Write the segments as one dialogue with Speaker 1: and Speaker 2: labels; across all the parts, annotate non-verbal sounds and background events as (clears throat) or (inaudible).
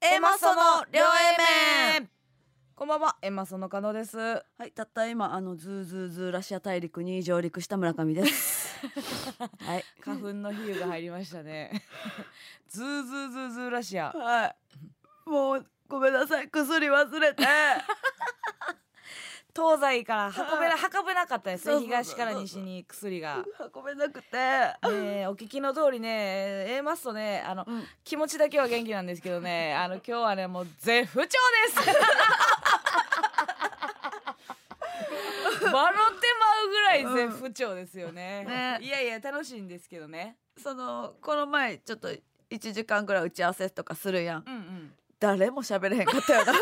Speaker 1: エマソの両 A
Speaker 2: 面こんばんはエマソの加納ですは
Speaker 1: はい、たった今あのズーズーズーラシア大陸に上陸した村上です。 (laughs) はい、
Speaker 2: 花粉の比喩が入りました
Speaker 1: (laughs)
Speaker 2: ねズーズーズーズーラシア
Speaker 1: はい、もうごめんなさい、薬忘 (laughs) れて。
Speaker 2: 東西から運べな
Speaker 1: あ
Speaker 2: 運べなかったです
Speaker 1: そ
Speaker 2: ね
Speaker 1: うそう
Speaker 2: 東から西に薬が
Speaker 1: 運べなくて。
Speaker 2: ねえお聞きの通りね A マストねあの
Speaker 1: うん
Speaker 2: 気持ちだけは元気なんですけどねあの今日はねもう絶不調です笑ってまうぐらい絶不調ですよね,、
Speaker 1: うん (laughs) ね
Speaker 2: いやいや楽しいんですけどね
Speaker 1: そのこの前ちょっと一時間ぐらい打ち合わせとかするやん。
Speaker 2: うんうん
Speaker 1: 誰も喋れへんかったよな。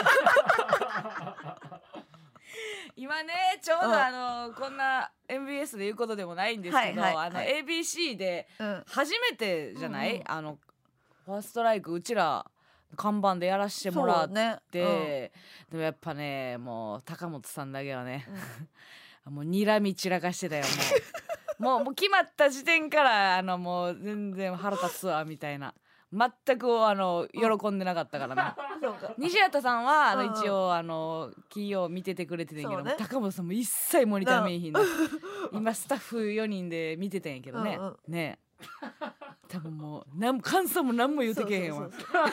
Speaker 1: (laughs)
Speaker 2: 今ねちょう
Speaker 1: うん
Speaker 2: どあのこんな MBS で言うことでもないんですけど、
Speaker 1: はいはい
Speaker 2: あの
Speaker 1: はい
Speaker 2: ABC で
Speaker 1: うん、
Speaker 2: 初めてじゃない、
Speaker 1: うんうん
Speaker 2: あのファーストライクうちら看板でやらしてもらっ
Speaker 1: そうね。
Speaker 2: て、でもやっぱねもう高本さんだけはね
Speaker 1: うん、
Speaker 2: (laughs) もう睨み散らかしてたよ
Speaker 1: (laughs)
Speaker 2: もうもうもう決まった時点からあのもう全然腹立つわみたいな全くあの喜んでなかったからな。
Speaker 1: うんそうか。
Speaker 2: 西畑さんはあの
Speaker 1: うんうん
Speaker 2: 一応あの企業見ててくれててんけ
Speaker 1: そ
Speaker 2: ど、
Speaker 1: うね
Speaker 2: 高本さんも一切モニター見え
Speaker 1: (laughs)
Speaker 2: ひんの今スタッフ4人で見ててんやけどね、
Speaker 1: うんうん
Speaker 2: ね多分もうなん感想も何も言うてけへんわ
Speaker 1: そうそう (laughs) そう。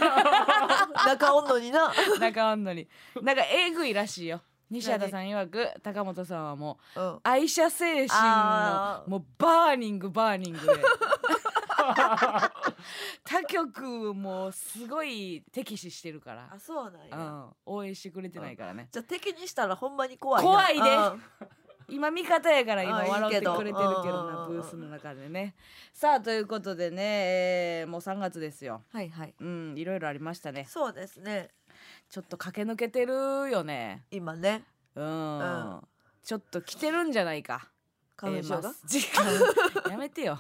Speaker 1: 仲おんのにな。
Speaker 2: 仲あんのになんかえぐいらしいよ西畑さん曰く高本さんはもう
Speaker 1: うん。
Speaker 2: 愛車精神の
Speaker 1: あー
Speaker 2: もうバーニングバーニング
Speaker 1: (laughs)
Speaker 2: で他局もすごい敵視してるから
Speaker 1: あ、、そうなん
Speaker 2: う
Speaker 1: や。
Speaker 2: ん、応援してくれてないからね
Speaker 1: じゃあ敵にしたらほんまに怖いな
Speaker 2: 怖いで
Speaker 1: うん
Speaker 2: 今味方やから今
Speaker 1: あいい
Speaker 2: 笑って
Speaker 1: けど
Speaker 2: くれてるけど
Speaker 1: うんうん
Speaker 2: な
Speaker 1: うん
Speaker 2: ブースの中でねさあということでね、えーもう3月ですよ
Speaker 1: はいはい
Speaker 2: うんいろいろありましたね
Speaker 1: そうですね
Speaker 2: ちょっと駆け抜けてるよね
Speaker 1: 今ね
Speaker 2: うん、
Speaker 1: うん
Speaker 2: ちょっと来てるんじゃないか
Speaker 1: 花粉症
Speaker 2: えーま
Speaker 1: が
Speaker 2: あ、時間やめてよ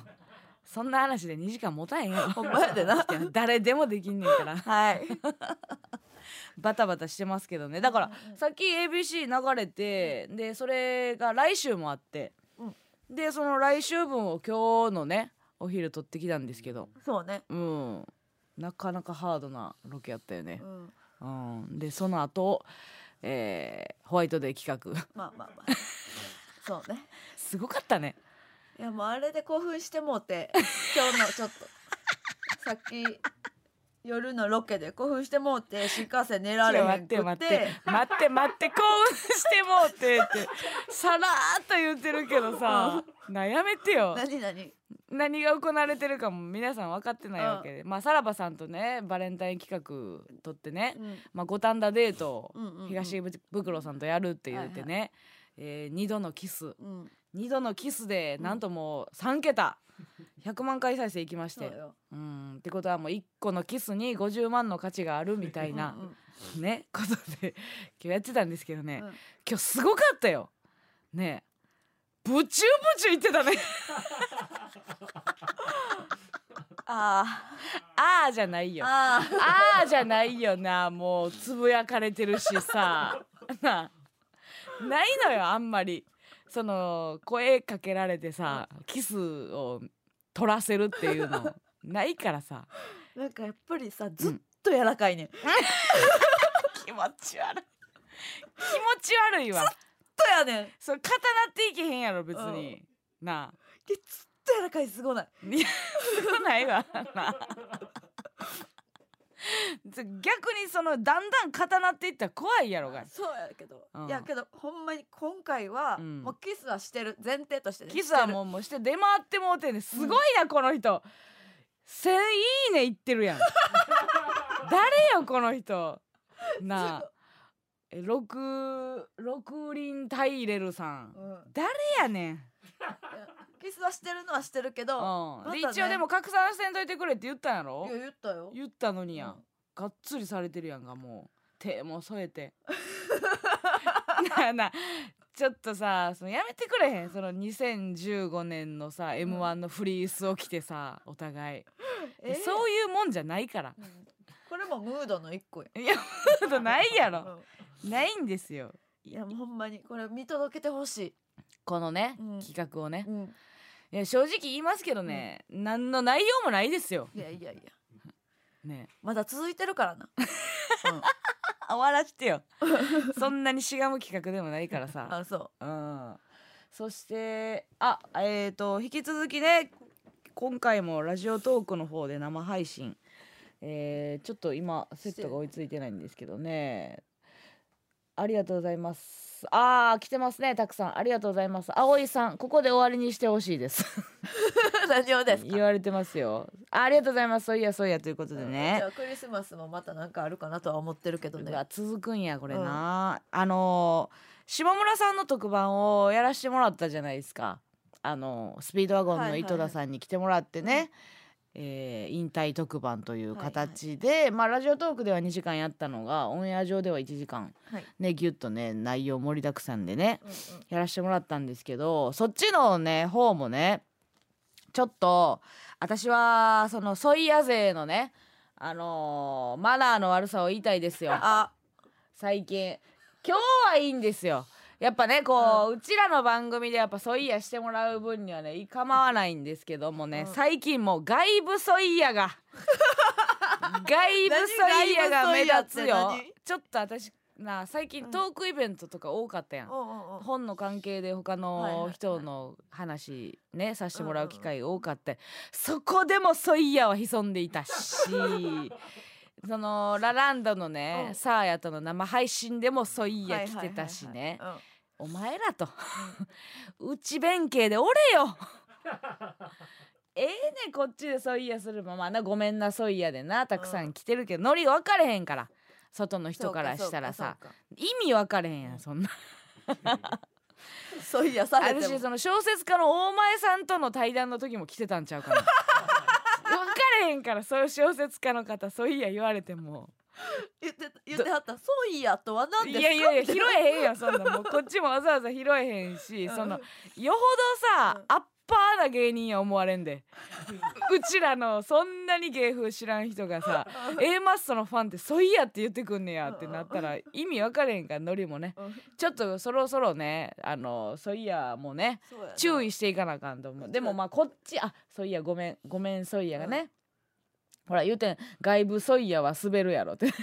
Speaker 2: そんな話で2時間持たへんよ
Speaker 1: ほんまやでな
Speaker 2: 誰でもできんねんから
Speaker 1: (laughs) はい
Speaker 2: (laughs) バタバタしてますけどねだからさっき ABC 流れてでそれが来週もあって、
Speaker 1: うん
Speaker 2: でその来週分を今日のねお昼取ってきたんですけど
Speaker 1: そうね
Speaker 2: うんなかなかハードなロケやったよね
Speaker 1: う、ん
Speaker 2: うん、でその後、えーホワイトデー企画 (laughs)
Speaker 1: まあまあまあそうね
Speaker 2: すごかったね
Speaker 1: いやもうあれで興奮してもうて今日のちょ
Speaker 2: (laughs)
Speaker 1: っとさっき夜のロケで興奮してもうて新幹線寝られ
Speaker 2: ちょ
Speaker 1: へ
Speaker 2: 待
Speaker 1: ん
Speaker 2: っ
Speaker 1: く
Speaker 2: て
Speaker 1: っ
Speaker 2: 待
Speaker 1: て
Speaker 2: って待って待って興奮してもうてってさらーっと言ってるけどさなやめてよ
Speaker 1: 何何
Speaker 2: 何が行われてるかも皆さん分かってないわけで、まあさらばさんとねバレンタイン企画撮ってね、
Speaker 1: うん
Speaker 2: まあ、五反田デート
Speaker 1: うんうんう
Speaker 2: を
Speaker 1: ん
Speaker 2: 東袋さんとやるって言ってね、えー二度のキス
Speaker 1: うん
Speaker 2: 二度のキスでなんともう3桁100万回再生いきまし
Speaker 1: そ
Speaker 2: て
Speaker 1: うよ
Speaker 2: うんってことはもう1個のキスに50万の価値があるみたいな
Speaker 1: うんうん
Speaker 2: ねことで今日やってたんですけどね、
Speaker 1: うん
Speaker 2: 今日すごかったよねえブチュブチュ言って (laughs) たね
Speaker 1: あ
Speaker 2: あーじゃない
Speaker 1: ー
Speaker 2: よあ
Speaker 1: あー
Speaker 2: ーじゃないよなもうつぶやかれてるし (laughs) さなあないのよあんまりその声かけられてさキスを取らせるっていうのないからさ
Speaker 1: なんかやっぱりさずっと柔らかいねんずっ
Speaker 2: (laughs) 気持ち悪い気持ち悪いわ
Speaker 1: とやねん
Speaker 2: そう固なっていけへんやろ別になあ (laughs)
Speaker 1: でずっと柔らかいすごない
Speaker 2: いや少ないわな逆にそのだんだん固なっていったら怖いやろが
Speaker 1: そうやけど、
Speaker 2: うん
Speaker 1: いやけどほんまに今回は、
Speaker 2: うん
Speaker 1: もうキスはしてる前提としてね、
Speaker 2: キスは
Speaker 1: う
Speaker 2: もうもうして出回ってもうてんねんすごいなこの人1,000いいねいって (laughs) るやん誰よこの人なあえ六六輪タイレルさん
Speaker 1: うん、
Speaker 2: 誰やねん、
Speaker 1: キスはしてるのはしてるけど、
Speaker 2: うんで
Speaker 1: またね
Speaker 2: 一応でも拡散せんといてくれって言ったんやろ
Speaker 1: いや言ったよ
Speaker 2: 言ったのにやん、
Speaker 1: うん
Speaker 2: がっつりされてるやんかもう手も添えて (laughs) なあなあちょっとさそのやめてくれへんその2015年のさ m 1のフリースを着てさお互い、
Speaker 1: えー
Speaker 2: そういうもんじゃないから
Speaker 1: うんこれもムードの一
Speaker 2: (laughs)
Speaker 1: 個や
Speaker 2: いやことないやろ
Speaker 1: うん
Speaker 2: ないんですよ
Speaker 1: いやもうほんまにこれ見届けてほし
Speaker 2: このね、
Speaker 1: うん
Speaker 2: 企画をね
Speaker 1: い、うん、
Speaker 2: いや正直言いますけどね、何の内容もないですよ
Speaker 1: いやいやいや
Speaker 2: ね
Speaker 1: まだ続いてるからな
Speaker 2: 終わらしてよ (laughs) そんなにしがむ企画でもないからさ、
Speaker 1: あそ
Speaker 2: うん、そしてあえっ、と引き続きね今回もラジオトークの方で生配信えーちょっと今セットが追いついてないんですけどねありがとうございますあー来てますねたくさんありがとうございます葵さんここで終わりにしてほしいです
Speaker 1: う (laughs) 何をです
Speaker 2: (laughs)
Speaker 1: か
Speaker 2: 言われてますよあありがとうございますそういやそういやということでね
Speaker 1: じゃあクリスマスもまたなんかあるかなとは思ってるけどね
Speaker 2: うわ続くんやこれな、あのー下村さんの特番をやらしてもらったじゃないですかあのースピードワゴン
Speaker 1: はい
Speaker 2: の
Speaker 1: はい
Speaker 2: 井戸田さんに来てもらってね、
Speaker 1: うん
Speaker 2: えー引退特番という形で、まあ、ラジオトークでは2時間やったのがオンエア上では1時間
Speaker 1: はい、
Speaker 2: ねギュッとね内容盛りだくさんでね
Speaker 1: うんうん
Speaker 2: やらしてもらったんですけどそっちのね方もねちょっと私はそのソイヤ勢のねあのーマナーの悪さを言いたいですよ
Speaker 1: あ
Speaker 2: 最近今日はいいんですよやっぱねこう、うちらの番組でやっぱソイヤしてもらう分にはね構わないんですけどもね、
Speaker 1: うん
Speaker 2: 最近もう外部ソイヤ
Speaker 1: (laughs)
Speaker 2: が外部ソイヤが目立つ
Speaker 1: 何
Speaker 2: よ
Speaker 1: 外部ソイヤって何
Speaker 2: ちょっと私なあ最近
Speaker 1: うん
Speaker 2: トークイベントとか多かったやん、
Speaker 1: おうおうおう
Speaker 2: 本の関係で他
Speaker 1: はいはいは
Speaker 2: の
Speaker 1: い
Speaker 2: 人の話ねさせてもらう機会が多かってそこでもソイヤは潜んでいたし
Speaker 1: (laughs)
Speaker 2: そのラランドのね
Speaker 1: うん
Speaker 2: サーヤとの生配信でもソイヤ来てたしね
Speaker 1: はいはいはいはい
Speaker 2: お前らとうち弁慶でおれよええねこっちでソイヤするままなごめんなソイヤでなたくさん来てるけどノリ分かれへんから外の人からしたらさ
Speaker 1: そうかそ
Speaker 2: 意味分かれへんやんそんな
Speaker 1: うかそういやさ
Speaker 2: あ
Speaker 1: れ
Speaker 2: る
Speaker 1: て
Speaker 2: し
Speaker 1: も
Speaker 2: その小説家の大前さんとの対談の時も来てたんちゃ
Speaker 1: (laughs)
Speaker 2: うかな分かれへんからそういう小説家の方そういや言われても
Speaker 1: 言って言ってはったそういやとは何
Speaker 2: い
Speaker 1: です
Speaker 2: や
Speaker 1: か
Speaker 2: いやいや拾
Speaker 1: い
Speaker 2: えへんよそんなもうこっちもわざわざ拾えへんし、そのよほどさ、
Speaker 1: うん
Speaker 2: アッパーな芸人や思われん
Speaker 1: (laughs)
Speaker 2: でうちらのそんなに芸風知らん人がさ A マッソのファンって「ソイヤ」って言ってくんねやってなったら意味分かれへんからノリもねちょっとそろそろねあのソイヤもね注
Speaker 1: 意
Speaker 2: 意していかなあかんと思うでもまあこっちあソイヤごめんごめんソイヤがね、ほら言うてん外部ソイヤは滑るやろって (laughs)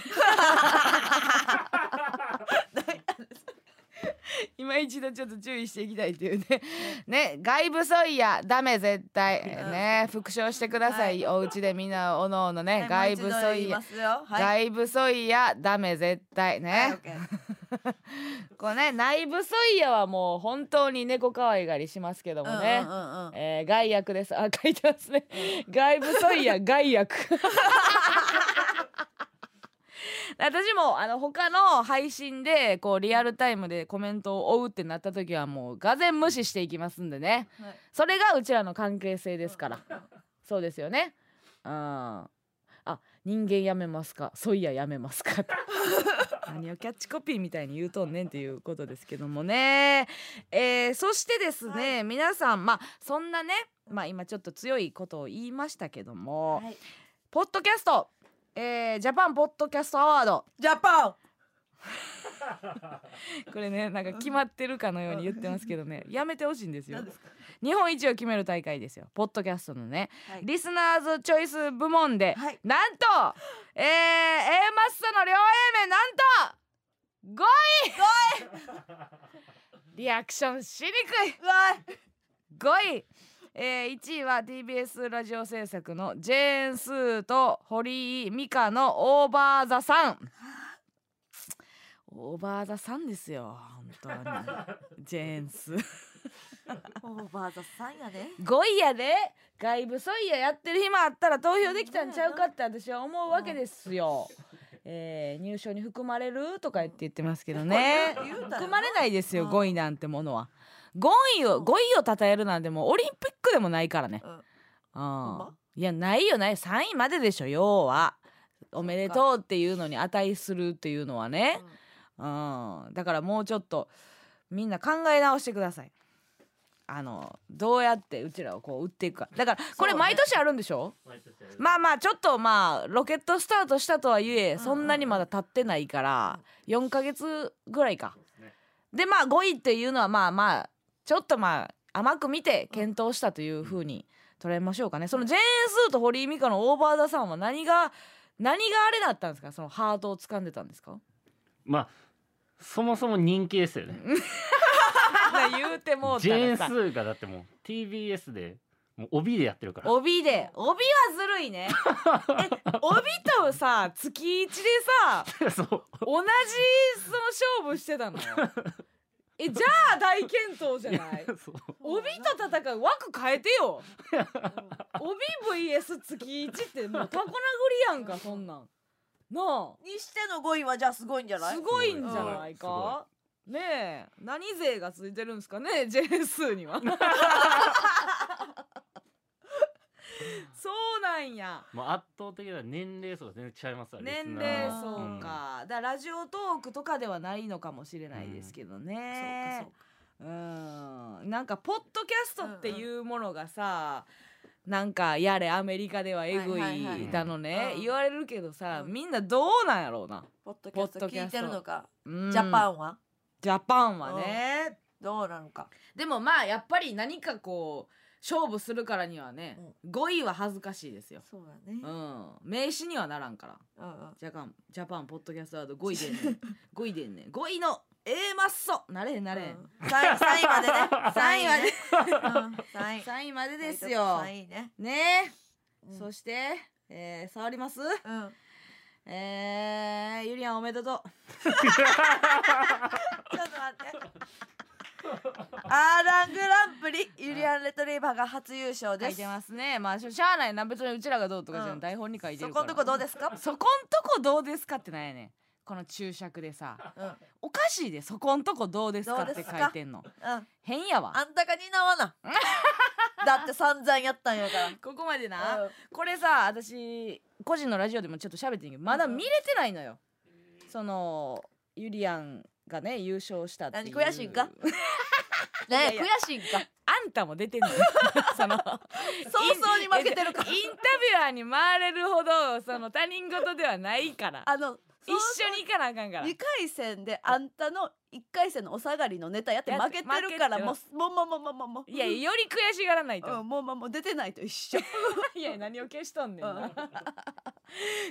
Speaker 2: 今一度ちょっと注意していきたいっていうね (laughs) ね外部ソイヤダメ絶対ね復唱してください、お家でみんなおのおのね、外部ソイヤ、
Speaker 1: はい
Speaker 2: 外部ソイヤダメ絶対ね、
Speaker 1: はいオッケー
Speaker 2: こうね内部ソイヤはもう本当に猫可愛がりしますけどもね、
Speaker 1: うんうんうんうん
Speaker 2: えー、外役です。 (laughs) あ、書いてますね。外部ソイ (laughs) ヤ、外役。私もあの他の配信でこうリアルタイムでコメントを追うってなった時はもうがぜ無視していきますんでね
Speaker 1: はい
Speaker 2: それがうちらの関係性です (laughs) からそうですよねうんあ人間やめますかソイヤやめますか (laughs) 何をキャッチコピーみたいに言うとんねんっていうことですけどもねえーそしてですね、皆さんまあそんなねまあ今ちょっと強いことを言いましたけども、
Speaker 1: はい
Speaker 2: ポッドキャスト、えージャパンポッドキャストアワード
Speaker 1: ジャパン
Speaker 2: これねなんか決まってるか (laughs) のように言ってますけどねやめてほしいんですよ
Speaker 1: 何ですか
Speaker 2: 日本一を決める大会ですよポッドキャストのね
Speaker 1: はい
Speaker 2: リスナーズチョイス部門で、
Speaker 1: はい
Speaker 2: なんとえー、A マッソの両 A 面なんと5位リアクションしにくいう
Speaker 1: わい
Speaker 2: 5位、えー、1位は TBS ラジオ制作のジェーン・スーと堀井美香の「オーバー・ザ・サン」オーバー・ザ・サンですよ
Speaker 1: (laughs)
Speaker 2: 本当にジェーンス
Speaker 1: オーバーザさんやね
Speaker 2: 5位やで外部ソイヤやってる暇あったら投票できたんちゃうかって私は思うわけですよ。えー入賞に含まれるとか言って言ってますけどね
Speaker 1: 言うたよな
Speaker 2: (laughs) 含まれないですよ
Speaker 1: うん
Speaker 2: 5位なんてものは5位を
Speaker 1: うん
Speaker 2: 5位を称えるなんてもうオリンピックでもないからね
Speaker 1: うん
Speaker 2: うん
Speaker 1: ま
Speaker 2: いやないよない3位まででしょ要はおめでとうっていうのに値するっていうのはね
Speaker 1: うん
Speaker 2: うん、だからもうちょっとみんな考え直してくださいあのどうやってうちらをこう売っていくかだからこれ
Speaker 1: そうね
Speaker 2: 毎年あるんでしょまあまあちょっとまあロケットスタートしたとはいえ
Speaker 1: ん
Speaker 2: そんなにまだ経ってないから4ヶ月ぐらいかでまあ5位っていうのはまあまあちょっとまあ甘く見て検討したというふうに捉えましょうかねそのジェーン・スーと堀井美香のオーバー・ザ・さんは何が何があれだったんですかそのハートを掴んでたんですか
Speaker 3: まあそもそも人気ですよね
Speaker 2: な言うてもうたら
Speaker 3: 全
Speaker 2: さ
Speaker 3: 数がだってもう TBS でもう帯でやってるから
Speaker 2: 帯で帯はずるいねえ帯とさ月一でさ
Speaker 3: (laughs) そう
Speaker 2: 同じその勝負してたのえじゃあ大健闘じゃない
Speaker 3: (laughs) そう
Speaker 2: 帯と戦う枠変えてよ帯 VS 月一ってもうタコ殴りやんかそんなんなあ
Speaker 1: にしての5位はじゃあすごいんじゃない
Speaker 2: すごいんじゃないかねえ何勢がついてるんですかね (laughs) JS に
Speaker 1: (laughs)
Speaker 2: はそうなんや
Speaker 3: もう圧倒的な年齢層が全然違いますわ
Speaker 2: 年
Speaker 3: リスナ
Speaker 2: 齢
Speaker 3: ーは
Speaker 2: 層か、だからラジオトークとかではないのかもしれないですけどね、
Speaker 1: か
Speaker 2: うんなんかポッドキャストっていうものがさ、なんかやれアメリカではえぐ
Speaker 1: はいはいはい
Speaker 2: いだのね、
Speaker 1: うん
Speaker 2: 言われるけどさ、
Speaker 1: うん
Speaker 2: みんなどうなんやろうな、
Speaker 1: そうかポッドキャスト聞いてるのか、
Speaker 2: うん
Speaker 1: ジャパンは
Speaker 2: ジャパンはね、
Speaker 1: どうなのか
Speaker 2: でもまあやっぱり何かこう勝負するからにはね、5位は恥ずかしいですよ、
Speaker 1: そうだね
Speaker 2: う、ん、名刺にはならんから
Speaker 1: うんうん
Speaker 2: ジャパンジャパンポッドキャストワード5位でんね
Speaker 1: (laughs)
Speaker 2: ん5位でんねん5位の A マッソなれへんなれへん、
Speaker 1: うん三位三位まで
Speaker 2: (laughs)
Speaker 1: ね
Speaker 2: 三位まで
Speaker 1: 三位
Speaker 2: 3位まで
Speaker 1: 三
Speaker 2: で
Speaker 1: 位
Speaker 2: すよ
Speaker 1: 三位ね
Speaker 2: ねえ、
Speaker 1: うん
Speaker 2: そして、えー、触ります
Speaker 1: うん
Speaker 2: えー、ゆりやんおめでとう
Speaker 1: ちょっと待って。アーラングランプリユリアンレトリーバーが初優勝
Speaker 2: 書
Speaker 1: で
Speaker 2: い
Speaker 1: す。
Speaker 2: てますねまあしょしゃあないな別にうちらがどうとかじゃん、
Speaker 1: うん
Speaker 2: 台本に書いて
Speaker 1: そ
Speaker 2: る
Speaker 1: こ
Speaker 2: か
Speaker 1: ん
Speaker 2: ら
Speaker 1: とこどうですか？
Speaker 2: そこんとこどうですかってなんやねんこの注釈でさ
Speaker 1: うんうん。
Speaker 2: おかしいでそこんとこどうですかって
Speaker 1: どうで
Speaker 2: 書
Speaker 1: すか
Speaker 2: いてんの
Speaker 1: あ
Speaker 2: 変やわ
Speaker 1: んたが担
Speaker 2: (laughs)
Speaker 1: わな。だって散々やったんやか
Speaker 2: ここまでな、
Speaker 1: ら。うん
Speaker 2: これさ私個人のラジオでもちょっと喋ってんけどまだ見れてないのよ、そのゆりやんがね優勝したっていう
Speaker 1: 何悔しいんかね
Speaker 2: いやい
Speaker 1: え
Speaker 2: や
Speaker 1: 悔しいんか。
Speaker 2: あんたも出てんの
Speaker 1: (laughs)
Speaker 2: よその
Speaker 1: 早々に負けてるから
Speaker 2: インインタビュアーに回れるほどその他人事ではないから
Speaker 1: あの
Speaker 2: 一緒に行かなあかんから
Speaker 1: 二回戦であんたの一回戦のお下がりのネタやって負けてるから
Speaker 2: や
Speaker 1: も
Speaker 2: っ
Speaker 1: うもうもうもうもうもうもう
Speaker 2: いやより悔しがらないと、
Speaker 1: うんもうもうもう出てないと一緒。
Speaker 2: (laughs) いや何を消しとんねん (laughs) な、
Speaker 1: うん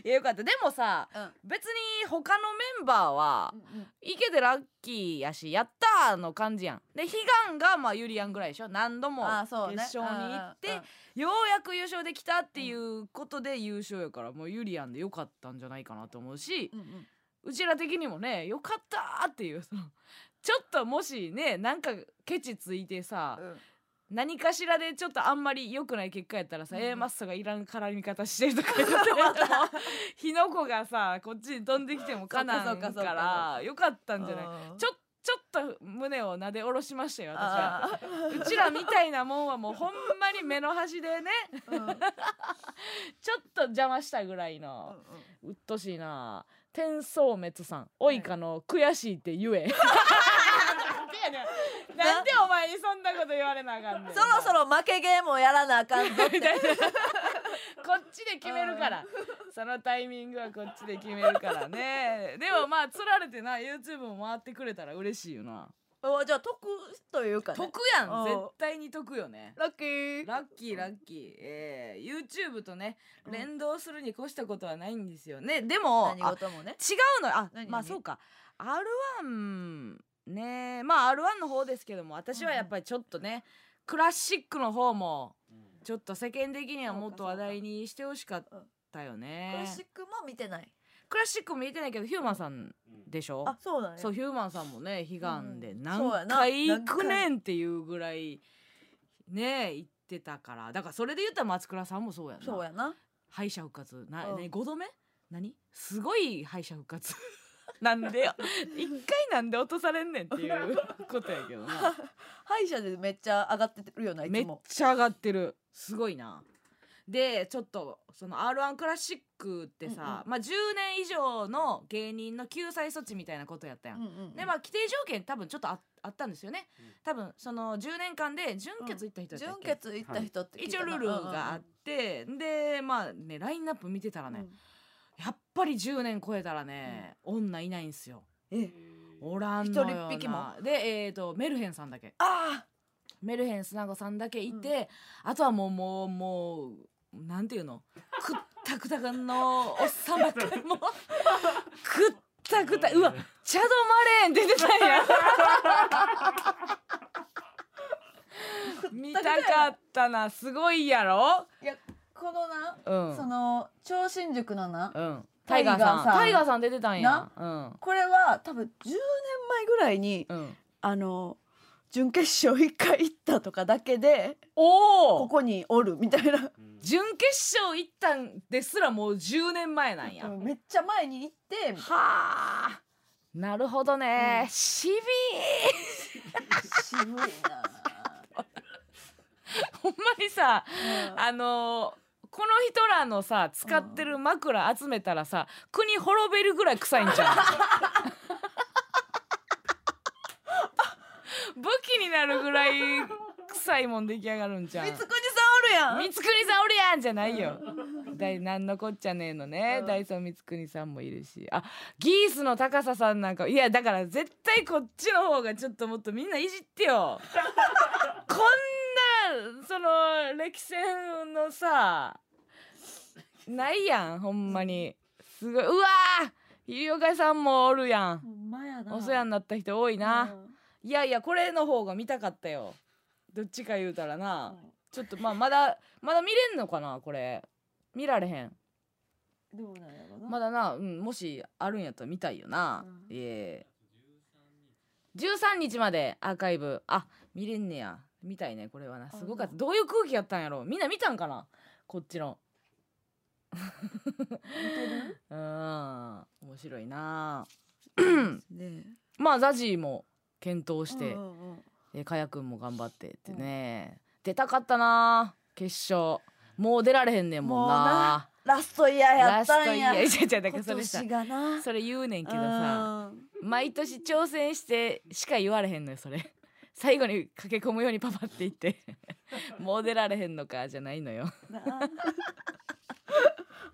Speaker 2: いやよかったでもさ別に他のメンバーはイケてラッキーやしやったーの感じやんで悲願がまあゆりやんぐらいでしょ何度も
Speaker 1: ああ
Speaker 2: 決
Speaker 1: そうね。
Speaker 2: 勝に行って、
Speaker 1: うんうん
Speaker 2: ようやく優勝できたっていうことで優勝やからもうゆりやんでよかったんじゃないかなと思うし
Speaker 1: うんうんうん
Speaker 2: うちら的にもねよかったーっていうそのちょっともしねなんかケチついてさ、
Speaker 1: うん
Speaker 2: 何かしらでちょっとあんまり良くない結果やったらさ、
Speaker 1: うん
Speaker 2: A マッソがいらん絡み方してるとか
Speaker 1: (laughs)
Speaker 2: 言って火の粉がさこっちに飛んできてもかな
Speaker 1: そ
Speaker 2: ん
Speaker 1: うか
Speaker 2: か
Speaker 1: そうかそうから
Speaker 2: よかったんじゃない
Speaker 1: うん
Speaker 2: ちょちょっと胸をなで下ろしましたよ私は
Speaker 1: あー
Speaker 2: うちらみたいなもんはもうほんまに目の端で
Speaker 1: (laughs)
Speaker 2: ね
Speaker 1: うん
Speaker 2: ちょ
Speaker 1: うん
Speaker 2: っと邪魔したぐらい (laughs) の
Speaker 1: うん
Speaker 2: うっとしいな天相滅さんオイカの悔しいって言
Speaker 1: (laughs)
Speaker 2: えなんでやねんなんでお前にそんなこと言われなあかんねん
Speaker 1: そろそろ負けゲームをやらなあかんぞって
Speaker 2: みたいなこっちで決めるからそのタイミングはこっちで決めるからねでもまあ釣られてな YouTube も回ってくれたら嬉しいよな
Speaker 1: (laughs) おじゃあ得というか、ね、
Speaker 2: 得やん
Speaker 1: うん
Speaker 2: 絶対に得よね
Speaker 1: ラッキー
Speaker 2: ラッキーラッキー、えー、YouTube とね
Speaker 1: うん
Speaker 2: 連動するに越したことはないんですよねでも
Speaker 1: 何
Speaker 2: あ
Speaker 1: 事もね
Speaker 2: 違うのよあ
Speaker 1: 何
Speaker 2: まあ
Speaker 1: 何
Speaker 2: そうか R1 ねまあ R1 の方ですけども私はやっぱりちょっとね、クラシックの方もちょっと世間的にはもっと話題にしてほしかったよ
Speaker 1: ク
Speaker 2: ね
Speaker 1: ラシックも見てない
Speaker 2: クラシック見えてないけどヒューマンさんでしょ
Speaker 1: あそうだね
Speaker 2: そうヒューマンさんもね悲願で
Speaker 1: うんそうや
Speaker 2: 何
Speaker 1: な
Speaker 2: 回行くねんっていうぐらいね行ってたからだからそれで言ったら松倉さんもそうやんな
Speaker 1: そうやな
Speaker 2: 敗者復活な、
Speaker 1: うん
Speaker 2: ね、5度目何すごい敗者復活なんで
Speaker 1: (laughs)
Speaker 2: よ一回なんで落とされんねんっていうことやけどな
Speaker 1: (laughs) 歯医者でめっちゃ上がってるよない
Speaker 2: め
Speaker 1: つ
Speaker 2: っ
Speaker 1: も
Speaker 2: ちゃ上がってるすごいなでちょっとその r 1クラシックってさ、まあ、10年以上の芸人の救済措置みたいなことやったやん、でまあ規定条件多分ちょっとああったんですよね、
Speaker 3: うん
Speaker 2: 多分その10年間で準決いった人やったっけ、
Speaker 1: 純血行った人って聞い
Speaker 2: 一
Speaker 1: た
Speaker 2: 応
Speaker 1: な
Speaker 2: ルールがあって、でまあねラインナップ見てたら
Speaker 1: うんうん
Speaker 2: ね、
Speaker 1: うん
Speaker 2: やっぱり10年超えたらね、女いないんすよ
Speaker 1: え
Speaker 2: おらんのよな
Speaker 1: 一人一匹も
Speaker 2: でえっ、とメルヘンさんだけ
Speaker 1: あ
Speaker 2: メルヘン砂子さんだけいて、あとはもうもうもうなんていうのくっタクタクのおっさんばっかりもう (laughs) くったくたうわチャドマレーン出てたんや (laughs) 見たかったなすごいやろ
Speaker 1: いやこのな、
Speaker 2: うん
Speaker 1: その超新塾のな、
Speaker 2: うんタイガーさんタ
Speaker 1: タ
Speaker 2: イ
Speaker 1: イ
Speaker 2: ガ
Speaker 1: ガ
Speaker 2: ーさん出てたんやうん
Speaker 1: これは多分10年前ぐらいに、
Speaker 2: うん
Speaker 1: あの準決勝一回行ったとかだけで
Speaker 2: お
Speaker 1: こ
Speaker 2: お
Speaker 1: こにおるみたいな、
Speaker 2: 準決勝行ったんですらもう10年前なんや、
Speaker 1: めっちゃ前に行って
Speaker 2: はあなるほどね、
Speaker 1: うん
Speaker 2: しびー
Speaker 1: 渋 (laughs) いな
Speaker 2: ほんまにさ
Speaker 1: あ
Speaker 2: あのーこの人らのさ使ってる枕集めたらさ国滅べるぐらい臭いんじゃ
Speaker 1: (laughs)
Speaker 2: ん武器になるぐらい臭いもん出来上がるんじゃん
Speaker 1: 光
Speaker 2: 光
Speaker 1: 国さんおるやん
Speaker 2: 圀さんおるやんじゃないよ大なんのこっちゃねえのね、
Speaker 1: うん
Speaker 2: ダイソー光圀さんもいるしあギースの高ささんなんかいやだから絶対こっちの方がちょっともっとみんないじって
Speaker 1: (laughs)
Speaker 2: よこんなその歴戦のさないやんほんまにすごいうわー医療会さんもおるやん
Speaker 1: ほんまやな
Speaker 2: お世話になった人多いな、いやいやこれの方が見たかったよどっちか言うたら
Speaker 1: うん
Speaker 2: な、
Speaker 1: うん
Speaker 2: ちょっとまあまだまだ見れんのかなこれ見られへん
Speaker 1: でもなんやろな
Speaker 2: まだな、うん、もしあるんやったら見たいよな、
Speaker 1: うん
Speaker 2: ええ13日までアーカイブあ見れんねや見たいねこれはなすごかった
Speaker 1: うん
Speaker 2: どういう空気やったんやろみんな見たんかなこっちの
Speaker 1: 似てる
Speaker 2: うん面白いな
Speaker 1: ね
Speaker 2: まあザジーも検討して、
Speaker 1: うんうんうん
Speaker 2: えかやくんも頑張ってってね、出たかったな決勝もう出られへんねんもんな
Speaker 1: もうなラストイヤーや
Speaker 2: ラ
Speaker 1: っ
Speaker 2: スト
Speaker 1: た
Speaker 2: い
Speaker 1: んや
Speaker 2: やいやいやだから
Speaker 1: 今
Speaker 2: それさ
Speaker 1: 年がな
Speaker 2: それ言うねんけどさ
Speaker 1: うん
Speaker 2: 毎年挑戦してしか言われへんのよそれ (laughs) 最後に駆け込むようにパパって言って (laughs) もう出られへんのかじゃないのよ
Speaker 1: なあ (laughs) ほん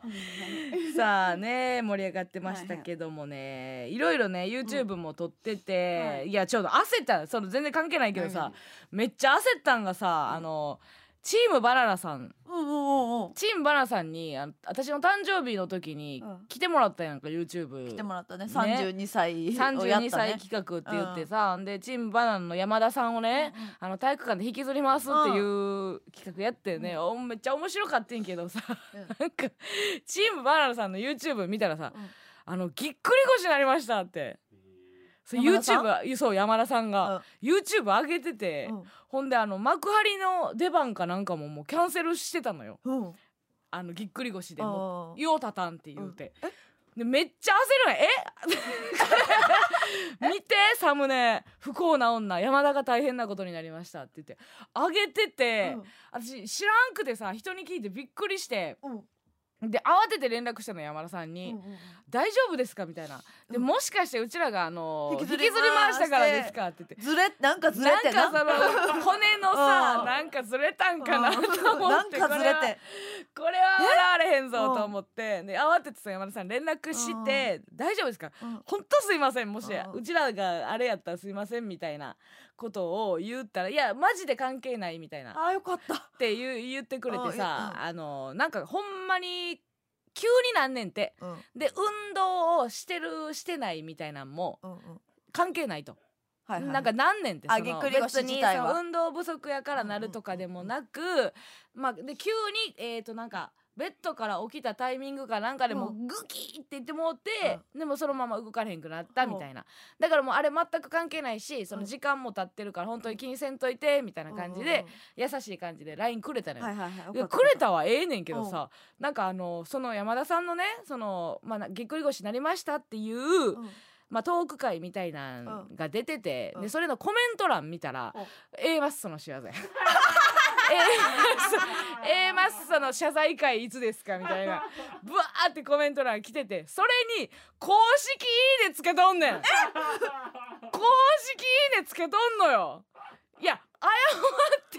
Speaker 1: まに
Speaker 2: (laughs) さあね盛り上がってましたけどもね、いろいろね YouTube も撮ってて、
Speaker 1: うんはい
Speaker 2: い、やちょっと焦ったその全然関係ないけどさ、めっちゃ焦ったんがさ、あのチームバナナさん
Speaker 1: うんうんうんうん
Speaker 2: チームバナナさんにあの私の誕生日の時に
Speaker 1: うん
Speaker 2: 来てもらったやんか YouTube
Speaker 1: 来てもらったね
Speaker 2: ね
Speaker 1: 32歳をやっ
Speaker 2: 32
Speaker 1: た
Speaker 2: 歳
Speaker 1: ね
Speaker 2: 企画って言ってさ、でチームバナナの山田さんをね、あの体育館で引きずり回すっていう企画やってね、おめっちゃ面白かってんけどさ、 (laughs)
Speaker 1: うん
Speaker 2: なんかチームバナナさんの YouTube 見たらさ、
Speaker 1: うん
Speaker 2: あのぎっくり腰になりましたって。そう
Speaker 1: 山田さん
Speaker 2: YouTube そう山田さんが、YouTube 上げてて、
Speaker 1: うん
Speaker 2: ほんであの幕張の出番かなんかももうキャンセルしてたのよ
Speaker 1: うんうん
Speaker 2: あのぎっくり腰でも
Speaker 1: あー
Speaker 2: う「ようたたん」って言うて、でめっちゃ焦るんやえ (laughs) 見てサムネ不幸な女山田が大変なことになりましたって言って上げてて、私知らんくてさ人に聞いてびっくりして
Speaker 1: うんうん
Speaker 2: で慌てて連絡したの山田さんに。
Speaker 1: うんうん
Speaker 2: 大丈夫ですかみたいなで、
Speaker 1: うん
Speaker 2: もしかしてうちらがあの引
Speaker 1: 引
Speaker 2: き
Speaker 1: き
Speaker 2: ず
Speaker 1: ず
Speaker 2: り
Speaker 1: り
Speaker 2: 回したから
Speaker 1: 回して
Speaker 2: ですかって言って
Speaker 1: ずれなんかずれ
Speaker 2: なん
Speaker 1: てな
Speaker 2: かその骨のさ
Speaker 1: うん
Speaker 2: なんかずれたんかなと思
Speaker 1: なん
Speaker 2: って
Speaker 1: かずれ
Speaker 2: これは
Speaker 1: て
Speaker 2: これは笑われへんぞと思ってで慌ててさ山田さん連絡して「大丈夫ですか
Speaker 1: うん
Speaker 2: 本当すいませんもし
Speaker 1: うん
Speaker 2: うちらがあれやったらすいません」みたいなことを言ったら「いやマジで関係ない」みたいな
Speaker 1: あーよかった
Speaker 2: って言う言ってくれてさ
Speaker 1: うん
Speaker 2: あのなんかほんまに急になんねんて。
Speaker 1: うん
Speaker 2: で運動をしてるしてないみたいなんも
Speaker 1: うんうん
Speaker 2: 関係ないと、
Speaker 1: はいはい
Speaker 2: なんか何年って
Speaker 1: あ
Speaker 2: その
Speaker 1: ぎっくり腰
Speaker 2: 別に
Speaker 1: 自体は
Speaker 2: その運動不足やからなるとかでもなく、まあ、で急にえっ、となんかベッドから起きたタイミングかなんかでも
Speaker 1: う
Speaker 2: うグキーって言ってもうて、でもそのまま動かれへんくなった
Speaker 1: うん
Speaker 2: みたいな、だからもうあれ全く関係ないしそうの
Speaker 1: ん
Speaker 2: 時間も経ってるから本当に気にせんといてみたいな感じで、優しい感じで LINE くれた
Speaker 1: う
Speaker 2: の
Speaker 1: ん
Speaker 2: よ
Speaker 1: うん。はいはいはいよ
Speaker 2: い
Speaker 1: か
Speaker 2: や
Speaker 1: っ
Speaker 2: くれたはええねんけどさ、なんかあのその山田さんのねその、まあな、ぎっくり腰になりましたっていう、
Speaker 1: うん
Speaker 2: まあ、トーク会みたいなんが出てて、
Speaker 1: うん
Speaker 2: でそれのコメント欄見たら
Speaker 1: お
Speaker 2: 「A マッソの
Speaker 1: (laughs)
Speaker 2: 仕業や」A マッソの謝罪会いつですか?」みたいなブワーってコメント欄来ててそれに公式「いいね」つけとんねん公式「いいね」つけとんのよいや謝って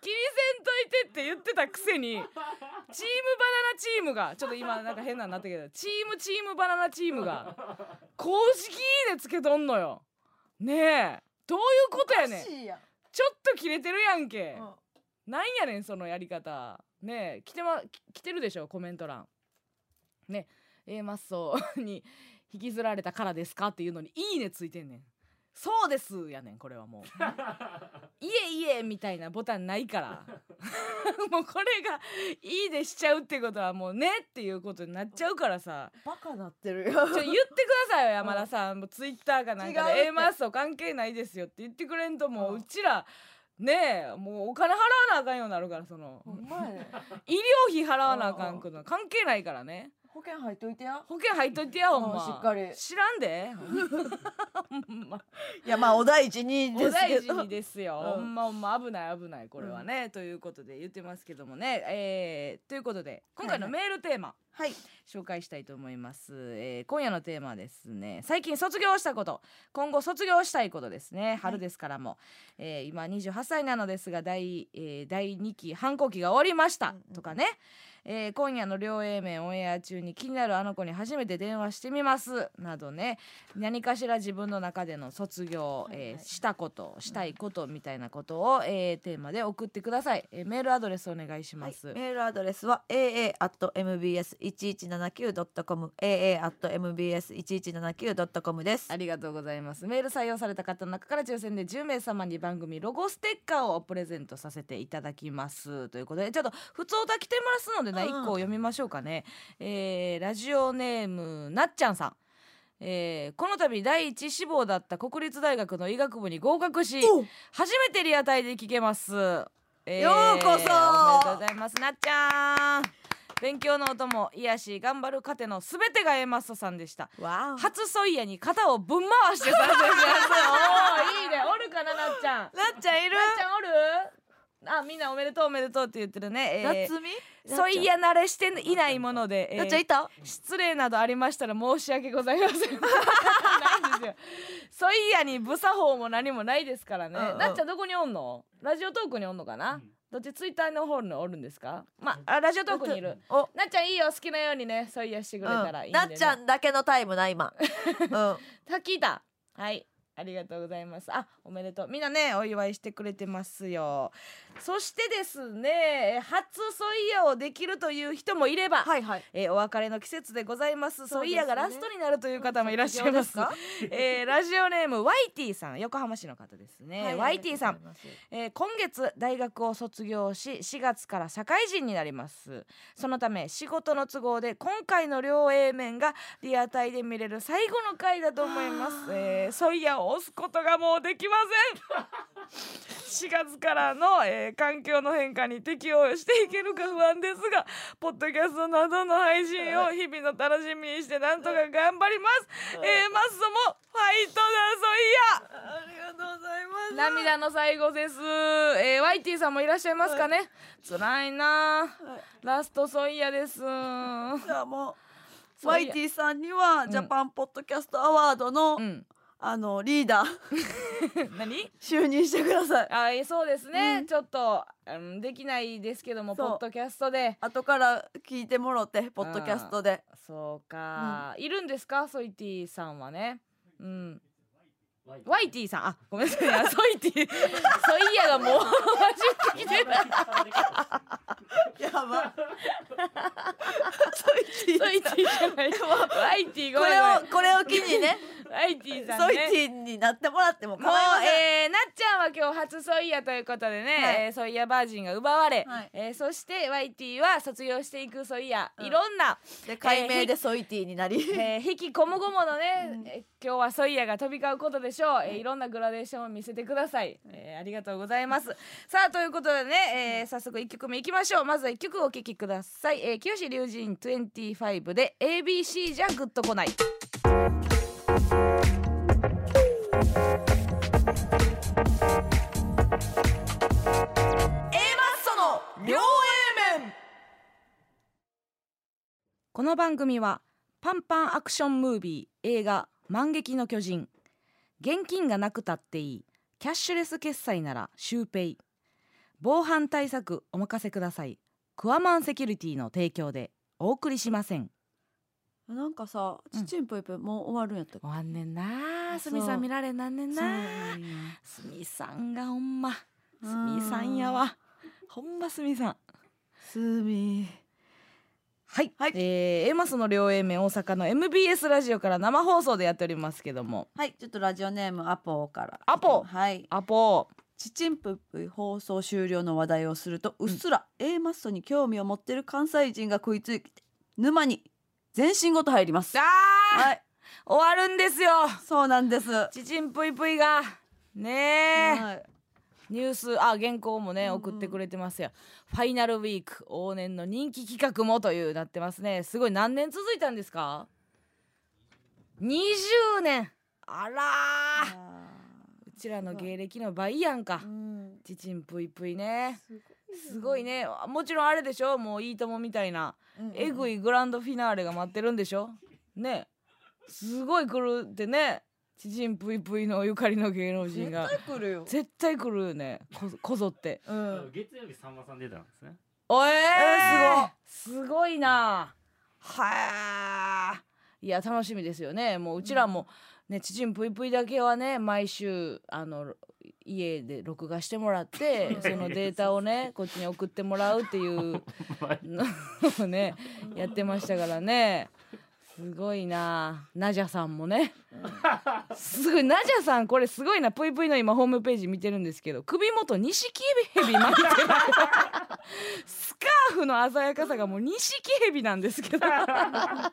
Speaker 2: 気にせんといてって言ってたくせにチームバナナチームがちょっと今なんか変なんなったけどチームチームバナナチームが公式「いいね」つけとんのよねえどういうことやねん
Speaker 1: おかしいやん
Speaker 2: ちょっと切れてるやんけ、
Speaker 1: うん
Speaker 2: なんやねんそのやり方ねえ来て,、ま、き来てるでしょコメント欄ね A マッソに (laughs) 引きずられたからですかっていうのに「いいね」ついてんねんそうですやねんこれはもう「いえいえ」みたいなボタンないから (laughs) もうこれが「いいね」しちゃうってことはもう「ね」っていうことになっちゃうからさ
Speaker 1: バカなってるよ
Speaker 2: ちょ言ってくださいよ山田さん、もうツイッターかなんか
Speaker 1: 違うって
Speaker 2: で A マッソ関係ないですよって言ってくれんともう
Speaker 1: うん
Speaker 2: うちらねえもうお金払わなあかんようになるからその
Speaker 1: ほんまやね
Speaker 2: 医療費払わなあかんくの関係ないからね
Speaker 1: 保険入っといてや
Speaker 2: 保険入っといてやほん
Speaker 1: うん
Speaker 2: ま
Speaker 1: しっかり
Speaker 2: 知らんで
Speaker 1: (laughs)
Speaker 2: ほんま
Speaker 1: いやまあお大事に
Speaker 2: お
Speaker 1: ですけ
Speaker 2: 大
Speaker 1: ど
Speaker 2: 事にですよ、
Speaker 1: うん
Speaker 2: ほんまほんま危ない危ないこれはね、ということで言ってますけどもねえーということで今回の
Speaker 1: は
Speaker 2: メールテーマ、
Speaker 1: はい
Speaker 2: 紹介したいと思います、えー今夜のテーマはですね最近卒業したこと今後卒業したいことですね春ですからも、えー今28歳なのですが第,、えー第2期反抗期が終わりました
Speaker 1: うんうんうん
Speaker 2: とかね、えー今夜の両 A 面オンエア中に気になるあの子に初めて電話してみますなどね何かしら自分の中での卒業、
Speaker 1: はいはい
Speaker 2: えーしたことしたいことみたいなことを、えーテーマで送ってください、えーメールアドレスお願いし
Speaker 1: は
Speaker 2: ま
Speaker 1: い
Speaker 2: す、、
Speaker 1: メールアドレスは aa at mbs 一一七九ドットコム aa at mbs 一一七九ドットコムです。
Speaker 2: ありがとうございますメール採用された方の中から抽選で10名様に番組ロゴステッカーをプレゼントさせていただきますということでちょっと普通歌来てますのでね、
Speaker 1: うん
Speaker 2: 一個読みましょうかね、えーラジオネームなっちゃんさんえーこの度第一志望だった国立大学の医学部に合格し
Speaker 1: お
Speaker 2: 初めてリアタイで聞けます、え
Speaker 1: ようこそ
Speaker 2: おめでとうございますなっちゃん勉強のお供癒やし頑張る糧のすべてがエマッソさんでした
Speaker 1: わお。
Speaker 2: 初ソイヤに肩をぶん回して参戦しますおーいいねおるかななっちゃんなっ
Speaker 1: なっちゃんいる。
Speaker 2: ちゃんおるあみんなおめでとうおめでとうって言ってるね、え
Speaker 1: 夏美。
Speaker 2: ー、ソイヤ慣れしていないもので、えー
Speaker 1: なっちゃんいた。
Speaker 2: 失礼などありましたら申し訳ございません (laughs) ないんですよソイヤに無作法も何もないですからね、
Speaker 1: うんうん
Speaker 2: なっちゃんどこにおんのラジオトークにおんのかな、どっちツイッターの方におるんですかまああラジオトークにいる
Speaker 1: お。
Speaker 2: なっちゃんいいよ好きなようにねソイヤしてくれたらいいんで、ね
Speaker 1: なっちゃんだけのタイムな (laughs) 今。うん。
Speaker 2: た聞いたはいありがとうございますあおめでとうみんなねお祝いしてくれてますよそしてですねえ初ソイヤをできるという人もいれば、
Speaker 1: はいはい。
Speaker 2: えーお別れの季節でございます
Speaker 1: そう
Speaker 2: ソ
Speaker 1: で
Speaker 2: イ
Speaker 1: すね
Speaker 2: ヤがラストになるという方もいらっしゃい
Speaker 1: (laughs)
Speaker 2: ます
Speaker 1: 卒業
Speaker 2: か、えーラジオネーム YT さん横浜市の方ですね、YT さん。えー今月大学を卒業し4月から社会人になりますそのため仕事の都合で今回の両 A 面がリアタイで見れる最後の回だと思います
Speaker 1: あー
Speaker 2: えーソイヤを押すことがもうできません4月からの、えー環境の変化に適応していけるか不安ですがポッドキャストなどの配信を日々の楽しみにしてなんとか頑張ります、えー、マッソもファイトだソイヤ
Speaker 1: ありがとうございます。
Speaker 2: 涙の最後です。えー、YT さんもいらっしゃいますかね。辛いなあ。ラストソイヤです。う
Speaker 1: じゃあもう。
Speaker 2: そういや
Speaker 1: YT さんにはジャパンポッドキャストアワードの、
Speaker 2: ん。
Speaker 1: あのリーダー
Speaker 2: 何？
Speaker 1: 就任してください
Speaker 2: あ、えーそうですね。
Speaker 1: うん
Speaker 2: ちょっと、うん、できないですけども、ポ
Speaker 1: そう
Speaker 2: ッドキャストで。
Speaker 1: 後から聞いてもろてポッドキャストで
Speaker 2: そうか、いるんですか、ソイティさんはね。うん。
Speaker 3: ワイ
Speaker 2: YT さん、あ、ごめんなさいいや、ソイティ、ソイヤが (laughs) もう混じってきてた。(laughs)
Speaker 1: やば (laughs) ソイティ
Speaker 2: ソイティじゃない。YT ご
Speaker 1: こ
Speaker 2: めん
Speaker 1: れ
Speaker 2: な
Speaker 1: をこれを機にね
Speaker 2: さい。YT さん
Speaker 1: ソイ
Speaker 2: ね。
Speaker 1: ティになってもらっても構い
Speaker 2: もう
Speaker 1: ません、
Speaker 2: えーなっちゃんは今日初ソイヤということでね、
Speaker 1: はい
Speaker 2: えーソイヤバージンが奪われ、
Speaker 1: はい
Speaker 2: えーそして YT は卒業していくソイヤ、
Speaker 1: うん
Speaker 2: いろんな、
Speaker 1: で解明でソイティになり、
Speaker 2: (laughs) えー、引きこもごものね、
Speaker 1: うん
Speaker 2: えー今日はソイヤが飛び交うことでしょう、えーいろんなグラデーションを見せてください、えーありがとうございますさあということでね、えー早速1曲目いきましょうまずは1曲お聴きください、えー、清志龍神25で ABC じゃグッとこない
Speaker 1: マッソの両 A 面
Speaker 2: この番組はパンパンアクションムービー映画「万劇の巨人」現金がなくたっていいキャッシュレス決済ならシュウペイ防犯対策お任せくださいクアマンセキュリティの提供でお送りしません
Speaker 1: なんかさ「ちちんぷいぷい」もう終わるんやったっけ
Speaker 2: 終わんねんなあす
Speaker 1: そう
Speaker 2: みさん見られなんねん
Speaker 1: そう
Speaker 2: なん
Speaker 1: や
Speaker 2: すみさんがほんます
Speaker 1: うん
Speaker 2: みさんやわほんますみさん
Speaker 1: すみ
Speaker 2: はい、
Speaker 1: はい
Speaker 2: えー、エマスの両 A 面大阪の MBS ラジオから生放送でやっておりますけども
Speaker 1: はいちょっとラジオネームアポから
Speaker 2: アポ
Speaker 1: はい
Speaker 2: アポ
Speaker 1: チチンプップ放送終了の話題をするとうっすら A マッソに興味を持ってる関西人が食いついて沼に全身ごと入ります
Speaker 2: あー、
Speaker 1: はい
Speaker 2: 終わるんですよ
Speaker 1: そうなんです、
Speaker 2: ちちんぷいぷいがねえ、
Speaker 1: はい
Speaker 2: ニュースあ原稿もね
Speaker 1: うんうん
Speaker 2: 送ってくれてますよ、ファイナルウィーク往年の人気企画もというなってますねすごい何年続いたんですか20年あらーうちらの芸歴の倍やんか
Speaker 1: うん
Speaker 2: ちちんぷいぷいねす
Speaker 1: す
Speaker 2: ご
Speaker 1: ご
Speaker 2: い
Speaker 1: いね、
Speaker 2: ねあもちろんあれでしょもういいともみたいなえぐ
Speaker 1: い
Speaker 2: いグランドフィナーレが待ってるんでしょねすごい来るってねちちんぷいぷいのゆかりの芸能人
Speaker 1: 絶
Speaker 2: が
Speaker 1: 対来るよ、
Speaker 2: 絶対来るよねこ (laughs) こぞって
Speaker 1: うん、
Speaker 3: 月曜日さんまさん出たんですね。
Speaker 2: おえ
Speaker 1: えー
Speaker 2: すごいすごいなはあいや楽しみですよねもううちらもねちちんぷいぷいだけはね毎週あの家で録画してもら (laughs) ってそのデータを (laughs) ねこっちに送ってもらうって (laughs) いうのをねやってましたからねすごいなナジャさんもねすごいナジャさんこれすごいなぷいぷいの今ホームページ見てるんですけど首元錦エビ巻いてるスカーフの鮮やかさがもう錦エビなんですけど
Speaker 1: 最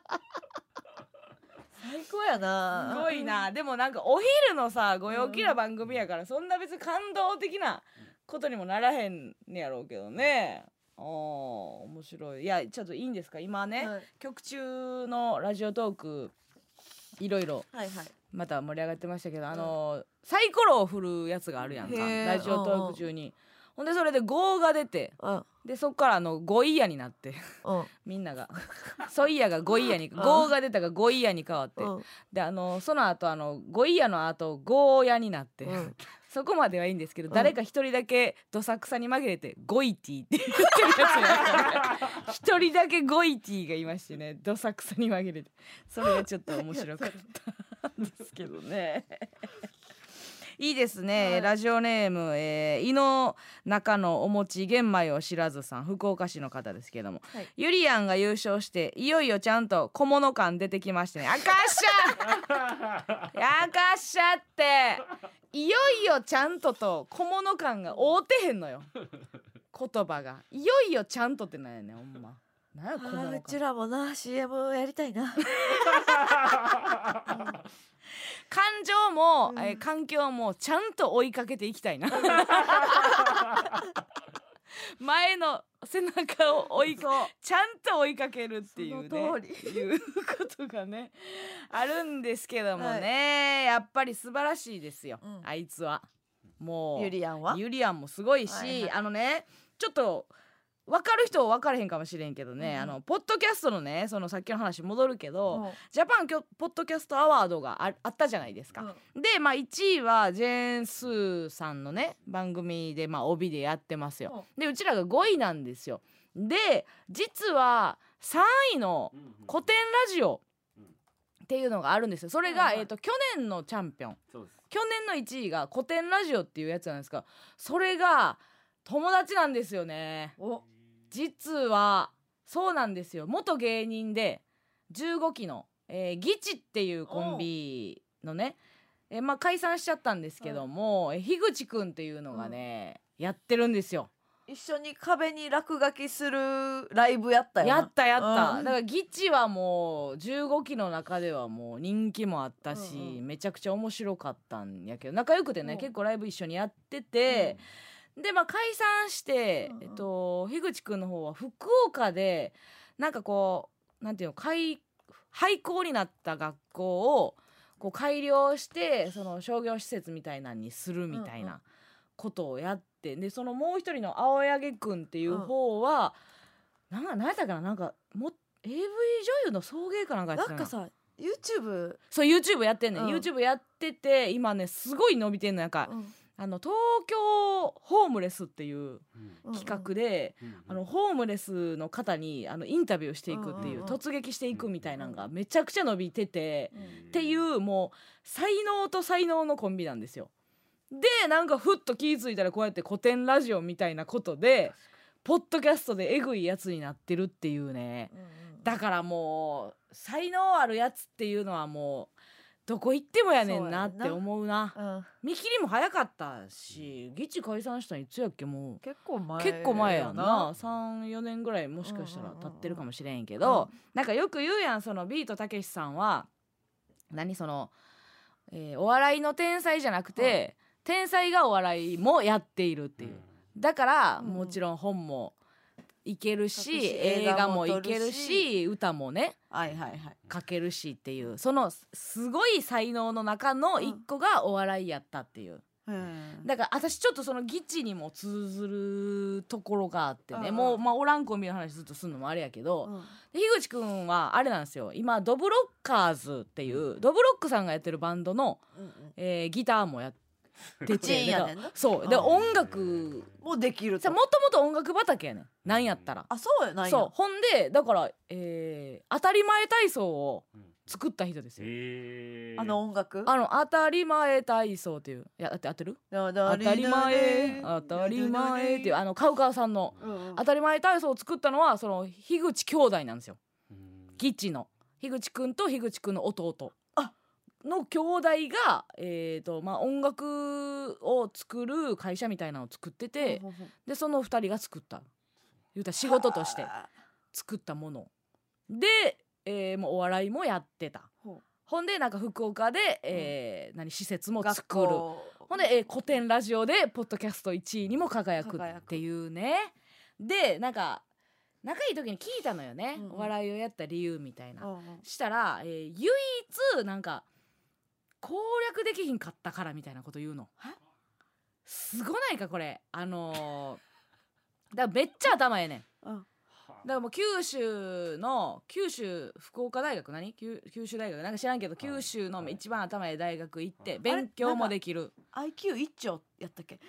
Speaker 1: 高やな
Speaker 2: すごいなでもなんかお昼のさご陽気な番組やからそんな別に感動的なことにもならへんねやろうけどねあー面白いいやちょっといいんですか今ね、
Speaker 1: はい
Speaker 2: 曲中のラジオトークいろいろ
Speaker 1: はいはい
Speaker 2: また盛り上がってましたけどあのーサイコロを振るやつがあるやんか
Speaker 1: へー
Speaker 2: ラジオトーク中にほんでそれで5が出てでそっからあの5イヤになって (laughs)
Speaker 1: うん
Speaker 2: みんなが「ソイヤ」が5イヤに5が出たが5イヤに変わって
Speaker 1: うん
Speaker 2: であのーその後あの5イヤの後5ヤになって
Speaker 1: うん
Speaker 2: そこまではいいんですけど
Speaker 1: うん
Speaker 2: 誰か一人だけどさくさに紛れて「ゴイティ」って言ってるやつが一人だけゴイティがいましてねどさくさに紛れてそれがちょっと面白かったんですけどね。いいですね、
Speaker 1: はい
Speaker 2: ラジオネーム、えー、井の中のお餅玄米を知らずさん福岡市の方ですけども、
Speaker 1: はい
Speaker 2: ゆりやんが優勝していよいよちゃんと小物感出てきましてね「あかっしゃ!」やかっしゃっていよいよちゃんとと小物感が合うてへんのよ言葉がいよいよちゃんとってなんやねんほんまなんや小
Speaker 1: あー
Speaker 2: 物
Speaker 1: うち
Speaker 2: 感
Speaker 1: らもな CM やりたいな
Speaker 2: 感情も、
Speaker 1: うん
Speaker 2: えー環境もちゃんと追いかけていきた
Speaker 1: (laughs)
Speaker 2: いな前の背中を追い
Speaker 1: そう
Speaker 2: ちゃんと追いかけるっていうね
Speaker 1: その通
Speaker 2: いうことがねあるんですけどもね、やっぱり素晴らしいですよ、
Speaker 1: うん
Speaker 2: あいつはもう
Speaker 1: ゆりやんは
Speaker 2: ゆりやんもすごいし、
Speaker 1: はいはい
Speaker 2: あのねちょっと分かる人は分かれへんかもしれんけどね、
Speaker 1: うんうん
Speaker 2: あのポッドキャストのねそのさっきの話戻るけど、
Speaker 1: うん
Speaker 2: ジャパンきょポッドキャストアワードがああったじゃないですか。で、まあ、1位はジェーン・スーさんのね番組で、まあ、帯でやってますよ。でうちらが5位なんですよ。で実は3位の古典ラジオっていうのがあるんですよ。それが、
Speaker 1: はいはい
Speaker 2: えー、と去年のチャンピオン
Speaker 3: そうです。
Speaker 2: 去年の1位が古典ラジオっていうやつなんですがそれが友達なんですよね
Speaker 1: うんお
Speaker 2: 実はそうなんですよ元芸人で15期の、えー、ギチっていうコンビのね、えーまあ、解散しちゃったんですけども、えー樋口くんっていうのがね、やってるんですよ。
Speaker 1: 一緒に壁に落書きするライブやったよな
Speaker 2: やったやった、
Speaker 1: うん
Speaker 2: だからギチはもう15期の中ではもう人気もあったし、
Speaker 1: うんうん
Speaker 2: めちゃくちゃ面白かったんやけど仲良くてね、
Speaker 1: うん
Speaker 2: 結構ライブ一緒にやってて、でまあ解散して、
Speaker 1: うんうん
Speaker 2: えっと樋口くんの方は福岡でなんかこうなんていうの開廃校になった学校をこう改良してその商業施設みたいなのにするみたい
Speaker 1: うんうん
Speaker 2: なことをやって、でそのもう一人の青柳くんっていう方は、なんか何やったかななんかも AV 女優の送迎かなんかやって
Speaker 1: な
Speaker 2: た
Speaker 1: んかさ YouTube、
Speaker 2: そう YouTube やってんね、ん、
Speaker 1: うん
Speaker 2: YouTube やってて今ねすごい伸びてんのやんか、
Speaker 1: うん
Speaker 2: あの東京ホームレスっていう
Speaker 1: うん
Speaker 2: 企画で、あのホームレスの方にあのインタビューしていくっていう、
Speaker 1: うんうんうん
Speaker 2: 突撃していくみたいなのがめちゃくちゃ伸びてて、
Speaker 1: うん
Speaker 2: っていうもう才能と才能のコンビなんですよ。でなんかふっと気づいたらこうやって古典ラジオみたいなことでポッドキャストでえぐいやつになってるっていうね
Speaker 1: うんうん
Speaker 2: だからもう才能あるやつっていうのはもうどこ行ってもやねんなっ
Speaker 1: そう
Speaker 2: て
Speaker 1: やんな
Speaker 2: 思うな
Speaker 1: うん、
Speaker 2: 見切りも早かったしギチ解散したのいつやっけもう
Speaker 1: 結構前
Speaker 2: 結構前やんな34年ぐらいもしかしたら
Speaker 1: うんうんう
Speaker 2: 経
Speaker 1: ん
Speaker 2: ってるかもしれんけ
Speaker 1: け
Speaker 2: ど、なんかよく言うやんそのビートたけしさんは何その、えーお笑いの天才じゃなくて、天才がお笑いもやっているっていう、だから、
Speaker 1: うん
Speaker 2: もちろん本もいける
Speaker 1: 書く
Speaker 2: し
Speaker 1: し
Speaker 2: 映画もいける
Speaker 1: 映画も
Speaker 2: し歌もね
Speaker 1: はいはいはい
Speaker 2: 書けるしっていうそのすごい才能の中の一個がお笑いやったっていう、
Speaker 1: うん
Speaker 2: だから私ちょっとそのギチにも通ずるところがあってね、
Speaker 1: うん
Speaker 2: もう、まあ、おらんコンビの話ずっとするのもあれやけど、
Speaker 1: うん
Speaker 2: で樋口くんはあれなんですよ今ドブロッカーズっていうドブロックさんがやってるバンドの、
Speaker 1: うん
Speaker 2: えーギターもやって
Speaker 1: 一
Speaker 2: て
Speaker 1: 員やねんな
Speaker 2: そうで
Speaker 1: うん
Speaker 2: 音楽
Speaker 1: もうできる
Speaker 2: さ
Speaker 1: と
Speaker 2: もともと音楽畑やねんなんやったら。
Speaker 1: あそうやない
Speaker 2: そうほんでだから、えー当たり前体操を
Speaker 3: うん
Speaker 2: 作った人ですよ。
Speaker 3: へー
Speaker 1: あの音楽
Speaker 2: あの当たり前体操っていういやだって当てる
Speaker 1: 当
Speaker 2: 当たり前当たり前っていうあのカウカウさんの
Speaker 1: うんうん
Speaker 2: 当たり前体操を作ったのはその樋口兄弟なんですよ。
Speaker 3: うん
Speaker 2: ギチの樋口くんと樋口くんの弟
Speaker 1: あ
Speaker 2: の兄弟が、えーとまあ、音楽を作る会社みたいなのを作ってて、
Speaker 1: ほうほうほう
Speaker 2: でその2人が作った言うたら仕事として
Speaker 1: あー
Speaker 2: 作ったもので、えーもうお笑いもやってた
Speaker 1: ほう
Speaker 2: ほんでなんか福岡で、えー何施設も
Speaker 1: 学
Speaker 2: 作る
Speaker 1: 校
Speaker 2: ほんで、えー古典ラジオでポッドキャスト1位にも輝くっていうねでなんか仲いい時に聞いたのよね、
Speaker 1: うんうん
Speaker 2: お笑いをやった理由みたいな
Speaker 1: うんうん
Speaker 2: したら、えー唯一なんか攻略できひんかったからみたいなこと言うのすごないかこれあのー、だからめっちゃ頭ええねんだ
Speaker 1: うん
Speaker 2: からもう九州の九州福岡大学何九九州大学なんか知らんけど九州の
Speaker 3: はい
Speaker 2: 一番頭ええ大学行って
Speaker 3: はい
Speaker 2: 勉強もできる
Speaker 1: IQ 一丁やったっけ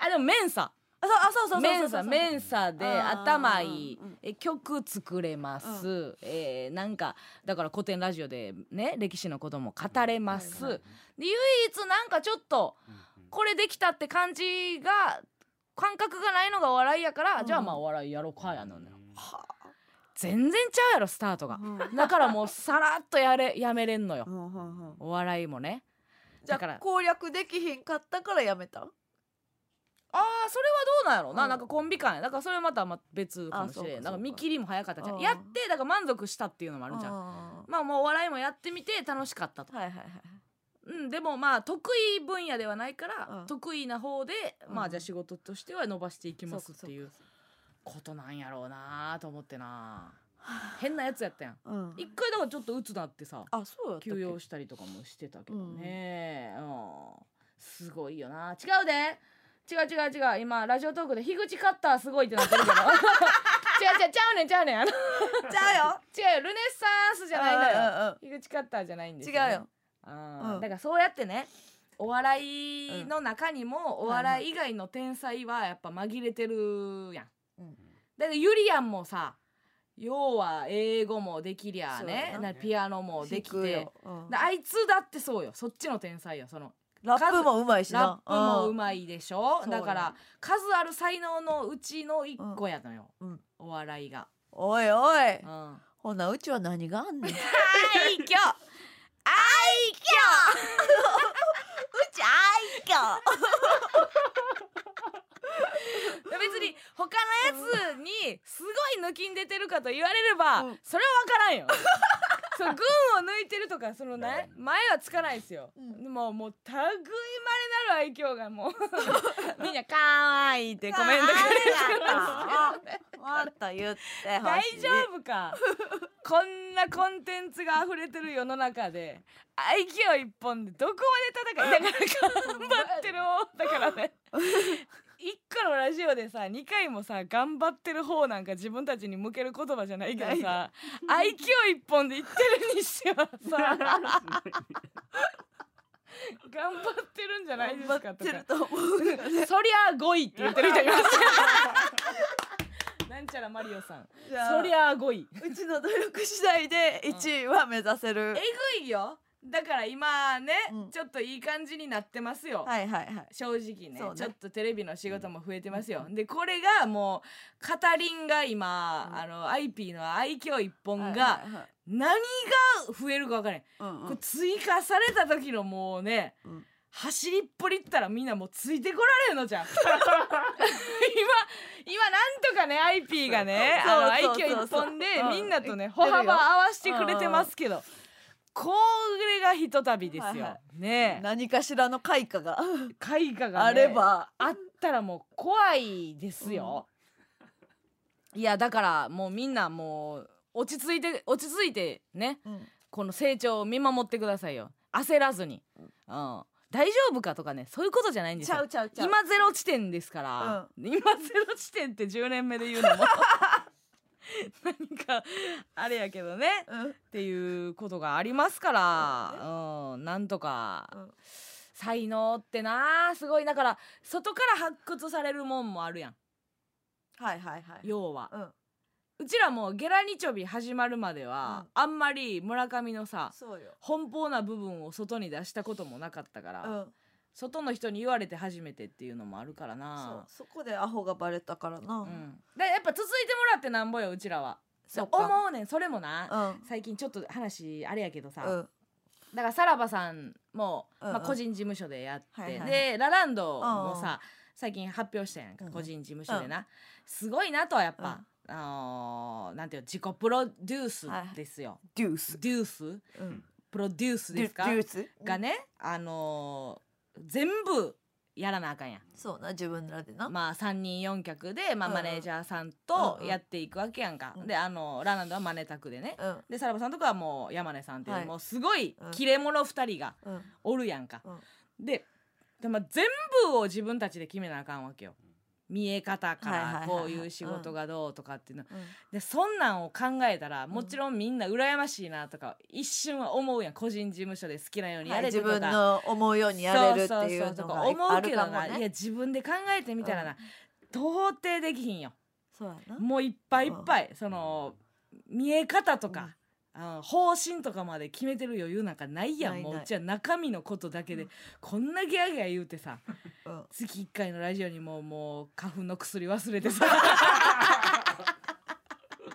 Speaker 2: あ (laughs) あでもメンサ
Speaker 1: あそうあそうそうそう
Speaker 2: メ
Speaker 1: そ
Speaker 2: ン
Speaker 1: うそ
Speaker 2: サ
Speaker 1: う
Speaker 2: メンサで
Speaker 1: あー
Speaker 2: 頭いい
Speaker 1: うんうん
Speaker 2: え曲作れます、えーなんかだから古典ラジオでね歴史のことも語れます、
Speaker 1: はい
Speaker 2: で唯一なんかちょっとこれできたって感じが感覚がないのがお笑いやから、
Speaker 1: うん
Speaker 2: じゃあまあお笑いやろうかやのね
Speaker 1: は
Speaker 2: 全然ちゃうやろスタート
Speaker 1: あ
Speaker 2: が
Speaker 1: う、ん
Speaker 2: だからもうさらっとやれやめれんのよ、
Speaker 1: うんうんうん
Speaker 2: お笑いもね
Speaker 1: じゃ
Speaker 2: だから
Speaker 1: あ攻略できひんかったからやめた
Speaker 2: あーそれはどうなんやろうな、
Speaker 1: うん
Speaker 2: なんかコンビ感やだからそれまたまあ別かもし
Speaker 1: あそうか
Speaker 2: れ
Speaker 1: そ
Speaker 2: ん
Speaker 1: う
Speaker 2: な
Speaker 1: か
Speaker 2: んか見切りも早かったじゃん
Speaker 1: うん
Speaker 2: やってだから満足したっていうのもあ
Speaker 1: あ
Speaker 2: るじゃん
Speaker 1: は
Speaker 2: まあもうお笑いもやってみて楽しかったと
Speaker 1: い、はいはい
Speaker 2: うん、でもまあ得意分野ではないから、
Speaker 1: うん
Speaker 2: 得意な方で、
Speaker 1: うん
Speaker 2: まあじゃあ仕事としては伸ばしていきますっていう
Speaker 1: そ
Speaker 2: ことなんやろうなと思ってな変なやつやったやん
Speaker 1: うん
Speaker 2: 一回だからちょっと鬱なってさ
Speaker 1: あそうやったっけ
Speaker 2: 休養したりとかもしてたけどね、うんすごいよな違うで違う違う違う今ラジオトークで「樋口カッターすごい」ってな
Speaker 1: (laughs)
Speaker 2: ってるけど違う違うちゃうねんちゃうねんあの違
Speaker 1: ちゃうよ
Speaker 2: うよルネッサンスじゃないのよ
Speaker 1: うんうんうん
Speaker 2: 樋口カッターじゃないんです
Speaker 1: 違うよ
Speaker 2: あー
Speaker 1: うん
Speaker 2: だからそうやってねお笑いの中にも
Speaker 1: ん
Speaker 2: お笑い以外の天才はやっぱ紛れてるやん。
Speaker 1: うん
Speaker 2: だからゆりやんもさ要は英語もできりゃ
Speaker 1: そうや
Speaker 2: ね
Speaker 1: な
Speaker 2: なピアノもでき
Speaker 1: 弾く
Speaker 2: て
Speaker 1: ようん
Speaker 2: だあいつだってそうよそっちの天才よその
Speaker 1: ラップもうまいし
Speaker 2: ラ
Speaker 1: な
Speaker 2: ップもう
Speaker 1: い
Speaker 2: まいでしょ
Speaker 1: そう
Speaker 2: だ
Speaker 1: よ
Speaker 2: から数ある才能のうちの一個やのよ、
Speaker 1: うんうん
Speaker 2: お笑いが。
Speaker 1: おいおい
Speaker 2: うん
Speaker 1: ほなうちは何があんねん (laughs) うち
Speaker 2: 愛嬌
Speaker 1: 愛嬌
Speaker 2: 別に他のやつにすごい抜きん出てるかと言われれば、
Speaker 1: うん
Speaker 2: それは分からんよ (laughs) そう群を抜いてるとかそのね前はつかないですよ、
Speaker 1: うん
Speaker 2: でももう類いまれなる愛嬌がもう
Speaker 1: (laughs)
Speaker 2: みんな「かわいい」ってコメントくれてますけどね
Speaker 1: また言って
Speaker 2: 大
Speaker 1: ほしい
Speaker 2: 丈夫かこんなコンテンツが溢れてる世の中で愛嬌一本でどこまで戦いだから頑張ってる方だからね一個のラジオでさ2回もさ頑張ってる方なんか自分たちに向ける言葉じゃないけどさ愛嬌一本で言ってるにして
Speaker 1: (laughs)
Speaker 2: はさ頑張ってるんじゃないですか
Speaker 1: 頑
Speaker 2: とか
Speaker 1: 張ってると思うよね
Speaker 2: そりゃ5位って言ってる人
Speaker 1: (laughs)
Speaker 2: いますなんちゃらマリオさん
Speaker 1: じゃあ
Speaker 2: そりゃ5位
Speaker 1: うちの努力次第で一位は目指せる
Speaker 2: えぐいよだだから今ね、
Speaker 1: うん
Speaker 2: ちょっといい感じになってますよ、
Speaker 1: はいはいはい
Speaker 2: 正直ね
Speaker 1: そうね
Speaker 2: ちょっとテレビの仕事も増えてますよ、でこれがもうカタリンが今、
Speaker 1: うん
Speaker 2: あの IP の愛嬌一本が
Speaker 1: はいはいはい
Speaker 2: 何が増えるか分からへん、
Speaker 1: うんう
Speaker 2: これ
Speaker 1: ん
Speaker 2: 追加された時のもうね、
Speaker 1: うん
Speaker 2: 走りっぽりったらみんなもうついてこられるの
Speaker 1: (laughs)
Speaker 2: じゃん今今なんとかね IP がね
Speaker 1: そう
Speaker 2: あの愛
Speaker 1: そうそう
Speaker 2: 嬌一本で
Speaker 1: うん
Speaker 2: みんなとね
Speaker 1: て
Speaker 2: 歩
Speaker 1: るよ
Speaker 2: 幅合わせてくれてますけどこれがひとたびですよ、
Speaker 1: はいは
Speaker 2: ねえ
Speaker 1: 何かしらの開花が
Speaker 2: 絵画が、ね、
Speaker 1: あれば
Speaker 2: あったらもう怖いですよ、いやだからもうみんなもう落ち着いて落ち着いてね
Speaker 1: うん
Speaker 2: この成長を見守ってくださいよ焦らずに、うん大丈夫かとかねそういうことじゃないんです
Speaker 1: ちゃ
Speaker 2: よ
Speaker 1: うちゃうちゃう
Speaker 2: 今ゼロ地点ですから、今ゼロ地点って10年目で言うのも (laughs) 何かあれやけどね
Speaker 1: うん
Speaker 2: っていうことがありますから、うん、なんとか、
Speaker 1: うん
Speaker 2: 才能ってなあすごいだから外から発掘されるもんもあるやん
Speaker 1: はいはいはい
Speaker 2: 要は
Speaker 1: うん
Speaker 2: うちらもうゲラニチョビ始まるまでは、あんまり村上のさ
Speaker 1: そうよ
Speaker 2: 奔放な部分を外に出したこともなかったから、
Speaker 1: うん
Speaker 2: 外の人に言われて初めてっていうのもあるから
Speaker 1: そう
Speaker 2: な
Speaker 1: そこでアホがバレたからな、
Speaker 2: う、ん、でやっぱ続いてもらってなんぼようちらは
Speaker 1: そう
Speaker 2: 思
Speaker 1: か
Speaker 2: うねんそれもな、
Speaker 1: うん
Speaker 2: 最近ちょっと話あれやけどさ、
Speaker 1: うん
Speaker 2: だからさらばさんも、
Speaker 1: うんうん
Speaker 2: まあ、個人事務所でやって、
Speaker 1: はいはいはい
Speaker 2: でラランドも
Speaker 1: うんう
Speaker 2: さ、最近発表したやんか、
Speaker 1: うんうん
Speaker 2: 個人事務所でな、すごいなとはやっぱ、あのーなんていうの自己プロデュースですよ、
Speaker 1: デュース、
Speaker 2: デュース
Speaker 1: うん、
Speaker 2: プロデュースですか
Speaker 1: デュデュース
Speaker 2: がね、あのー全部やらなあかんやん
Speaker 1: そうな自分らでな、
Speaker 2: まあ3人4脚で、まあ、
Speaker 1: うんう
Speaker 2: マ
Speaker 1: ん
Speaker 2: ネージャーさん
Speaker 1: うん
Speaker 2: と
Speaker 1: うん
Speaker 2: やっていくわけやんか、
Speaker 1: うん
Speaker 2: であのラランドはマネタクでね
Speaker 1: うん
Speaker 2: でさらばさんとかはもう山根さんっていう、
Speaker 1: はい
Speaker 2: もうすごい
Speaker 1: うん
Speaker 2: 切れ者2人が
Speaker 1: うん
Speaker 2: おるやんか、でで、まあ、全部を自分たちで決めなあかんわけよ見え方か
Speaker 1: はいは
Speaker 2: ら
Speaker 1: いはいはい
Speaker 2: こういう仕事がどうとかっていうの、
Speaker 1: うん
Speaker 2: でそんなんを考えたらもちろんみんな羨ましいなとか一瞬は思うやん個人事務所で好きなように
Speaker 1: は
Speaker 2: や
Speaker 1: い、
Speaker 2: れて
Speaker 1: 自
Speaker 2: とか、
Speaker 1: 分の思うようにやれるってい
Speaker 2: そ
Speaker 1: う
Speaker 2: そそ
Speaker 1: の
Speaker 2: と
Speaker 1: が
Speaker 2: か思
Speaker 1: あ
Speaker 2: うけ
Speaker 1: る
Speaker 2: ど
Speaker 1: かも
Speaker 2: な、いや
Speaker 1: ね
Speaker 2: 自分で考えてみたらな、
Speaker 1: うん
Speaker 2: 到底できひんよ
Speaker 1: そうやな
Speaker 2: もういっぱいいっぱい、その見え方とか、あの方針とかまで決めてる余裕なんかないやん
Speaker 1: ないない
Speaker 2: もううちは中身のことだけで、
Speaker 1: うん
Speaker 2: こんなギャーギャー言うてさ
Speaker 1: うん
Speaker 2: 月1回のラジオにもうもう花粉の薬忘れて
Speaker 1: (laughs)
Speaker 2: さ1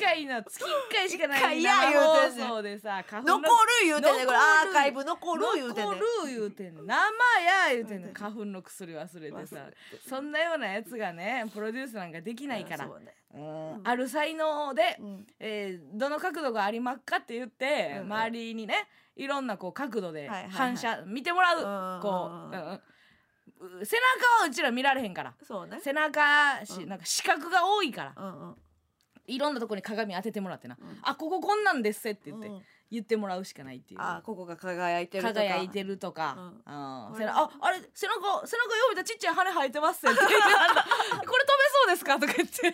Speaker 2: 回の月1回しかな
Speaker 1: 一回
Speaker 2: い
Speaker 1: や
Speaker 2: 生
Speaker 1: 言うてんねん
Speaker 2: 放送でさ花
Speaker 1: 残
Speaker 2: 粉
Speaker 1: る
Speaker 2: の
Speaker 1: 言うてんねんこ
Speaker 2: 残る
Speaker 1: れアーカイブ残る言うてんねん
Speaker 2: 残る言うてんねん生や言うてんね
Speaker 1: うん
Speaker 2: ん花粉の薬忘れてさ
Speaker 1: 忘れ
Speaker 2: そんなようなやつがねプロデュースなんかできないから
Speaker 1: そうね
Speaker 2: うんある才能で
Speaker 1: う、ん
Speaker 2: えーどの角度がありまっかって言って、
Speaker 1: うんうん
Speaker 2: 周りにねいろんなこう角度で
Speaker 1: はいはいはい
Speaker 2: 反射、見てもらう、
Speaker 1: うん
Speaker 2: こう、うんうん背中はうちら見られへんから
Speaker 1: そうね
Speaker 2: 背中し、
Speaker 1: うん
Speaker 2: なんか視覚が多いから、
Speaker 1: うんうん
Speaker 2: いろんなとこに鏡当ててもらってな、
Speaker 1: うん
Speaker 2: あこここんなんですせって言って、
Speaker 1: うん
Speaker 2: 言ってもらうしかないっていう。
Speaker 1: あーここが輝いてるとか
Speaker 2: 輝いてるとか、うん
Speaker 1: こ
Speaker 2: 背
Speaker 1: れ
Speaker 2: 中ああれ背中背中よめたちっちゃい羽生えてます
Speaker 1: (laughs)
Speaker 2: よって言ってあんたこれ飛べそうですかとか言って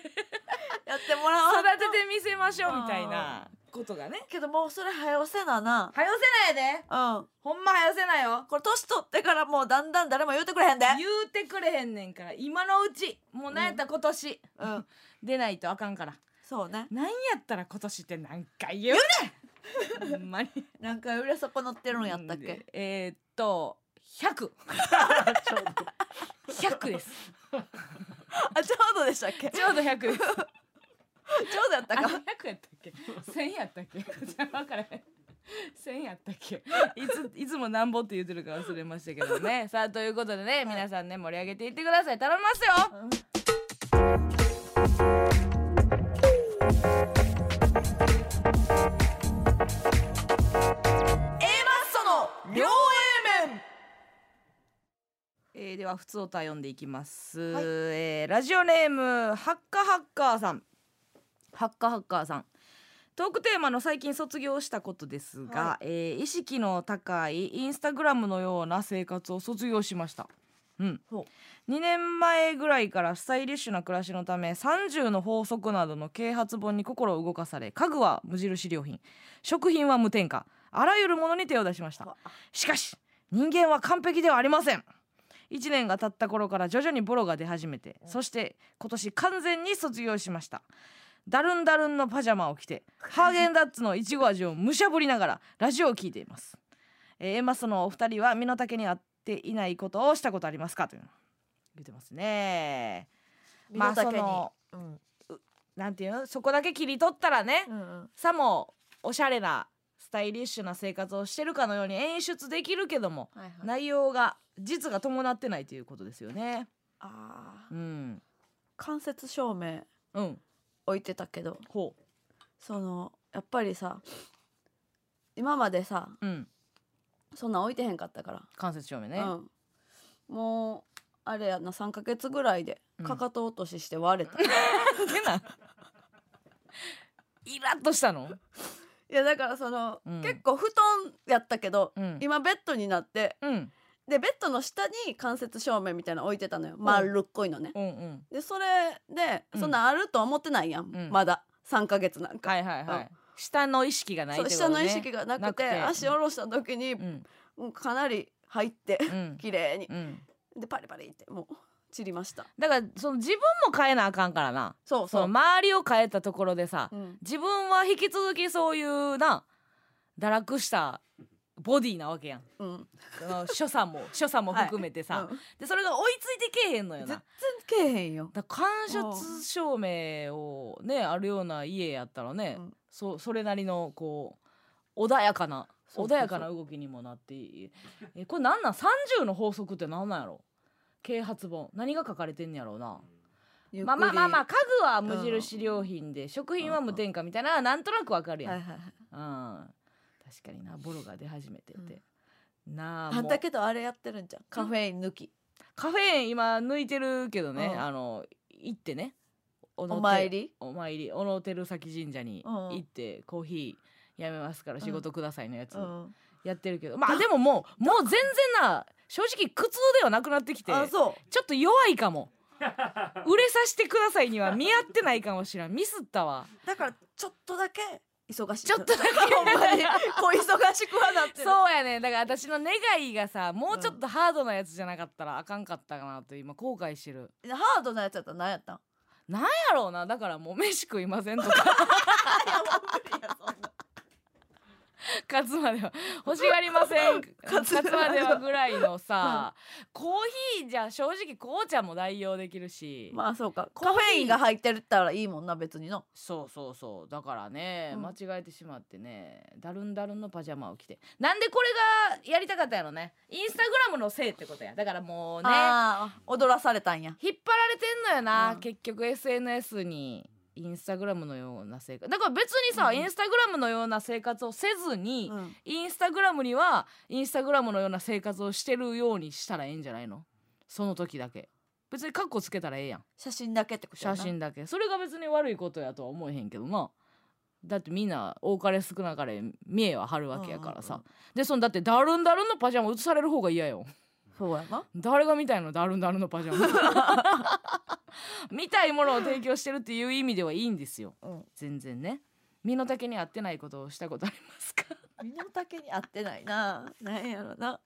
Speaker 1: やってもらわんと
Speaker 2: 育ててみせましょうみたいなことがね
Speaker 1: けどもうそれ早押せなな
Speaker 2: はよせないで
Speaker 1: うん
Speaker 2: ほんまはよせないよ
Speaker 1: これ年取ってからもうだんだん誰も言うてくれへんで
Speaker 2: 言うてくれへんねんから今のうちもうなんやったら今年、
Speaker 1: うん
Speaker 2: 出ないとあかんから
Speaker 1: そうね
Speaker 2: なんやったら今年って何回言うねんほんまに
Speaker 1: 何回裏損なってるんやったっけ
Speaker 2: えー、っと100
Speaker 1: (laughs)
Speaker 2: 100です
Speaker 1: あちょうどでしたっけち
Speaker 2: ちょうど100です
Speaker 1: ょうどやった
Speaker 2: あれ
Speaker 1: か
Speaker 2: 100やったっけ1000やったっけ (laughs) じゃあ分からへん1000やったっけい (laughs) ついつもなんぼって言ってるか忘れましたけどねさあということでね、皆さんね盛り上げていってください頼みますよ
Speaker 1: うん
Speaker 2: その両 A 面えー、では普通歌読んでいきます、
Speaker 1: はい
Speaker 2: えーラジオネームハッカハッカーさんハッカハッカーさんトークテーマの最近卒業したことですが、
Speaker 1: は
Speaker 2: えー意識の高いインスタグラムのような生活を卒業しましたうん
Speaker 1: ほ、
Speaker 2: 2年前ぐらいからスタイリッシュな暮らしのため30の法則などの啓発本に心を動かされ家具は無印良品食品は無添加あらゆるものに手を出しましたしかし人間は完璧ではありません1年が経った頃から徐々にボロが出始めてそして今年完全に卒業しましたダルンダルンのパジャマを着てハーゲンダッツのいちご味をむしゃぶりながらラジオを聞いています、えー、エマスのお二人は身の丈に合っていないことをしたことありますかというの言ってますね
Speaker 1: 身の丈に、
Speaker 2: まあ
Speaker 1: うん
Speaker 2: なんていうのそこだけ切り取ったらね、
Speaker 1: うんうん
Speaker 2: さもおしゃれなスタイリッシュな生活をしてるかのように演出できるけども
Speaker 1: はいはい、
Speaker 2: 内容が実が伴ってないということですよね
Speaker 1: あー
Speaker 2: うん
Speaker 1: 間接照明
Speaker 2: うん
Speaker 1: 置いてたけど
Speaker 2: ほ
Speaker 1: そのやっぱりさ今までさ
Speaker 2: ううん
Speaker 1: そんなん置いてへんかったから、
Speaker 2: 間接照明ね、
Speaker 1: うん、もうあれやな3ヶ月ぐらいで
Speaker 2: うん
Speaker 1: かかと落としして割れた、い
Speaker 2: でなんイラッとしたの
Speaker 1: やだからその、
Speaker 2: うん
Speaker 1: 結構布団やったけど、
Speaker 2: うん
Speaker 1: 今ベッドになって
Speaker 2: うん
Speaker 1: でベッドの下に間接照明みたいなの置いてたのよ丸っこいのね、
Speaker 2: うんうん
Speaker 1: でそれで
Speaker 2: うん
Speaker 1: そんなんあると思ってないやん、
Speaker 2: うん
Speaker 1: まだ3ヶ月なんか、
Speaker 2: はいはいは
Speaker 1: う
Speaker 2: い下の意識がない
Speaker 1: そ
Speaker 2: っ
Speaker 1: う
Speaker 2: てこと
Speaker 1: 下
Speaker 2: ね
Speaker 1: の意識がな
Speaker 2: な
Speaker 1: く
Speaker 2: く
Speaker 1: て
Speaker 2: て
Speaker 1: 足下ろした時に、
Speaker 2: うん
Speaker 1: もうかなり入って
Speaker 2: うん
Speaker 1: 綺麗に
Speaker 2: うん
Speaker 1: でパリパリってもう散りました
Speaker 2: だからその自分も変えなあかんからな
Speaker 1: そ
Speaker 2: そ
Speaker 1: うそ
Speaker 2: の
Speaker 1: う、
Speaker 2: 周りを変えたところでさ
Speaker 1: うん、
Speaker 2: 自分は引き続きそういうな堕落したボディなわけやん
Speaker 1: うん、
Speaker 2: その所作も所作も含めてさ、
Speaker 1: うん
Speaker 2: でそれが追いついてけえへんのよ
Speaker 1: 全
Speaker 2: な
Speaker 1: 然けえへんよ
Speaker 2: だから間接照明をねあるような家やったらね、
Speaker 1: うん
Speaker 2: そそれなりのこう穏やかな
Speaker 1: そう
Speaker 2: 穏
Speaker 1: そうそう
Speaker 2: やかな動きにもなっていいえこれなんなん30の法則ってなんなんやろ啓発本何が書かれてんやろうな
Speaker 1: ゆっくり
Speaker 2: まあまあまあまあ家具は無印良品で、食品は無添加みたいなのはなんとなくわかるやん、
Speaker 1: はいはいはい
Speaker 2: うん、確かになボロが出始めてて、なあ
Speaker 1: あ
Speaker 2: も
Speaker 1: ん
Speaker 2: う
Speaker 1: だけどあれやってるんじゃんカフェイン抜き
Speaker 2: カフェイン今抜いてるけどね、
Speaker 1: うん
Speaker 2: あの行ってねおの
Speaker 1: お
Speaker 2: て
Speaker 1: 参り
Speaker 2: お参り小野照崎神社に
Speaker 1: うん
Speaker 2: 行って、コーヒーやめますから仕事くださいのやつ
Speaker 1: うん
Speaker 2: やってるけど、まあでももうもう全然な正直苦痛ではなくなってきて
Speaker 1: あそう
Speaker 2: ちょっと弱いかも売れさせてくださいには見合ってないかもしれんミスったわ
Speaker 1: だからちょっとだけ忙しい
Speaker 2: ちょっとだけ
Speaker 1: ほんまにこう忙しくはなってる
Speaker 2: そうやねだから私の願いがさもうちょっとハードなやつじゃなかったらあかんかったかなと今後悔してる
Speaker 1: ハードなやつやったら何やったん
Speaker 2: やろうなだからもう飯食いませんとか勝つまでは欲しがりません勝
Speaker 1: 勝
Speaker 2: つ
Speaker 1: つ
Speaker 2: まではぐらいのさコーヒーじゃ正直紅茶も代用できるし、
Speaker 1: まあそうかカフェインが入ってるったらいいもんな別にの
Speaker 2: そうそうそうだからね、
Speaker 1: うん
Speaker 2: 間違えてしまってねダルンダルンのパジャマを着てなんでこれがやりたかったんやろねインスタグラムのせいってことやだからもうね
Speaker 1: ああ踊らされたんや
Speaker 2: 引っ張られてんのよな、
Speaker 1: うん
Speaker 2: 結局 SNS にインスタグラムのような生活だから別にさ、
Speaker 1: うん
Speaker 2: インスタグラムのような生活をせずに、
Speaker 1: うん
Speaker 2: インスタグラムにはインスタグラムのような生活をしてるようにしたらええんじゃないのその時だけ別にカッコつけたらええやん
Speaker 1: 写真だけってことや
Speaker 2: 写
Speaker 1: な
Speaker 2: 真だけそれが別に悪いことやとは思えへんけどなだってみんな多かれ少なかれ見えは張るわけやからさ、
Speaker 1: うんう
Speaker 2: でそのだってダルンダルンのパジャマ映される方が嫌よ
Speaker 1: そうやな
Speaker 2: 誰が見たいのダルンダルンのパジャマ見たいものを提供してるっていう意味ではいいんですよ
Speaker 1: うん
Speaker 2: 全然ね身の丈に合ってないことをしたことありますか
Speaker 1: 身の丈に合ってないな (laughs) なんやろな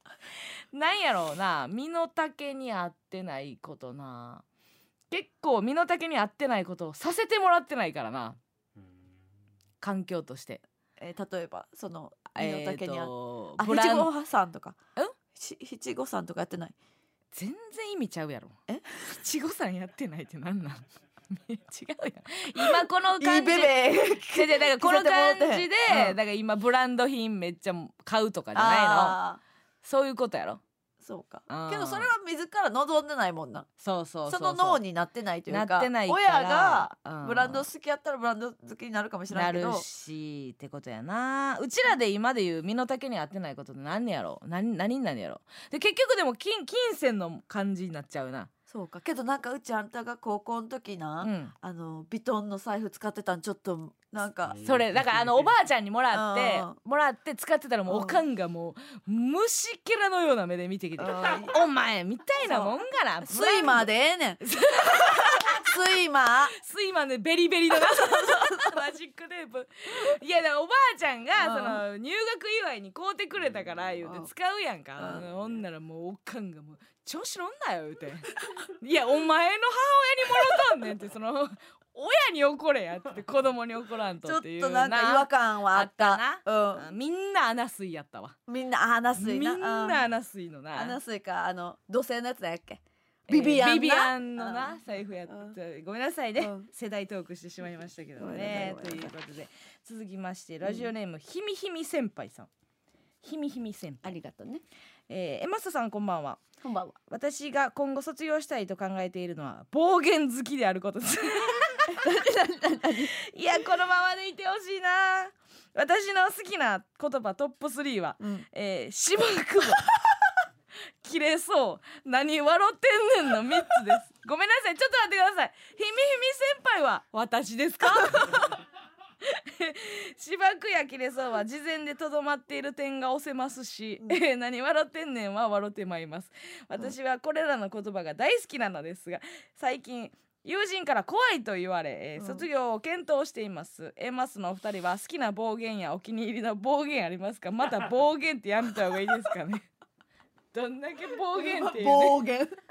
Speaker 2: なんやろうな身の丈に合ってないことな結構身の丈に合ってないことをさせてもらってないからな環境として
Speaker 1: えー例えばその身の丈に合っ
Speaker 2: 合
Speaker 1: あ、七五三とか。
Speaker 2: ん
Speaker 1: し七五三とかやってない。
Speaker 2: 全然意味ちゃうやろ
Speaker 1: え
Speaker 2: 七五三やってないってなんなん (laughs) 違うやん今この感じ
Speaker 1: (laughs) ベ
Speaker 2: ででだからこの感じで、
Speaker 1: う
Speaker 2: だ
Speaker 1: ん
Speaker 2: から今ブランド品めっちゃ買うとかじゃないの
Speaker 1: あ
Speaker 2: そういうことやろ
Speaker 1: ーそうか
Speaker 2: うん。
Speaker 1: けどそれは自ら望んでないもんな。
Speaker 2: そうそうそう
Speaker 1: そうの脳になってないという
Speaker 2: なっ
Speaker 1: か
Speaker 2: てないから
Speaker 1: 親が
Speaker 2: うん
Speaker 1: ブランド好きやったらブランド好きになるかもしれな
Speaker 2: ない
Speaker 1: け
Speaker 2: る
Speaker 1: ど。
Speaker 2: しってことやなうちらで今で言う身の丈に合ってないことって何やろ何何になんやろで結局でも金金銭の感じになっちゃうな
Speaker 1: そうか。けどなんかうちあんたが高校の時
Speaker 2: う
Speaker 1: な、
Speaker 2: ん
Speaker 1: あのヴィトンの財布使ってたんちょっとなんか。
Speaker 2: それだからあのおばあちゃんにもらって
Speaker 1: うん
Speaker 2: もらって使ってたらもうおかんがもう虫けらのような目で見てきて
Speaker 1: うん
Speaker 2: 「お前みたいなもんがな
Speaker 1: スイマーでええね
Speaker 2: (laughs)
Speaker 1: ん。スイマー。
Speaker 2: スイマンでベリベリのな (laughs) マジックテープいやだからおばあちゃんが
Speaker 1: うん
Speaker 2: その入学祝いに買うてくれたから言うて
Speaker 1: うん
Speaker 2: 使うやんか
Speaker 1: うん
Speaker 2: ほんならもうおかんがもう調子乗んなよ言うていやお前の母親にもろとんねんってその親に怒れやってて子供に怒らん
Speaker 1: ちょ
Speaker 2: と
Speaker 1: っ
Speaker 2: っていう
Speaker 1: となんか違和感はあった
Speaker 2: あっうんみんな穴水やったわ
Speaker 1: うん、みんな穴水
Speaker 2: みんな
Speaker 1: なうん
Speaker 2: 穴水のな
Speaker 1: 穴水かあの土星のやつだっけ
Speaker 2: えー
Speaker 1: ビビアンな
Speaker 2: ビビアンの
Speaker 1: う
Speaker 2: なん財布やった
Speaker 1: うん
Speaker 2: ごめんなさいね、
Speaker 1: うん
Speaker 2: 世代トークしてしまいましたけど
Speaker 1: ごめんなさ
Speaker 2: ね
Speaker 1: いごめんな
Speaker 2: と
Speaker 1: さ
Speaker 2: い
Speaker 1: いう
Speaker 2: ことで続きましてラジオネーム、ひみひみ先輩さんひみひみ先輩
Speaker 1: ありがとうね
Speaker 2: えー、エマスタさんこんばんは
Speaker 1: こんばんは
Speaker 2: 私が今後卒業したいと考えているのは暴言好きであることですいやこのままでいてほしいな私の好きな言葉トップ3は
Speaker 1: うん
Speaker 2: 「えー、しばくば」「切れそう」「何笑ってんねん」の3つ
Speaker 1: (laughs)
Speaker 2: ですごめんなさいちょっと待ってくださいひみひみ先輩は私ですか (laughs) 芝生や切れそうは事前でとどまっている点が押せますし、
Speaker 1: うん
Speaker 2: えー何笑ってんねんは笑ってまいります私はこれらの言葉が大好きなのですが最近友人から怖いと言われ、えー
Speaker 1: うん
Speaker 2: 卒業を検討しています、エマスのお二人は好きな暴言やお気に入りの暴言ありますかまた暴言ってやめた方がいいですかねどんだけ暴言っていう、ね、
Speaker 1: (laughs) 暴言
Speaker 2: 確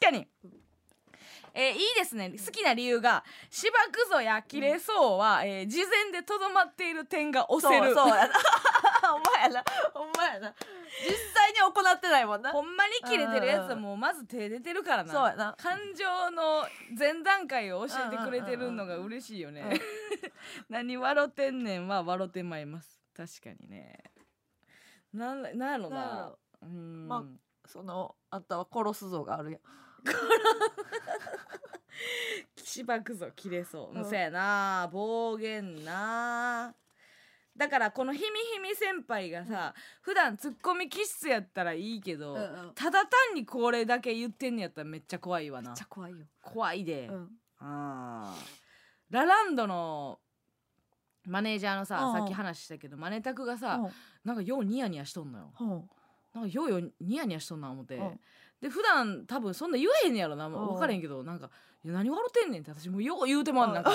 Speaker 2: かに。えーいいですね好きな理由が「芝くぞや切れそうは」えー事前でとどまっている点が押
Speaker 1: そう
Speaker 2: せる
Speaker 1: そうやな (laughs) お前やなお前やな実際に行ってないもん
Speaker 2: (laughs)
Speaker 1: な
Speaker 2: ほんまに切れてるや
Speaker 1: うん
Speaker 2: つ
Speaker 1: うん
Speaker 2: は
Speaker 1: うん
Speaker 2: もうまず手出てるからな
Speaker 1: そうやな
Speaker 2: 感情の前段階を教えてくれてるのが嬉しいよね、
Speaker 1: うんうんうん
Speaker 2: (laughs) 何笑てんねんは笑てまいます確かにねなんなんやろ
Speaker 1: なんや
Speaker 2: な
Speaker 1: ろ
Speaker 2: うーん、
Speaker 1: まそのあんたは殺すぞがあるやん
Speaker 2: 芝くぞ切れそう、う
Speaker 1: うん
Speaker 2: そやな暴言なだからこのひみひみ先輩がさ、普段ツッコミ気質やったらいいけど、
Speaker 1: うんうん
Speaker 2: ただ単にこれだけ言ってんのやったらめっちゃ怖いわ
Speaker 1: め
Speaker 2: な
Speaker 1: っちゃ怖いよ、
Speaker 2: 怖いで、
Speaker 1: うん、
Speaker 2: あーラランドのマネージャーのさ、
Speaker 1: うんうん
Speaker 2: さっき話したけどマネタクがさ、
Speaker 1: うん
Speaker 2: なんかようニヤニヤしとんのよ
Speaker 1: うん
Speaker 2: なんかようようニヤニヤしとんな思って、
Speaker 1: うん
Speaker 2: で普段多分そんな言えへんやろな
Speaker 1: うん
Speaker 2: 分からへんけどなんか「いや何笑ってんねん」って私もうよう言うてまんなんか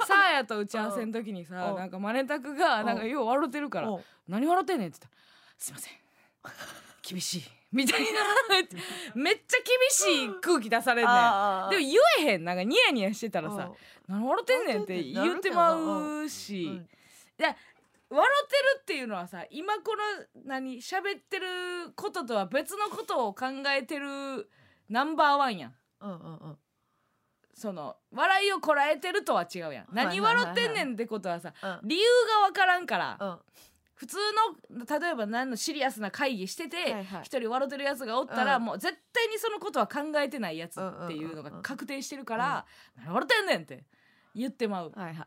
Speaker 2: (laughs) サーヤと打ち合わせの時にさ
Speaker 1: うん
Speaker 2: なんかマネタクが
Speaker 1: うん
Speaker 2: なんかよう笑ってるから
Speaker 1: うん
Speaker 2: 「何笑ってんねん」って言ったら「すいません厳しい」 (laughs) みたいなめっちゃ厳しい空気出されんねん。
Speaker 1: あーあーあー
Speaker 2: でも言えへんなんかニヤニヤしてたらさ「何笑ってんねん」って言ってまうし、
Speaker 1: うんうん
Speaker 2: いや笑ってるっていうのはさ今この何喋ってることとは別のことを考えてるナンバーワンやん
Speaker 1: うんうんうん
Speaker 2: その笑いをこらえてるとは違うやん
Speaker 1: いはいはい
Speaker 2: 何笑ってんねんってことはさ
Speaker 1: うん
Speaker 2: 理由がわからんから
Speaker 1: うん
Speaker 2: 普通の例えば何のシリアスな会議してて一、
Speaker 1: はいはい
Speaker 2: 人笑ってるやつがおったら、
Speaker 1: うん
Speaker 2: もう絶対にそのことは考えてないやつっていうのが確定してるから「何笑ってんねん」って言ってまう。
Speaker 1: はいはい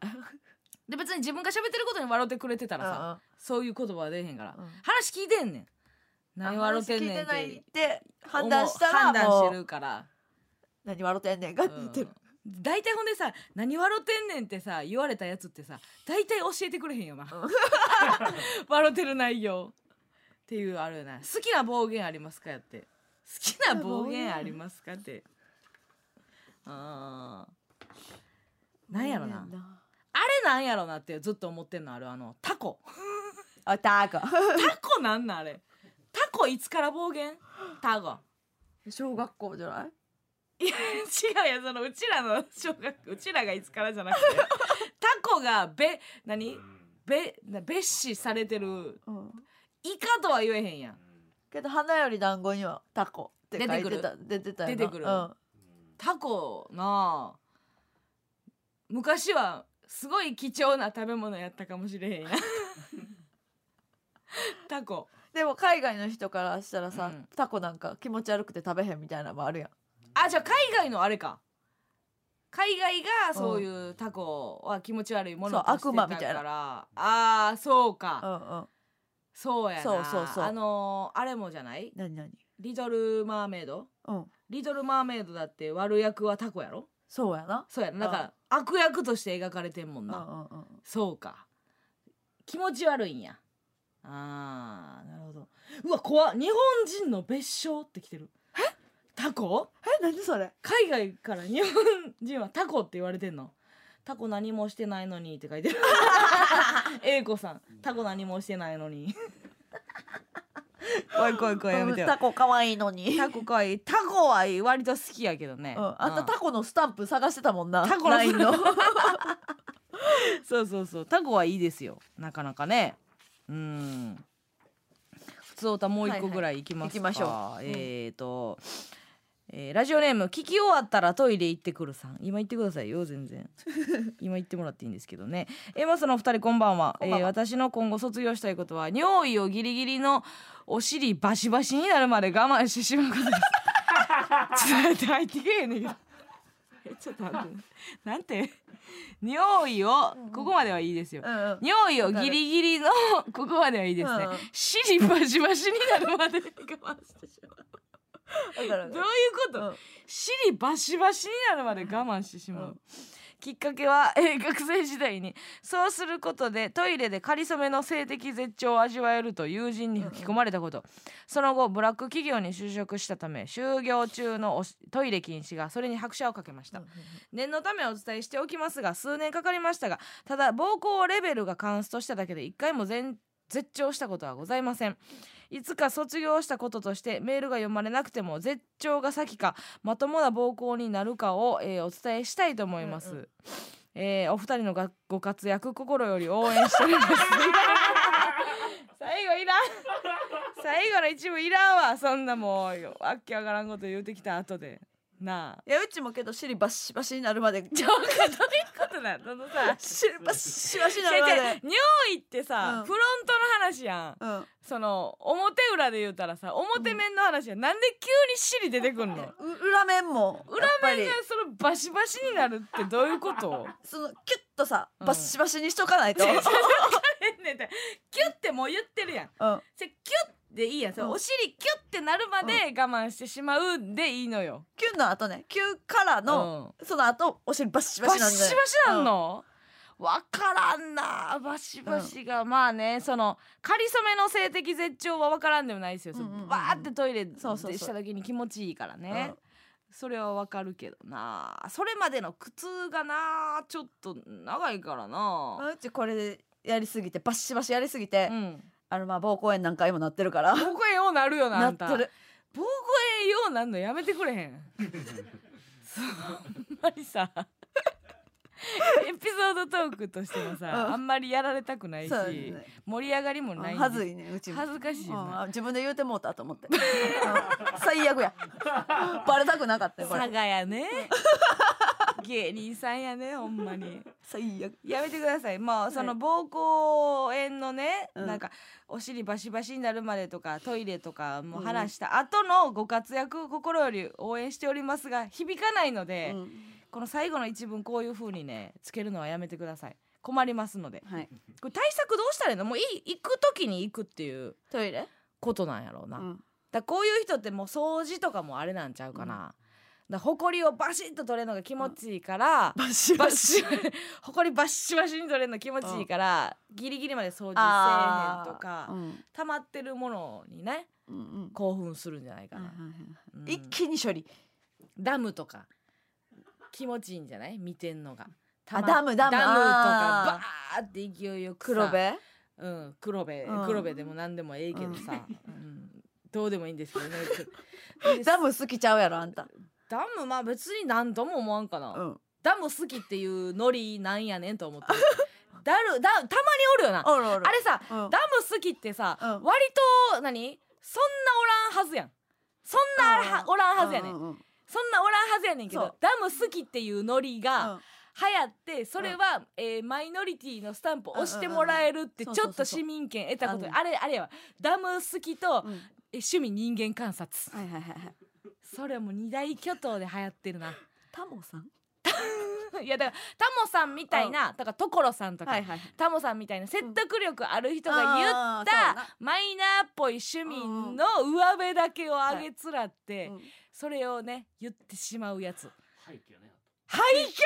Speaker 2: で別に自分が喋ってることに笑ってくれてたらさそういう言葉は出えへんから
Speaker 1: うん
Speaker 2: 話聞いてんねん何笑ってんねん
Speaker 1: 話聞いてない
Speaker 2: て
Speaker 1: って判断した
Speaker 2: 判
Speaker 1: ら
Speaker 2: 断
Speaker 1: も
Speaker 2: して
Speaker 1: う
Speaker 2: るから
Speaker 1: 何笑ってんねんがって言ってる
Speaker 2: うん大体ほんでさ「何笑ってんねん」ってさ言われたやつってさ大体教えてくれへんよな (laughs) 笑ってる内容っていうあるよな好きな暴言ありますかやって好きな暴言ありますか
Speaker 1: (laughs)
Speaker 2: ってあーなんやろなあれなんやろなってずっと思ってんのあるあのタコ
Speaker 1: あタ
Speaker 2: (laughs)
Speaker 1: コ
Speaker 2: タコなんなんあれタコいつから暴言タコ
Speaker 1: 小学校じゃない
Speaker 2: いや違うよそのうちらの小学うちらがいつからじゃなく
Speaker 1: (laughs)
Speaker 2: てタコがべ何べな蔑視されてる
Speaker 1: うん
Speaker 2: イカとは言えへんやん
Speaker 1: けど花より団子にはタコって書いてた出てたよな
Speaker 2: 出てくる
Speaker 1: うん
Speaker 2: タコなあ昔はすごい貴重な食べ物やったかもしれへんや
Speaker 1: (laughs)
Speaker 2: んタコ
Speaker 1: でも海外の人からしたら
Speaker 2: う
Speaker 1: さ
Speaker 2: ん
Speaker 1: タコなんか気持ち悪くて食べへんみたいなのもあるやん
Speaker 2: あじゃあ海外のあれか海外がそういうタコは気持ち悪いものとして
Speaker 1: そう悪魔みたいな
Speaker 2: たからああそうか、
Speaker 1: うんうん
Speaker 2: そうやな
Speaker 1: そうそうそう
Speaker 2: あのーあれもじゃない
Speaker 1: 何何
Speaker 2: リトルマーメイド
Speaker 1: うん
Speaker 2: リトルマーメイドだって悪役はタコやろ
Speaker 1: そうやな
Speaker 2: そうやなだから悪役として描かれてんもん
Speaker 1: うん
Speaker 2: な、
Speaker 1: うんうん
Speaker 2: そうか気持ち悪いんやあーなるほどうわ怖っ日本人の別称ってきてるタコ
Speaker 1: え何それ
Speaker 2: 海外から日本人はタコって言われてんのタコ何もしてないのにって書 (laughs) いてる英子さんタコ何もしてないのに怖い怖い怖いやめてよ
Speaker 1: タコ可愛いのに、うん、
Speaker 2: タコ可愛いタコは割と好きやけどね、
Speaker 1: あんた
Speaker 2: うん
Speaker 1: タコのスタンプ探してたもんな
Speaker 2: タコの
Speaker 1: ライン
Speaker 2: (laughs)
Speaker 1: の
Speaker 2: そうそうそうタコはいいですよなかなかねうん普通おたもう一個ぐらいいきますか、
Speaker 1: はいはい行きましょううん
Speaker 2: えーと、えーラジオネーム聞き終わったらトイレ行ってくるさん今行ってくださいよ全
Speaker 1: (laughs)
Speaker 2: 然今行ってもらっていいんですけどねエマスのお二人こんばんは
Speaker 1: こんばん
Speaker 2: えー
Speaker 1: は
Speaker 2: 私の今後卒業したいことは尿意をギリギリのお尻バシバシになるまで我慢してしまう
Speaker 1: (laughs)
Speaker 2: ことですちょっと待って入ってけえへんねんけど (laughs) えちょっと待ってなんて (laughs) 尿意をここまではいいですよ
Speaker 1: うんうん
Speaker 2: 尿意をギリギリの (laughs) ここまではいいですね
Speaker 1: うん
Speaker 2: 尻バシバシになるまで我慢してしまう
Speaker 1: だから
Speaker 2: どういうこと尻バシバシになるまで我慢してしまう、きっかけは、 (laughs) えー学生時代にそうすることでトイレで仮初めの性的絶頂を味わえると友人に吹き込まれたこと、その後ブラック企業に就職したため就業中のおしトイレ禁止がそれに拍車をかけました、念のためお伝えしておきますが数年かかりましたがただ膀胱レベルがカンストしただけで一回も全絶頂したことはございませんいつか卒業したこととしてメールが読まれなくても絶頂が先かまともな膀胱になるかを、えーお伝えしたいと思います、
Speaker 1: うんう
Speaker 2: えーお二人のがご活躍心より応援しており
Speaker 1: (laughs)
Speaker 2: ます最後いらん最後の一部いらんわそんなもうわっけわからんこと言うてきた後でなあ
Speaker 1: いやうちもけど尻バシバシになるま
Speaker 2: (laughs)
Speaker 1: で
Speaker 2: ちょっとどういうことなのそのさ
Speaker 1: 尻バシバシにな
Speaker 2: 違
Speaker 1: る
Speaker 2: う
Speaker 1: ま
Speaker 2: 違う
Speaker 1: で
Speaker 2: 尿意ってさ、
Speaker 1: うん
Speaker 2: フロントの話やん
Speaker 1: うん
Speaker 2: その表裏で言うたらさ表面の話やん、なんで急に尻出てくんの裏
Speaker 1: う裏面も裏
Speaker 2: 面がそのバシバシになるってどういう
Speaker 1: (laughs)
Speaker 2: こと
Speaker 1: そのキュッとさ
Speaker 2: うん
Speaker 1: バシバシにしとかな
Speaker 2: (laughs)
Speaker 1: いと、
Speaker 2: 違う違う
Speaker 1: う
Speaker 2: 変ねんてキュッてもう言ってるやん
Speaker 1: ん、
Speaker 2: それキュッでいいやんそれ
Speaker 1: うん
Speaker 2: お尻キュッてなるまで我慢してしまうでいいのよ、
Speaker 1: キュンの後ねキュンから
Speaker 2: うん
Speaker 1: の、その後お尻バシバ
Speaker 2: バ
Speaker 1: シ
Speaker 2: シ
Speaker 1: な
Speaker 2: バ
Speaker 1: んで
Speaker 2: シなんの、わからんなバシバシが、まあねそのかりそめの性的絶頂はわからんでもないですよ、その
Speaker 1: うんうんうんうん
Speaker 2: バーってトイレで
Speaker 1: そうそうそう
Speaker 2: した時に気持ちいいからねそ
Speaker 1: うん
Speaker 2: れはわかるけどなそれまでの苦痛がなちょっと長いから
Speaker 1: ま
Speaker 2: な、
Speaker 1: あうちこれでやりすぎてバシバシやりすぎて、
Speaker 2: うん
Speaker 1: あのまあ膀胱炎なんか今なってるから
Speaker 2: 膀胱炎ようなるよな
Speaker 1: な
Speaker 2: あ
Speaker 1: っ
Speaker 2: ん
Speaker 1: て
Speaker 2: た
Speaker 1: る
Speaker 2: 膀胱炎ようなんのやめてくれへ
Speaker 1: (laughs)
Speaker 2: んそんまりさエピソードトークとしてもさ、
Speaker 1: うん
Speaker 2: あんまりやられたくないし、
Speaker 1: そうね
Speaker 2: 盛り上がりもないんで
Speaker 1: はずいねうちも
Speaker 2: 恥ずかしい
Speaker 1: うん
Speaker 2: な
Speaker 1: あ自分で言うてもうたと思ってうん最
Speaker 2: (laughs)
Speaker 1: 悪やバレたくなかったよこれ
Speaker 2: 佐賀やね芸人さんやねほんまに
Speaker 1: 最悪
Speaker 2: やめてくださいまあ
Speaker 1: い
Speaker 2: その膀胱炎のね、
Speaker 1: うん
Speaker 2: なんかお尻バシバシになるまでとかトイレとかも話した後のご活躍を心より応援しておりますが響かないので、
Speaker 1: うん
Speaker 2: この最後の一文こういう風にねつけるのはやめてください困りますので
Speaker 1: はい
Speaker 2: これ対策どうしたらいいのもうい行く時に行くっていう
Speaker 1: トイレ
Speaker 2: ことなんやろうな、
Speaker 1: うん
Speaker 2: だからこういう人ってもう掃除とかもあれなんちゃうかな、だほこりをバシッと取れるのが気持ちいいから、
Speaker 1: バシ
Speaker 2: バ
Speaker 1: バ
Speaker 2: ッシ
Speaker 1: シ
Speaker 2: ュほこりバッシバシに取れるの気持ちいいから、ギリギリまで掃除
Speaker 1: あ
Speaker 2: せえへんと
Speaker 1: ーう
Speaker 2: か
Speaker 1: ん
Speaker 2: 溜まってるものにね
Speaker 1: うんうん
Speaker 2: 興奮するんじゃないか
Speaker 1: はいは
Speaker 2: な、
Speaker 1: い
Speaker 2: うん
Speaker 1: はい一気に処理
Speaker 2: ダムとか気持ちいいんじゃない見てんのが、
Speaker 1: あ
Speaker 2: たま
Speaker 1: ダムダム
Speaker 2: ダムとか
Speaker 1: あ
Speaker 2: バーって勢いよくさ
Speaker 1: 黒部
Speaker 2: うん、黒部、
Speaker 1: うん
Speaker 2: 黒部でも何でもええけどさ、うんどうでもいいんですけどね。で
Speaker 1: (laughs) ダム好きちゃうやろあんた
Speaker 2: ダムまあ別に何とも思わんかな、
Speaker 1: うん
Speaker 2: ダム好きっていうノリなんやねんと
Speaker 1: (laughs)
Speaker 2: 思ってるダルダたまにおるよなあ
Speaker 1: おるおる
Speaker 2: れさ、
Speaker 1: うん
Speaker 2: ダム好きってさ、
Speaker 1: うん
Speaker 2: 割と何そんなおらんはずやんそんなあれは
Speaker 1: うん
Speaker 2: おらんはずやねん、
Speaker 1: うんうんうん
Speaker 2: そんなおらんはずやねんけ
Speaker 1: そ
Speaker 2: ど
Speaker 1: う
Speaker 2: ダム好きっていうノリが
Speaker 1: う
Speaker 2: 流行ってそれは、えーマイノリティのスタンプ押してもらえるって
Speaker 1: うんうんう
Speaker 2: ち
Speaker 1: ん
Speaker 2: ょっ
Speaker 1: そ
Speaker 2: と
Speaker 1: うそうそうそう
Speaker 2: 市民権得たこと
Speaker 1: あ
Speaker 2: あれあれやわダム好きと、
Speaker 1: んうん
Speaker 2: え趣味人間観察
Speaker 1: はいはいはいはい
Speaker 2: それも二大巨頭で流行ってるな (laughs)
Speaker 1: タモさん
Speaker 2: いやだからタモさんみたいな、だから所さんとか、
Speaker 1: はいはいはい
Speaker 2: タモさんみたいな説得力ある人が言
Speaker 1: あ
Speaker 2: っ
Speaker 1: ーそうやな
Speaker 2: たマイナーっぽい趣味の上辺だけを上げつらって、
Speaker 1: うん
Speaker 2: それをね言ってしまうやつ
Speaker 3: 廃墟やね
Speaker 2: 廃墟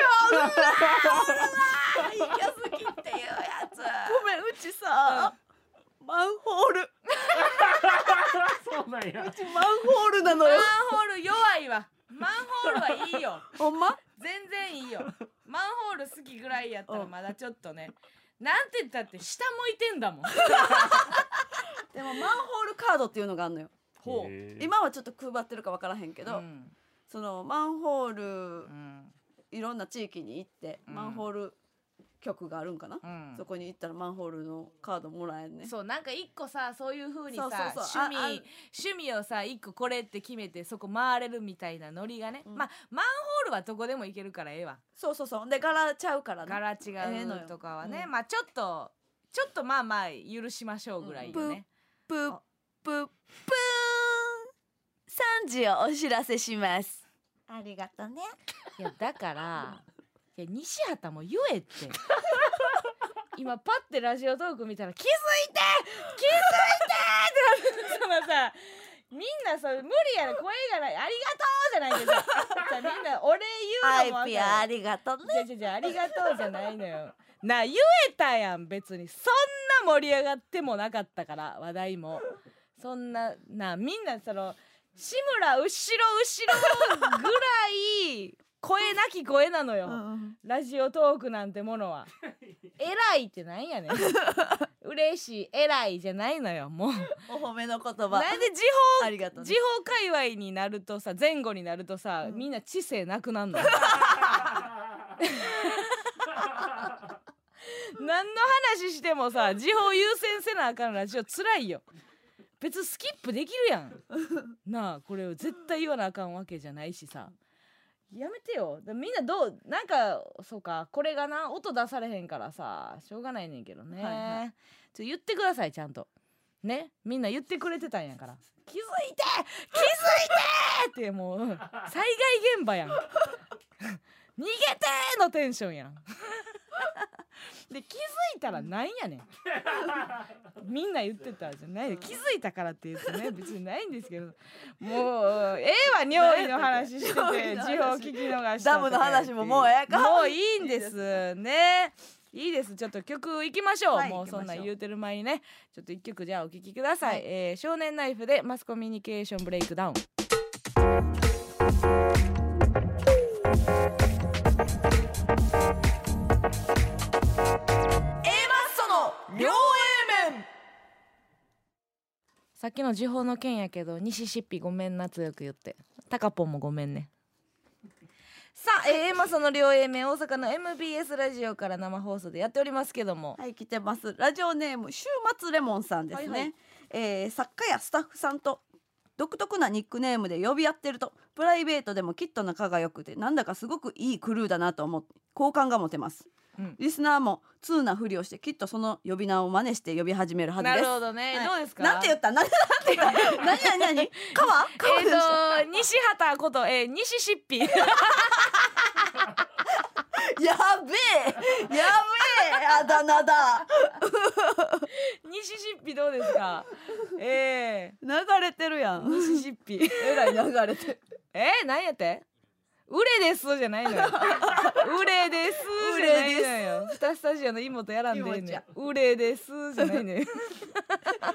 Speaker 1: 廃墟好きっていうやつごめんうち
Speaker 2: さ
Speaker 1: さ、マンホールう
Speaker 3: そうなんや
Speaker 1: ちマンホールなの
Speaker 2: マン
Speaker 1: よ
Speaker 2: ホール弱いわマンホールはいいよ
Speaker 1: (laughs) ほんま
Speaker 2: 全然いいよマンホール好きぐらいやったら
Speaker 1: うん
Speaker 2: まだちょっとねなんて言ったって下向いてんだもん
Speaker 1: でももマンホールカードっていうのがあるのよ
Speaker 2: ほう、
Speaker 3: へー
Speaker 1: 今はちょっと配ってるか分からへんけ
Speaker 2: う
Speaker 1: ど、
Speaker 2: ん
Speaker 1: そのマンホール
Speaker 2: うん
Speaker 1: いろんな地域に行って、
Speaker 2: うん
Speaker 1: マンホール局があるんかな、
Speaker 2: うん
Speaker 1: そこに行ったらマンホールのカードもらえんね
Speaker 2: そうなんか一個さそういう風に
Speaker 1: そう
Speaker 2: さ
Speaker 1: そうそうあ
Speaker 2: 趣味趣味をさ一個これって決めてそこ回れるみたいなノリがね、
Speaker 1: うん
Speaker 2: まあマンホールはどこでも行けるからええわ
Speaker 1: そうそうそうで柄ちゃうからね
Speaker 2: 柄違
Speaker 1: ええの
Speaker 2: う
Speaker 1: よ
Speaker 2: とかはね、
Speaker 1: うん
Speaker 2: まあちょっとちょっとまあまあ許しましょうぐらいよね、
Speaker 1: プップップーン3時をお知らせしますありがとね
Speaker 2: いやだからいや西畑も言えって今パッてラジオトーク見たら気づいて気づいてってなってそのさみんなそう無理やろ声がないありがとうじゃないけどさみん (laughs) な俺
Speaker 1: ア
Speaker 2: 言うのも
Speaker 1: イピ
Speaker 2: さ
Speaker 1: アありがとね
Speaker 2: じゃじゃじゃありがとうじゃないのよ。 (laughs) なあ言えたやん別にそんな盛り上がってもなかったから話題もそんななあみんなその志村後ろ後ろぐらい声なき声なのよ、ラジオトークなんてものは (laughs) 偉いってなん (laughs) やねん嬉しい偉いじゃないのよもう
Speaker 1: お褒めの言葉
Speaker 2: なんで時
Speaker 1: ありがと
Speaker 2: 報
Speaker 1: ね
Speaker 2: 時報界隈になるとさ前後になるとさ、
Speaker 1: うん
Speaker 2: みんな知性なくなん
Speaker 1: (laughs)
Speaker 2: の何の話してもさ時報優先せなあかんラジオつらいよ別にスキップできるやんなあこれを絶対言わなあかんわけじゃないしさやめてよだみんなどうなんかそうかこれがな音出されへんからさしょうがないねんけどね、
Speaker 1: はいは
Speaker 2: ちょ言ってくださいちゃんとねみんな言ってくれてたんやから気づいて気づいてってもううん災害現場やん逃げてーのテンションやん (laughs) で気づいたらなんや
Speaker 1: (laughs)
Speaker 2: ねんみんな言ってたじゃないで気づいたからって言って
Speaker 1: (laughs)
Speaker 2: ね別にないんですけどもうええわ尿意の話してて
Speaker 1: 尿意の話
Speaker 2: 地方聞き逃した
Speaker 1: ダムの話ももうええか
Speaker 2: もういいんですねいいですちょっと曲行きましょう、
Speaker 1: はい
Speaker 2: もう
Speaker 1: 行き
Speaker 2: そ
Speaker 1: ましょうん
Speaker 2: なん言うてる前にねちょっと一曲じゃあお聴きください、
Speaker 1: はい
Speaker 2: えー少年ナイフでマスコミュニケーションブレイクダウン
Speaker 1: の両 A 面
Speaker 2: さっきの時報の件やけど西シッピごめんな強く言ってタカポンもごめんねさあ、えー、エマソの両 A 面大阪の MBS ラジオから生放送でやっておりますけども、
Speaker 1: はい来てますラジオネーム週末レモンさんですね、
Speaker 2: はいはい
Speaker 1: えー作家やスタッフさんと独特なニックネームで呼び合ってるとプライベートでもきっと仲が良くてなんだかすごくいいクルーだなと思って好感が持てます
Speaker 2: うん
Speaker 1: リスナーも通なふりをしてきっとその呼び名を真似して呼び始めるはずです
Speaker 2: なるほどね、
Speaker 1: はい
Speaker 2: どうですか
Speaker 1: なんて言ったなんて言った何何何川川
Speaker 2: え
Speaker 1: でしょ、
Speaker 2: ー、と西畑こと、えー、西シッ (laughs) ピや
Speaker 1: やべえやべえあだ名だ
Speaker 2: 西シッピどうですかえ
Speaker 1: 流れてるや
Speaker 2: ー、
Speaker 1: ん
Speaker 2: 西シッピ
Speaker 1: えらい流れてる
Speaker 2: えー、何やって売れですじゃない (laughs) のよ売れですじゃないのよスタスタジオの妹やらんでええ
Speaker 1: 妹
Speaker 2: ね
Speaker 1: ちゃ
Speaker 2: ん売れですじゃないのよ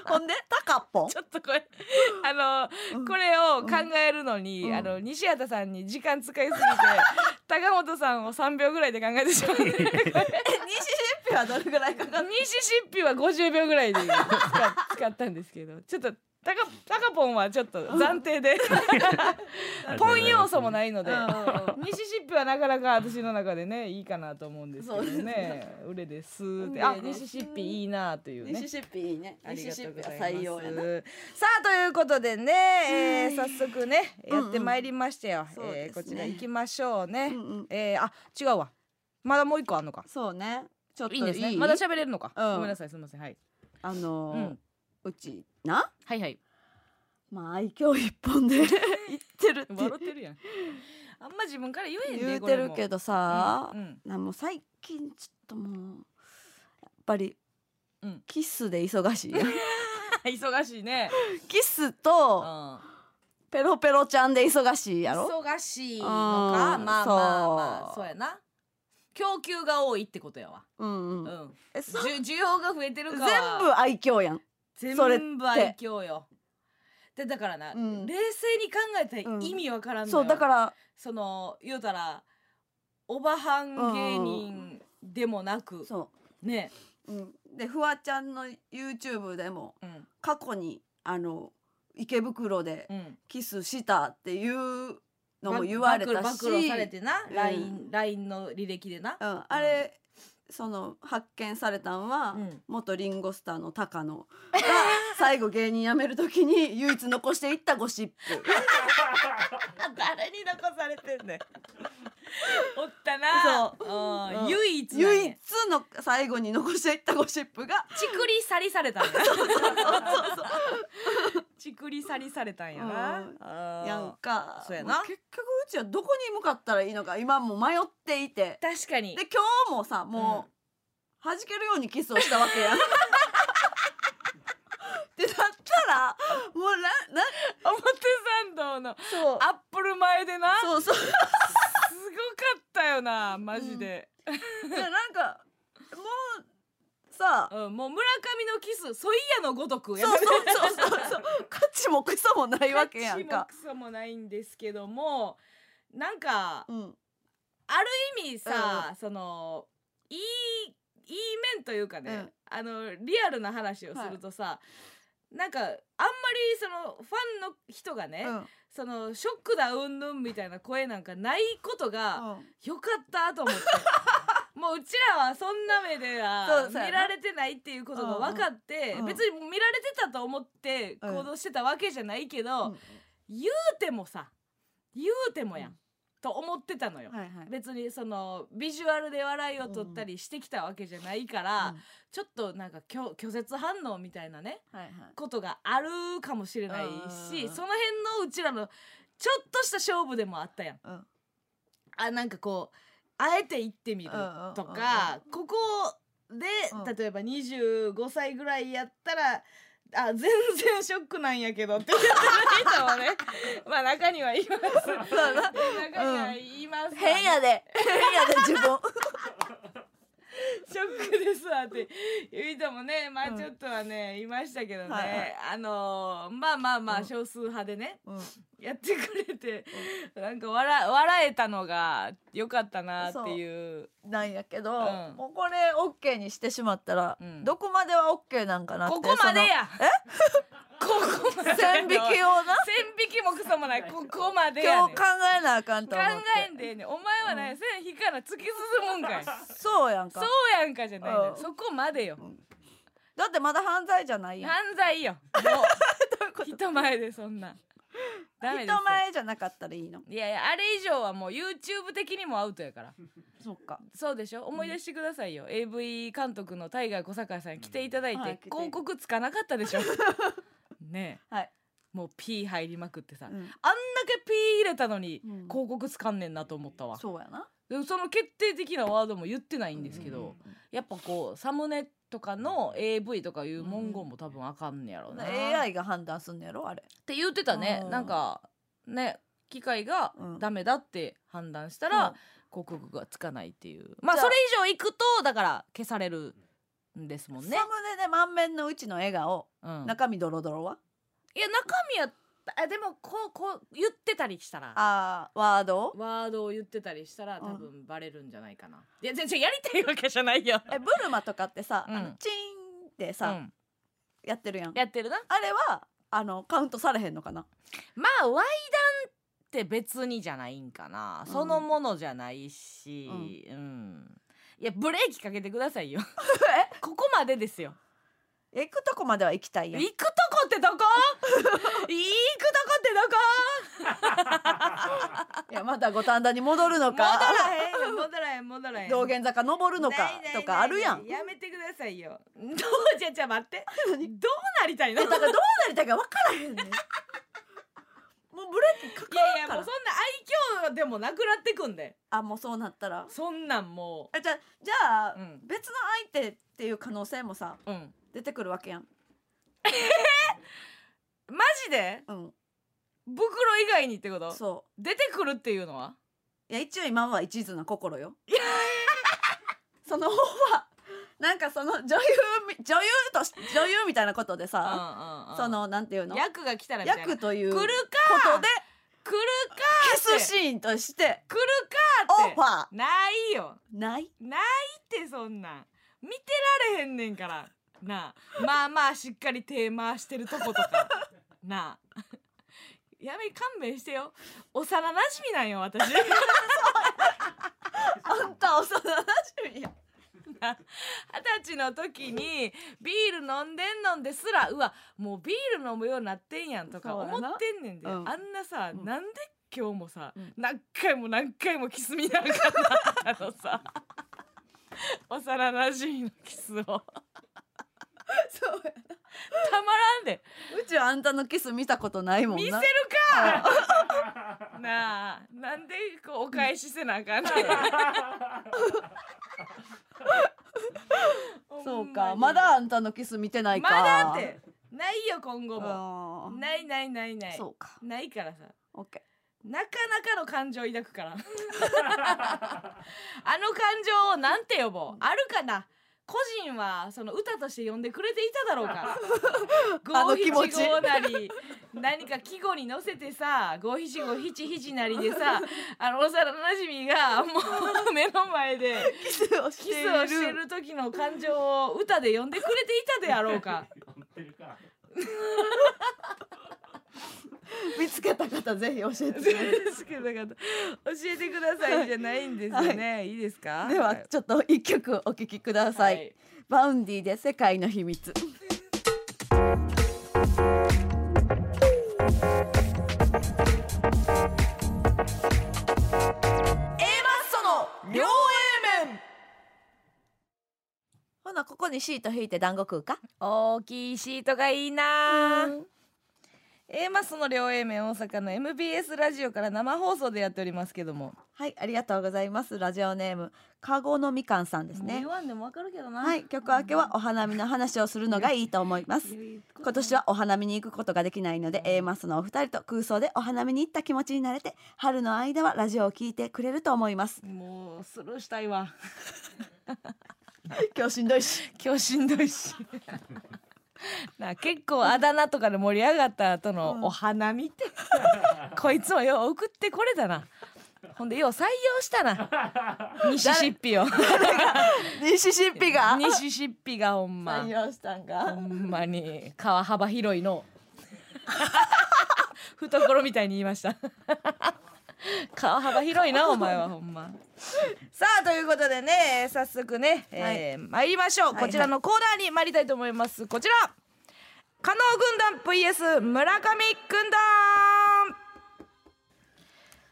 Speaker 1: (laughs) ほんでタカポン
Speaker 2: ちょっとこれあの、
Speaker 1: うん
Speaker 2: これを考えるのに、
Speaker 1: うん
Speaker 2: あの西畑さんに時間使い
Speaker 1: (laughs)
Speaker 2: すぎて高本さんを3秒ぐらいで考えてしまう西シ
Speaker 1: 西シッピはどれぐらいかかる
Speaker 2: ッピは50秒ぐらいで使使ったんですけどちょっと高高ポンはちょっと暫定
Speaker 1: (laughs)
Speaker 2: でポン要素もないので。西シッピはなかなか私の中でねいいかなと思うんですけど
Speaker 1: そうです
Speaker 2: ね「売れです」って「
Speaker 1: 売
Speaker 2: あ
Speaker 1: れです
Speaker 2: 西シッピいいな」というね。
Speaker 1: 西シッピいいね
Speaker 2: あり
Speaker 1: 西
Speaker 2: が
Speaker 1: シ
Speaker 2: とう
Speaker 1: ッ
Speaker 2: ご
Speaker 1: ピ
Speaker 2: ざ
Speaker 1: はい
Speaker 2: ます
Speaker 1: 採用やな
Speaker 2: さあということでね、えー、早速ね
Speaker 1: うん
Speaker 2: や
Speaker 1: うん
Speaker 2: ってまいりましたよ、
Speaker 1: そう
Speaker 2: えー
Speaker 1: ですね
Speaker 2: こちら行きましょうね、
Speaker 1: うんうん
Speaker 2: えーあ違うわまだもう一個あんのか
Speaker 1: そうねちょっと
Speaker 2: い
Speaker 1: い
Speaker 2: い
Speaker 1: い
Speaker 2: んですねまだ喋れるのか、
Speaker 1: うん
Speaker 2: ごめんなさいすみませんはい、
Speaker 1: あ
Speaker 2: う
Speaker 1: のー
Speaker 2: ん、
Speaker 1: うちな
Speaker 2: はいはい
Speaker 1: まあ愛嬌一本 (laughs) で言ってるって
Speaker 2: 笑ってるやん (laughs) あんま自分から言えへんね
Speaker 1: 言うてるけ
Speaker 2: ど
Speaker 1: どさ
Speaker 2: うんうん (laughs)
Speaker 1: なもう最近ちょっともうやっぱり
Speaker 2: うん
Speaker 1: キスで忙しい
Speaker 2: 忙しいね、
Speaker 1: キス
Speaker 2: うん、
Speaker 1: と
Speaker 2: 忙
Speaker 1: ペロペロちゃんで忙しいやろ
Speaker 2: しい
Speaker 1: の
Speaker 2: の
Speaker 1: か
Speaker 2: かまあ
Speaker 1: まあま
Speaker 2: ま
Speaker 1: あ
Speaker 2: あ
Speaker 1: ま
Speaker 2: ま
Speaker 1: あ
Speaker 2: あ
Speaker 1: そ
Speaker 2: そううやな供給が多いってことやわ
Speaker 1: うん
Speaker 2: う
Speaker 1: うん
Speaker 2: ん
Speaker 1: えそう
Speaker 2: 需要が増えてる
Speaker 1: 全
Speaker 2: か
Speaker 1: 部愛嬌やん
Speaker 2: 全
Speaker 1: それっ
Speaker 2: 部愛嬌よでだからな、
Speaker 1: うん
Speaker 2: 冷静に考えたら意味わからんのよ、
Speaker 1: そうだから
Speaker 2: その言うたらおばはん芸人でもなく、
Speaker 1: そ
Speaker 2: ね
Speaker 1: ううんでフワちゃんの YouTube でも
Speaker 2: うん
Speaker 1: 過去にあの池袋で
Speaker 4: うん
Speaker 1: キスしたっていうのも言われた
Speaker 4: 暴
Speaker 1: し、
Speaker 4: 露暴露されてな
Speaker 1: うん
Speaker 4: LINE、ラインの履歴でな、
Speaker 1: うん、あれその発見されたんは、
Speaker 4: うん
Speaker 1: 元リンゴスターの高野が最後芸人辞める時に唯一残していったゴシップ
Speaker 4: 誰に残されてん
Speaker 1: (laughs)
Speaker 4: ねん
Speaker 2: おったな
Speaker 4: そう、
Speaker 2: うん
Speaker 4: 唯一なんや
Speaker 1: 唯一の最後に残していったゴシップが
Speaker 2: ちくりさりされたんや
Speaker 1: (laughs)
Speaker 2: (laughs) ちくりさりされたんや
Speaker 1: うん
Speaker 2: な
Speaker 1: やんか
Speaker 4: そうやな
Speaker 1: も結局うちはどこに向かったらいいのか今も迷っていて
Speaker 2: 確かに
Speaker 1: で今日もさもう、弾けるようにキスをしたわけ (laughs) やん。ってなったらもうなな
Speaker 2: 表参道の
Speaker 1: そう
Speaker 2: アップル前でなす
Speaker 1: そうそう
Speaker 2: ごかったよなマジで、
Speaker 1: いやなんかもうさ
Speaker 2: うんもう村上のキスソイヤのごとく
Speaker 1: そうそうそうそうそう価値もクソもないわけやん
Speaker 2: 価。
Speaker 1: か
Speaker 2: 値もクソもないんですけどもなんか
Speaker 1: うん、
Speaker 2: 意味さ、そのいいいい面というかね、
Speaker 1: うん
Speaker 2: あのリアルな話をするとさ、なんかあんまりそのファンの人がね、
Speaker 1: うん
Speaker 2: そのショックだうんぬんみたいな声なんかないことが、
Speaker 1: うん
Speaker 2: よかったと思って
Speaker 1: (laughs)
Speaker 2: もううちらはそんな目では
Speaker 1: そうそうやな
Speaker 2: 見られてないっていうことが分かって、
Speaker 1: うんうん
Speaker 2: 別にもう見られてたと思って
Speaker 1: うん
Speaker 2: 行動してたわけじゃないけど、
Speaker 1: うん
Speaker 2: 言うてもさ言うてもやん、
Speaker 1: うん
Speaker 2: と思ってたのよ。
Speaker 1: はいはい
Speaker 2: 別にそのビジュアルで笑いを取ったりしてきたわけじゃないから、
Speaker 1: うん
Speaker 2: ちょっとなんか拒拒絶反応みたいなね
Speaker 1: はいはい
Speaker 2: ことがあるかもしれない
Speaker 1: うんうん
Speaker 2: し
Speaker 1: うん
Speaker 2: その辺のうちらのちょっとした勝負でもあったやん。
Speaker 1: うん
Speaker 2: あなんかこうあえて行ってみるとか、ここ
Speaker 1: うん
Speaker 2: で例えば25歳ぐらいやったら。あ全然ショックなんやけどって言ってる人もね
Speaker 1: (laughs)
Speaker 2: まあ中にはい (laughs) ます
Speaker 1: そう
Speaker 2: 中
Speaker 1: な
Speaker 2: にはいます、
Speaker 1: 変やで変やで自 (laughs) 分
Speaker 2: ショックですわって言う人もねま
Speaker 1: う
Speaker 2: あ
Speaker 1: ん
Speaker 2: ちょっとはね、いましたけどね、
Speaker 1: はいはい
Speaker 2: あのーまあまあま
Speaker 1: う
Speaker 2: あ
Speaker 1: ん
Speaker 2: 少数派でね、
Speaker 1: うん
Speaker 2: やってくれて、なんか笑笑えたのが良かったなっていう
Speaker 1: なんやけど、
Speaker 2: うん
Speaker 1: もうこれオッケーにしてしまったら、
Speaker 2: うん
Speaker 1: どこまではオッケーなんかなって
Speaker 2: ここまでや
Speaker 1: え
Speaker 2: ここまで
Speaker 1: その線引
Speaker 2: (laughs)
Speaker 1: きをな
Speaker 2: 線引きもクソもないここまでや
Speaker 1: 今
Speaker 2: ね
Speaker 1: 日
Speaker 2: ん
Speaker 1: 考えなあかんと
Speaker 2: 考
Speaker 1: 思って
Speaker 2: えんでええねんお前はね、線引かな突き進むんかい
Speaker 1: そうやんか
Speaker 2: そうやんかじゃないね
Speaker 1: うん
Speaker 2: んそこまでよ
Speaker 1: だってまだ犯罪じゃないやん
Speaker 2: 犯罪よもう人前でそんなダメですよ
Speaker 1: 人前じゃなかったらいいの
Speaker 2: いやいやあれ以上はもう YouTube 的にもアウトやから
Speaker 1: そうか
Speaker 2: そうでしょ思い出してくださいよ、AV 監督のタイガー小坂さん来ていただいて、
Speaker 1: はい来て
Speaker 2: 広告つかなかったでしょ (laughs) ねえ、
Speaker 1: はい
Speaker 2: もう P 入りまくってさ、
Speaker 1: うん
Speaker 2: あんだけ P 入れたのに
Speaker 1: うん
Speaker 2: 広告つかんねんなと思ったわ、
Speaker 1: そうやな
Speaker 2: でもその決定的なワードも言ってないんですけど、やっぱこうサムネとかの AV とかいう文言も多分あかんねやろうな、っ
Speaker 1: AI が判断すんのやろあれ
Speaker 2: て言ってたね、
Speaker 1: うん
Speaker 2: なんかね機械が
Speaker 1: うん
Speaker 2: ダメだって判断したら、
Speaker 1: うん
Speaker 2: 広告がつかないっていうまあ
Speaker 1: じゃあ
Speaker 2: それ以上いくとだから消されるんですもんね
Speaker 1: サ、ムネで満面のうちの笑顔
Speaker 2: うん、
Speaker 1: 中身ドロドロはい
Speaker 2: や中身やったあでもこうこう言ってたりしたら
Speaker 1: あーワードを
Speaker 2: ワードを言ってたりしたら
Speaker 1: うん
Speaker 2: 多分バレるんじゃないかな、いや全然やりたいわけじゃないよ
Speaker 1: えブルマとかってさ、
Speaker 2: うん
Speaker 1: あのチーンってさ、
Speaker 2: うん
Speaker 1: やってるやん
Speaker 2: やってるな
Speaker 1: あれはあのカウントされへんのかな
Speaker 2: まあワイダンって別にじゃないんかな、
Speaker 1: うん
Speaker 2: そのものじゃないしうん、いやブレーキかけてください
Speaker 1: (laughs)
Speaker 2: よここまでですよ
Speaker 1: 行くとこまでは行きたいやん
Speaker 2: 行くとこってどこ (laughs) 行くとこってどこ
Speaker 1: いやまた五反田に戻るの
Speaker 2: 戻ら
Speaker 1: か
Speaker 2: へんよ戻らへん戻らへん
Speaker 1: 道玄坂登るの
Speaker 2: ない
Speaker 1: か
Speaker 2: ないない
Speaker 1: とかあるやん。
Speaker 2: やめてくださいよどうじゃじゃ待ってどうなりたいの
Speaker 1: え
Speaker 2: い
Speaker 1: だ
Speaker 2: や
Speaker 1: か
Speaker 2: い
Speaker 1: らどうなりたいか分からへんねんもうブレーキかか
Speaker 2: や
Speaker 1: るか
Speaker 2: もう
Speaker 1: ら
Speaker 2: そんな愛嬌でもなくなってくんで
Speaker 1: あもうそうなったら
Speaker 2: そんなんも
Speaker 1: あじゃあじゃあ、
Speaker 2: うん
Speaker 1: 別の相手っていう可能性もさ
Speaker 2: ううん
Speaker 1: 出てくるわけやん、
Speaker 2: マジで
Speaker 1: うん、
Speaker 2: 袋以外にってこと
Speaker 1: そ
Speaker 2: 出てくるっていうのは
Speaker 1: ういや一応今は一途な心よ (laughs) その方はなんかその女優み女優とし女優みたいなことでさ、そのなんていうの
Speaker 2: 役が来たらみたいな
Speaker 1: 役という
Speaker 2: 来
Speaker 1: こ
Speaker 2: る
Speaker 1: とで
Speaker 2: か来るか
Speaker 1: キスシーンとして
Speaker 2: 来る
Speaker 1: オ
Speaker 2: かっ
Speaker 1: フ
Speaker 2: て
Speaker 1: ァー
Speaker 2: ないよ
Speaker 1: ない
Speaker 2: ないってそんなん見てられへんねんからなあまあまあしっかり手回してるとことかなあ (laughs) やめ勘弁してよ幼馴染みなんよ私
Speaker 1: あんた幼馴染や
Speaker 2: な二十歳の時にビール飲んでんのんですらうわもうビール飲むようになってんやんとか
Speaker 1: そう
Speaker 2: 思
Speaker 1: やな
Speaker 2: ってんねんで、
Speaker 1: うん
Speaker 2: あんなさ、
Speaker 1: うん
Speaker 2: なんで今日もさ、
Speaker 1: うん
Speaker 2: 何回も何回もキス見ながらあの
Speaker 1: (laughs)
Speaker 2: さ幼馴染みのキスをたま
Speaker 1: そうや
Speaker 2: らんで
Speaker 1: うちはあんたのキス見たことないもんな
Speaker 2: 見せるか (laughs) なあなんでこうお返しせなあかんねん
Speaker 1: そう
Speaker 2: ほ
Speaker 1: か
Speaker 2: ん
Speaker 1: ま
Speaker 2: に
Speaker 1: だあんたのキス見てないか
Speaker 2: まだってないよ今後も
Speaker 1: あー
Speaker 2: ないないないない
Speaker 1: そうか
Speaker 2: ないからさ
Speaker 1: オッケ
Speaker 2: なかなかの感情抱く
Speaker 1: (laughs)
Speaker 2: からあの感情をなんて呼ぼうあるかな個人はその歌として呼んでくれていただろうか
Speaker 1: (laughs) あ
Speaker 2: 五
Speaker 1: の気持
Speaker 2: 七
Speaker 1: ち
Speaker 2: 五なり何か季語に乗せてさ五七五七七なりでさあの幼なじみがもう目の前で
Speaker 1: ーキスをし
Speaker 2: キ
Speaker 1: てい
Speaker 2: ス
Speaker 1: る
Speaker 2: をしてる時の感情を歌で呼んでくれていたであろう
Speaker 1: (laughs)
Speaker 2: か
Speaker 3: 呼んでるか
Speaker 1: 見つけた方ぜひ教
Speaker 2: (laughs)
Speaker 1: えてくだ
Speaker 2: で
Speaker 1: さい
Speaker 2: すけどなんか教えてくださいじゃないんですよね、い、いですか
Speaker 1: ではちょっと一曲お聴きください、
Speaker 2: はい
Speaker 1: バウンディで世界の秘密
Speaker 2: 両 A 面
Speaker 1: ほなここにシート引いて団子食うか
Speaker 2: 大きいシートがいいな、A マスの両 A 面大阪の MBS ラジオから生放送でやっておりますけども
Speaker 1: はいありがとうございますラジオネームカゴのみかんさんです
Speaker 4: もう
Speaker 1: ね
Speaker 4: 言わんでもわかるけどな。
Speaker 1: はい曲明けはお花見の話をするのがいいと思います今年はお花見に行くことができないので A マスのお二人と空想でお花見に行った気持ちになれて春の間はラジオを聞いてくれると思います
Speaker 2: もうスルーしたいわ
Speaker 1: 今日しんどい (laughs) し
Speaker 2: (laughs) 今日しんどいし (laughs) なあ結構あだ名とかで盛り上がった後のお花見って、こいつもよう送ってこれたなほんでよう採用した (laughs) なミシシッピを
Speaker 1: ミシシッピが
Speaker 2: ミシシッピがほんま
Speaker 1: 採用したん
Speaker 2: ほ
Speaker 1: か
Speaker 2: んまに川幅広いの (laughs) 懐みたいに言いました (laughs) 川幅広いなお前はほんまさあということでね早速ね、えー参りましょう
Speaker 1: はいはい
Speaker 2: こちらのコーナーに参りたいと思いますこちら加納軍団 VS 村上軍団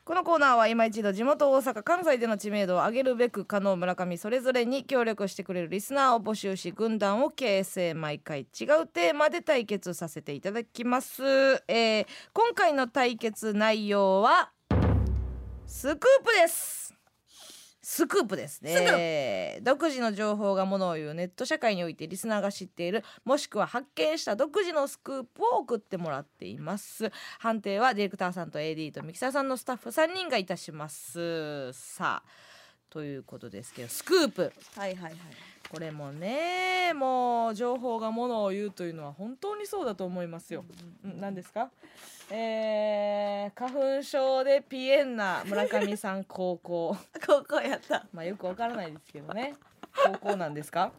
Speaker 2: このコーナーは今一度地元大阪関西での知名度を上げるべく加納村上それぞれに協力してくれるリスナーを募集し軍団を形成毎回違うテーマで対決させていただきます、えー今回の対決内容はスクープですスクープですね独自の情報がものを言うネット社会においてリスナーが知っているもしくは発見した独自のスクープを送ってもらっています判定はディレクターさんと AD とミキサーさんのスタッフ3人がいたしますさあということですけどスクープ
Speaker 1: はいはいはい
Speaker 2: これもねもう情報がものを言うというのは本当にそうだと思いますよ。うん何ですか、えー、花粉症でピエンナ村上さん高校
Speaker 1: ここやった
Speaker 2: まあよくわからないですけどね高校なんですか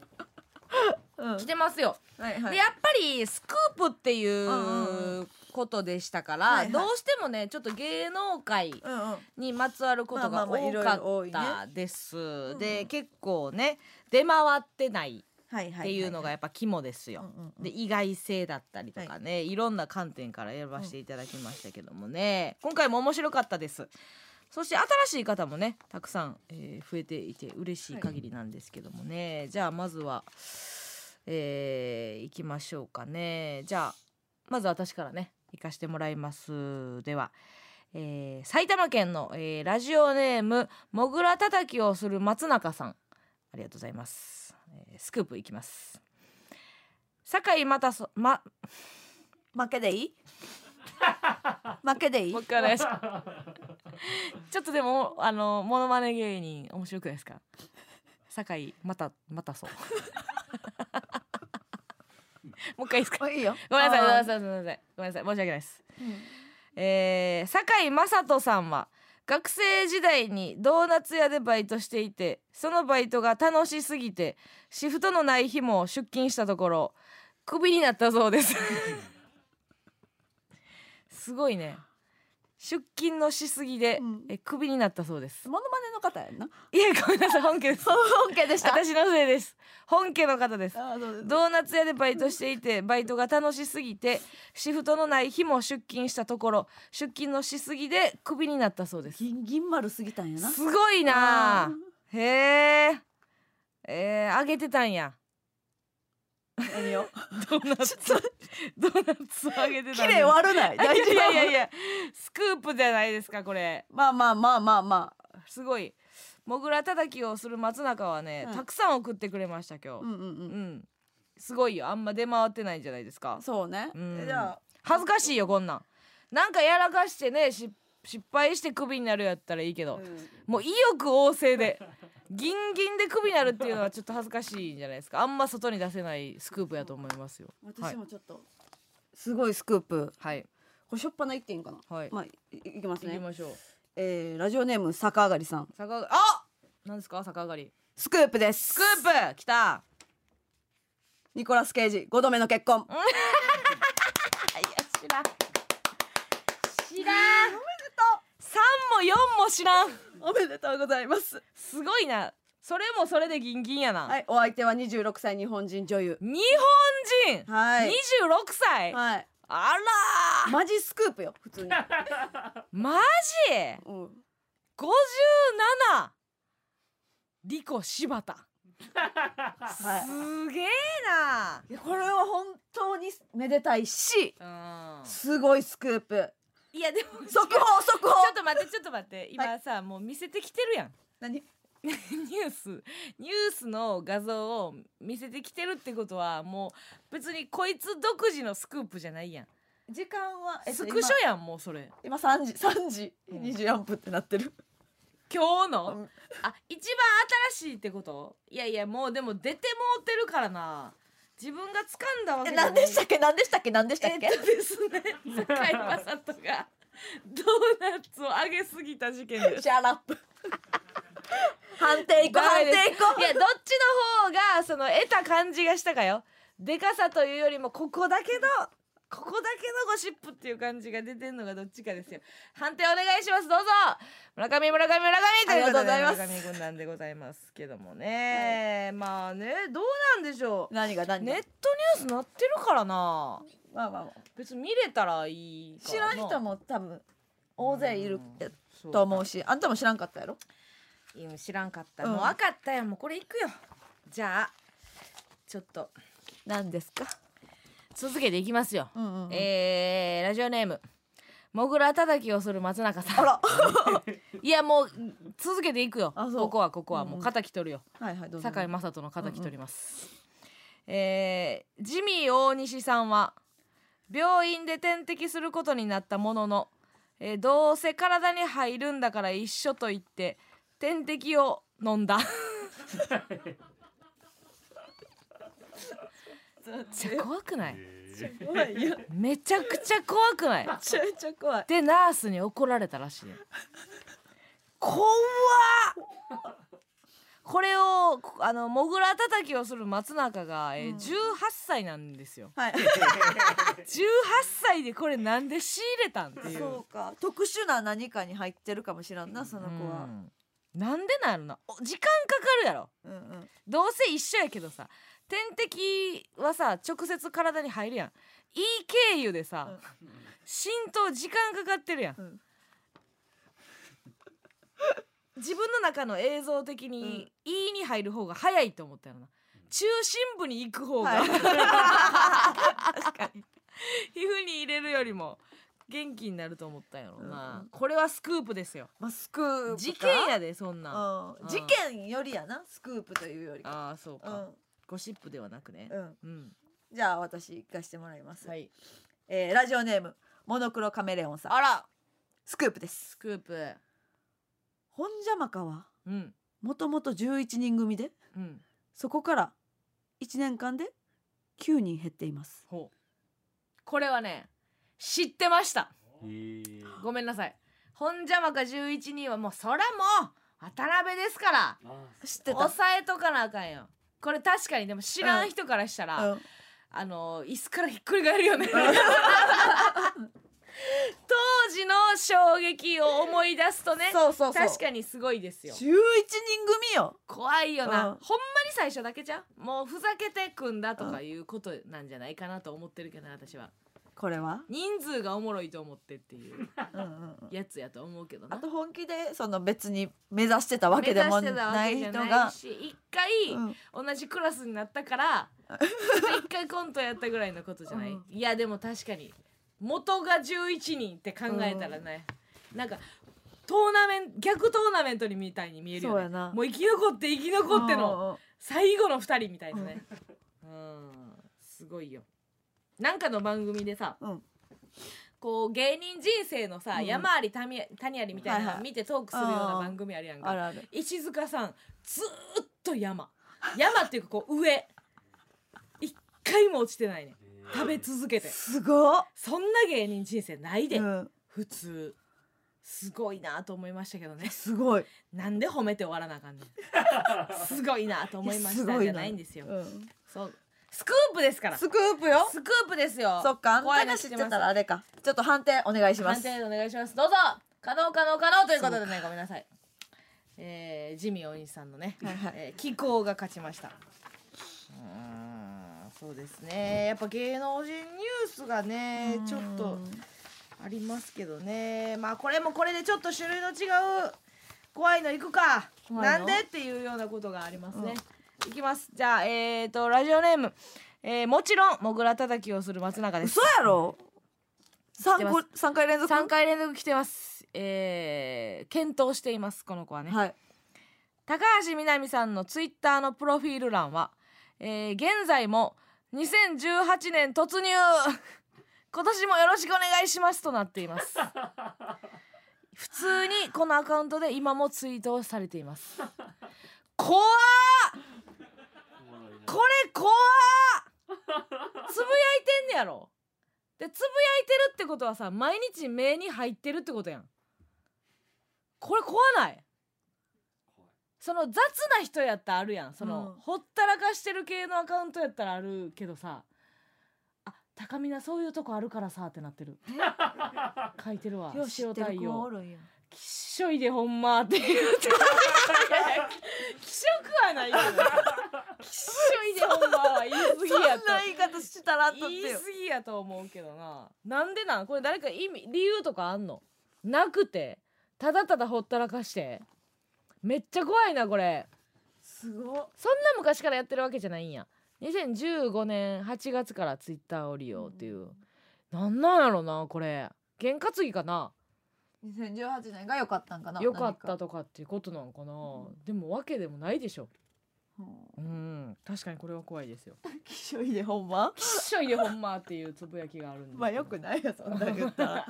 Speaker 1: うん
Speaker 2: 来てますよ。
Speaker 1: はいは
Speaker 2: で
Speaker 1: い
Speaker 2: やっぱりスクープってい
Speaker 1: んうん
Speaker 2: うことでしたから、
Speaker 1: はいはい
Speaker 2: どうしてもねちょっと芸能界
Speaker 1: うんうん
Speaker 2: にまつわること
Speaker 1: まあ
Speaker 2: が
Speaker 1: まあまあいろいろ多
Speaker 2: 多
Speaker 1: いね
Speaker 2: かったです。
Speaker 1: ん
Speaker 2: で結構ね出回ってない
Speaker 1: はいは
Speaker 2: っていうのがやっぱ肝ですよ。
Speaker 1: うんうんうん
Speaker 2: で意外性だったりとかね、い、ろんな観点から選ばせていただきましたけどもね、今回も面白かったです。そして新しい方もねたくさん、えー増えていて嬉しい限りなんですけどもね、じゃあまずは、えー、いきましょうかねじゃあまず私からね行かしてもらいますでは、えー埼玉県の、えーラジオネームもぐらたたきをする松中さんありがとうございます、えースクープいきます酒井またそま
Speaker 1: 負けでい
Speaker 2: (laughs)
Speaker 1: い負けでいい
Speaker 2: もう一回お願いします (laughs) ちょっとでもあのモノマネ芸人面白くないですか酒井またま (laughs) たそうもう一回いいですか
Speaker 1: あいいよ
Speaker 2: ごめんなさいごめん
Speaker 1: あ
Speaker 2: なさいごめんなさいごめんなさい申し訳ないです
Speaker 1: ーうん
Speaker 2: えー、坂井雅人さんは学生時代にドーナツ屋でバイトしていてそのバイトが楽しすぎてシフトのない日も出勤したところクビになったそう
Speaker 1: (laughs)
Speaker 2: ですすごいね出勤のしすぎで、
Speaker 1: うん
Speaker 2: えクビになったそうです
Speaker 1: モノマネの方やんな
Speaker 2: いやごめんなさい本家
Speaker 1: (laughs)
Speaker 2: です
Speaker 1: 本家でした
Speaker 2: 私のせいです本家の方です
Speaker 1: あそうです
Speaker 2: ドーナツ屋でバイトしていてバイトが楽しすぎてシフトのない日も出勤したところ出勤のしすぎでクビになったそうです
Speaker 1: 銀銀丸すぎたんやな
Speaker 2: すごいなあ
Speaker 1: うん
Speaker 2: へええー、あげてたんや
Speaker 1: 何を
Speaker 2: ドーナツ (laughs) ドーナツあげてた
Speaker 1: 綺麗割る (laughs) ない大事
Speaker 2: いやい
Speaker 1: な
Speaker 2: や
Speaker 1: も
Speaker 2: い
Speaker 1: ん
Speaker 2: やスクープじゃないですかこれ
Speaker 1: まあまあまあまあます
Speaker 2: ごいもぐらたたきをする松中はね、
Speaker 1: うん
Speaker 2: たくさん送ってくれました今
Speaker 1: あ
Speaker 2: 日、
Speaker 1: うんうんう
Speaker 2: うんん、すごいよあんま出回ってないんじゃないですか
Speaker 1: そうね
Speaker 2: うん
Speaker 4: えじゃあ
Speaker 2: 恥ずかしいよこんなんなんかやらかしてねし失敗してクビになるやったらいいけど、もう意欲旺盛
Speaker 1: (laughs)
Speaker 2: でギンギンでクビになるっていうのはちょっと恥ずかしいんじゃないですかあんま外に出せないスクープやと思いますよ
Speaker 1: 私もちょっとすごいスクープ
Speaker 2: はい
Speaker 1: これしょっぱな行っていいんかな
Speaker 2: はい、
Speaker 1: まあいいきます
Speaker 2: 行き
Speaker 1: ね
Speaker 2: ましょう
Speaker 1: えーラジオネーム坂上がりさん
Speaker 2: 坂上あなんですか坂上がり
Speaker 1: スクープです
Speaker 2: スクープ来
Speaker 1: (laughs)
Speaker 2: た
Speaker 1: ニコラス・ケイジ5度目の結婚
Speaker 2: いや知らん知らんおめでとう3も4も知らん
Speaker 1: おめでとうございます
Speaker 2: すごいなそれもそれでギンギンやな、
Speaker 1: はいお相手は26歳日本人女優
Speaker 2: 日本人
Speaker 1: はい
Speaker 2: 二十六歳、
Speaker 1: はい
Speaker 2: あらー
Speaker 1: マジスクープよ普通に、
Speaker 2: マジ
Speaker 1: うん、
Speaker 2: 五十七リコ柴田
Speaker 1: はい
Speaker 2: すげえない
Speaker 1: やこれは本当にめでたいし
Speaker 2: うん
Speaker 1: すごいスクープ
Speaker 2: いやでも (laughs) ちょ
Speaker 1: 速報速報
Speaker 2: っと待ってちょっと待って今さ、もう見せてきてるやん (laughs)
Speaker 1: 何
Speaker 2: ニュースニュースの画像を見せてきてるってことはもう別にこいつ独自のスクープじゃないやん
Speaker 1: 時間は、
Speaker 2: スクショやんもうそれ
Speaker 1: 今今3時3時
Speaker 2: うん
Speaker 1: 24分ってなってる、
Speaker 2: 今日の、
Speaker 1: うん
Speaker 2: あ一番新しいってこといやいやもうでも出てもうてるからな自分が掴んだわけ
Speaker 1: え何でしたっけ何でしたっけ何でしたっ
Speaker 2: え
Speaker 1: け、
Speaker 2: っとですね
Speaker 1: (laughs)
Speaker 2: 堺雅人がドーナツをあげすぎた事件です
Speaker 1: シャーラッ (laughs) プ判定いこう判定いこう
Speaker 2: いやどっちの方がその得た感じがしたかよでかさというよりもここだけのここだけのゴシップっていう感じが出てんのがどっちかですよ判定お願いしますどうぞ村上村上村上ということで
Speaker 1: ありがとうございます
Speaker 2: 村上軍団でございますけどもね、まあねどうなんでしょう
Speaker 1: 何が何が、
Speaker 2: ネットニュースなってるからな
Speaker 1: まあまあまあ、
Speaker 2: 別に見れたらいいか
Speaker 1: 知らん人も多分大勢いると思う
Speaker 2: し
Speaker 1: しあんたも知らんかったやろ
Speaker 2: 知らんかった、
Speaker 1: うん
Speaker 2: もう分かったよもうこれいくよじゃあちょっと
Speaker 1: 何ですか
Speaker 2: 続けていきますよ、
Speaker 1: うんうんうん、
Speaker 2: えーラジオネームもぐらたたきをする松中さ
Speaker 1: あ
Speaker 2: ん
Speaker 1: ら
Speaker 2: (laughs) いやもう続けていくよ
Speaker 1: あそう
Speaker 2: ここはここは
Speaker 1: うんうん
Speaker 2: もう肩き取るよ
Speaker 1: はいはいどうぞ
Speaker 2: 堺、雅人の肩き取ります、えージミー大西さんは病院で点滴することになったものの、えーどうせ体に入るんだから一緒と言って点滴を飲んだめっちゃ怖くない
Speaker 1: 怖いよ
Speaker 2: めちゃくちゃ怖くない
Speaker 1: めちゃめちゃ怖 (laughs) い
Speaker 2: でナースに怒られたらしいね怖っこれをこあのモグラ叩きをする松中が、えー
Speaker 1: うん
Speaker 2: 18歳なんですよ
Speaker 1: はい
Speaker 2: 18歳でこれなんで仕入れたんっていう
Speaker 1: そうか特殊な何かに入ってるかもしらんなその子は
Speaker 2: う、んなんでなんやろなお時間かかるやろ
Speaker 1: うん、うん
Speaker 2: どうせ一緒やけどさ点滴はさ直接体に入るやんいい経由でさ、浸透時間かかってるやん、
Speaker 1: うん
Speaker 2: 自分の中の映像的に「いい」に入る方が早いと思ったよな中心部に行く方が、 (laughs)
Speaker 1: はい
Speaker 2: 確かに皮膚に入れるよりも元気になると思ったんやろな、
Speaker 1: うん
Speaker 2: これはスクープですよ
Speaker 1: (laughs) まあスクープか
Speaker 2: 事件やでそんなん、あ
Speaker 1: うん事件よりやなスクープというよりか
Speaker 2: あーそうか、ゴシップではなくね
Speaker 1: うん、うん、
Speaker 2: うん、
Speaker 1: じゃあ私行かしてもらいます、
Speaker 2: はい
Speaker 1: えーラジオネームモノクロカメレオンさん
Speaker 2: あら
Speaker 1: スクープです
Speaker 2: スクープ
Speaker 1: 本邪魔かは
Speaker 2: うん
Speaker 1: もともと11人組で
Speaker 2: うん
Speaker 1: そこから1年間で9人減っています
Speaker 2: ほうこれはね知ってました
Speaker 3: えー
Speaker 2: ごめんなさい本邪魔か11人はもうそらもう渡辺ですから
Speaker 1: 知ってた、
Speaker 2: 抑えとかなあかんよこれ確かにでも知らん人からしたら、
Speaker 1: うん、
Speaker 2: あの椅子からひっくり返るよね当時の衝撃を思い出すとね
Speaker 1: (laughs) そうそうそう
Speaker 2: 確かにすごいですよ
Speaker 1: 11人組よ
Speaker 2: 怖いよな、
Speaker 1: うん
Speaker 2: ほんまに最初だけじゃんもうふざけてくんだとかいうことなんじゃないかなと思ってるけどな私は
Speaker 1: これは、
Speaker 2: 人数がおもろいと思ってっていう
Speaker 1: うんうんうん、
Speaker 2: やつやと思うけど
Speaker 1: あ
Speaker 2: な
Speaker 1: と本気でその別に目指してたわけでもない
Speaker 2: 目指して
Speaker 1: 人
Speaker 2: たわ
Speaker 1: が
Speaker 2: けじゃないし一回、
Speaker 1: うん
Speaker 2: 同じクラスになったからちょっと一回コントやったぐらいのことじゃない、
Speaker 1: うん
Speaker 2: いやでも確かに元が11人って考えたらね、なんかトーナメント逆トーナメントにみたいに見えるよ、ね、
Speaker 1: そうやな
Speaker 2: もう生き残って生き残っての
Speaker 1: うんうん
Speaker 2: 最後の2人みたいなねうんすごいよなんかの番組でさ、
Speaker 1: うん
Speaker 2: こう芸人人生のさ、
Speaker 1: うん
Speaker 2: 山あり谷あり谷ありみたい
Speaker 1: はい
Speaker 2: な
Speaker 1: は
Speaker 2: の
Speaker 1: い
Speaker 2: 見てトークするような番組あるやんか、
Speaker 1: あるある
Speaker 2: 石塚さんずーっと山山っていうかこう上一回も落ちてないね食べ続けて
Speaker 1: すごっ、
Speaker 2: そんな芸人人生ないで、
Speaker 1: うん、
Speaker 2: 普通すごいなと思いましたけどね
Speaker 1: すごい、
Speaker 2: なんで褒めて終わらなあかんねんすごいなと思いまし
Speaker 1: い (laughs) やすご
Speaker 2: た
Speaker 1: いな
Speaker 2: じゃないんですよ
Speaker 1: うん、
Speaker 2: そうスクープですからス
Speaker 1: スクープよ
Speaker 2: クープですよ
Speaker 1: そっかあん
Speaker 2: 怖
Speaker 1: た
Speaker 2: いの
Speaker 1: が知ってた
Speaker 2: ます
Speaker 1: らあれかちょっと判定お願いします
Speaker 2: 判定お願いしますどうぞ可能可能可能ということでねごめんなさいえー、ジミー大西さんのね、
Speaker 1: はいはい
Speaker 2: えー気候が勝ちましたうーんそうですねやっぱ芸能人ニュースがねちょっとありますけどねまあこれもこれでちょっと種類の違う怖いのいくか
Speaker 1: 怖い
Speaker 2: なん
Speaker 1: の
Speaker 2: でっていうようなことがありますね、いきますじゃあえー、とラジオネーム、えー、もちろんもぐら叩きをする松永です
Speaker 1: 嘘やろ三
Speaker 2: て
Speaker 1: 回
Speaker 2: ます
Speaker 1: 三回連 (laughs) 続
Speaker 2: 三回連続来てます。えー、検討していますこの子はね。
Speaker 1: はい
Speaker 2: 高橋みなみさんのツイッターのプロフィール欄は、えー、現在も2018年突入。 (laughs) 今年もよろしくお願いしますとなっています。普通にこのアカウントで今もツイートをされています。怖っこれ怖っつぶやいてんねやろでつぶやいてるってことはさ毎日目に入ってるってことやんこれ怖ないその雑な人やったらあるやんその、
Speaker 1: うん
Speaker 2: ほったらかしてる系のアカウントやったらあるけどさあ高見なそういうとこあるからさってなって
Speaker 1: (laughs)
Speaker 2: る書いてるわ
Speaker 1: よう知ってる子おるんや
Speaker 2: きっしょいでほんまって言うていやいやきっしょくはないけどきっしょいでほんまは言い過ぎ
Speaker 1: そん
Speaker 2: や
Speaker 1: な
Speaker 2: と
Speaker 1: 言い方したらあった
Speaker 2: 言
Speaker 1: って
Speaker 2: い
Speaker 1: よ
Speaker 2: 過ぎやと思うけどななんでなんこれ誰か意味理由とかあんのなくてただただほったらかしてめっちゃ怖いなこれ
Speaker 1: すごっ
Speaker 2: そんな昔からやってるわけじゃないんや2015年8月からツイッターを利用っていう、なんなんやろなこれ験担ぎかな
Speaker 1: 2018年が良かったんかな
Speaker 2: 良かった
Speaker 1: 何
Speaker 2: とかっていうことなのかな、
Speaker 1: う
Speaker 2: でもわけでもないでしょ
Speaker 1: うん
Speaker 2: うん確かにこれは怖いです (laughs) よ
Speaker 1: きしょいでほんま
Speaker 2: きっしょいでほんまっていうつぶやきがあるんで
Speaker 1: まあよくないよそんな言ったら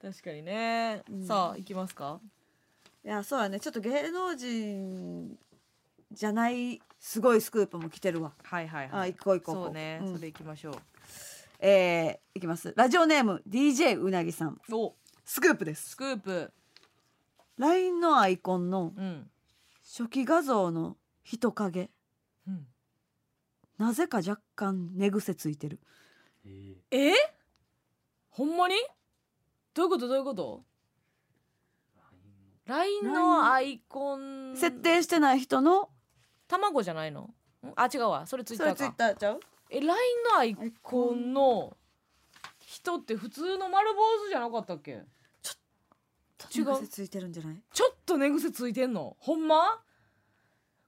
Speaker 2: 確かにね、
Speaker 1: うん
Speaker 2: さあ行きますか
Speaker 1: (laughs) いやそうやねちょっと芸能人じゃないすごいスクープも来てるわ
Speaker 2: はいはい
Speaker 1: あ
Speaker 2: はい
Speaker 1: 一個一個
Speaker 2: そうね、
Speaker 1: ん
Speaker 2: それ行きましょう
Speaker 1: えーいきますラジオネーム DJ うなぎさん
Speaker 2: お
Speaker 1: スクープです
Speaker 2: スクープ
Speaker 1: LINE のアイコンの
Speaker 2: うん、
Speaker 1: 初期画像の人影
Speaker 2: うん、
Speaker 1: なぜか若干寝癖ついてる
Speaker 2: えほんまにどういうことどういうこと LINE のアイコン
Speaker 1: 設定してない人の
Speaker 2: 卵じゃないのんあ違うわそれツイッ
Speaker 1: そ
Speaker 2: ター
Speaker 1: れ
Speaker 2: か
Speaker 1: ツイッターちゃう
Speaker 2: え LINE のアイコンの人って普通の丸坊主じゃなかったっけ違う
Speaker 1: 寝癖ついてるんじゃない
Speaker 2: ちょっと寝癖ついてんのほんま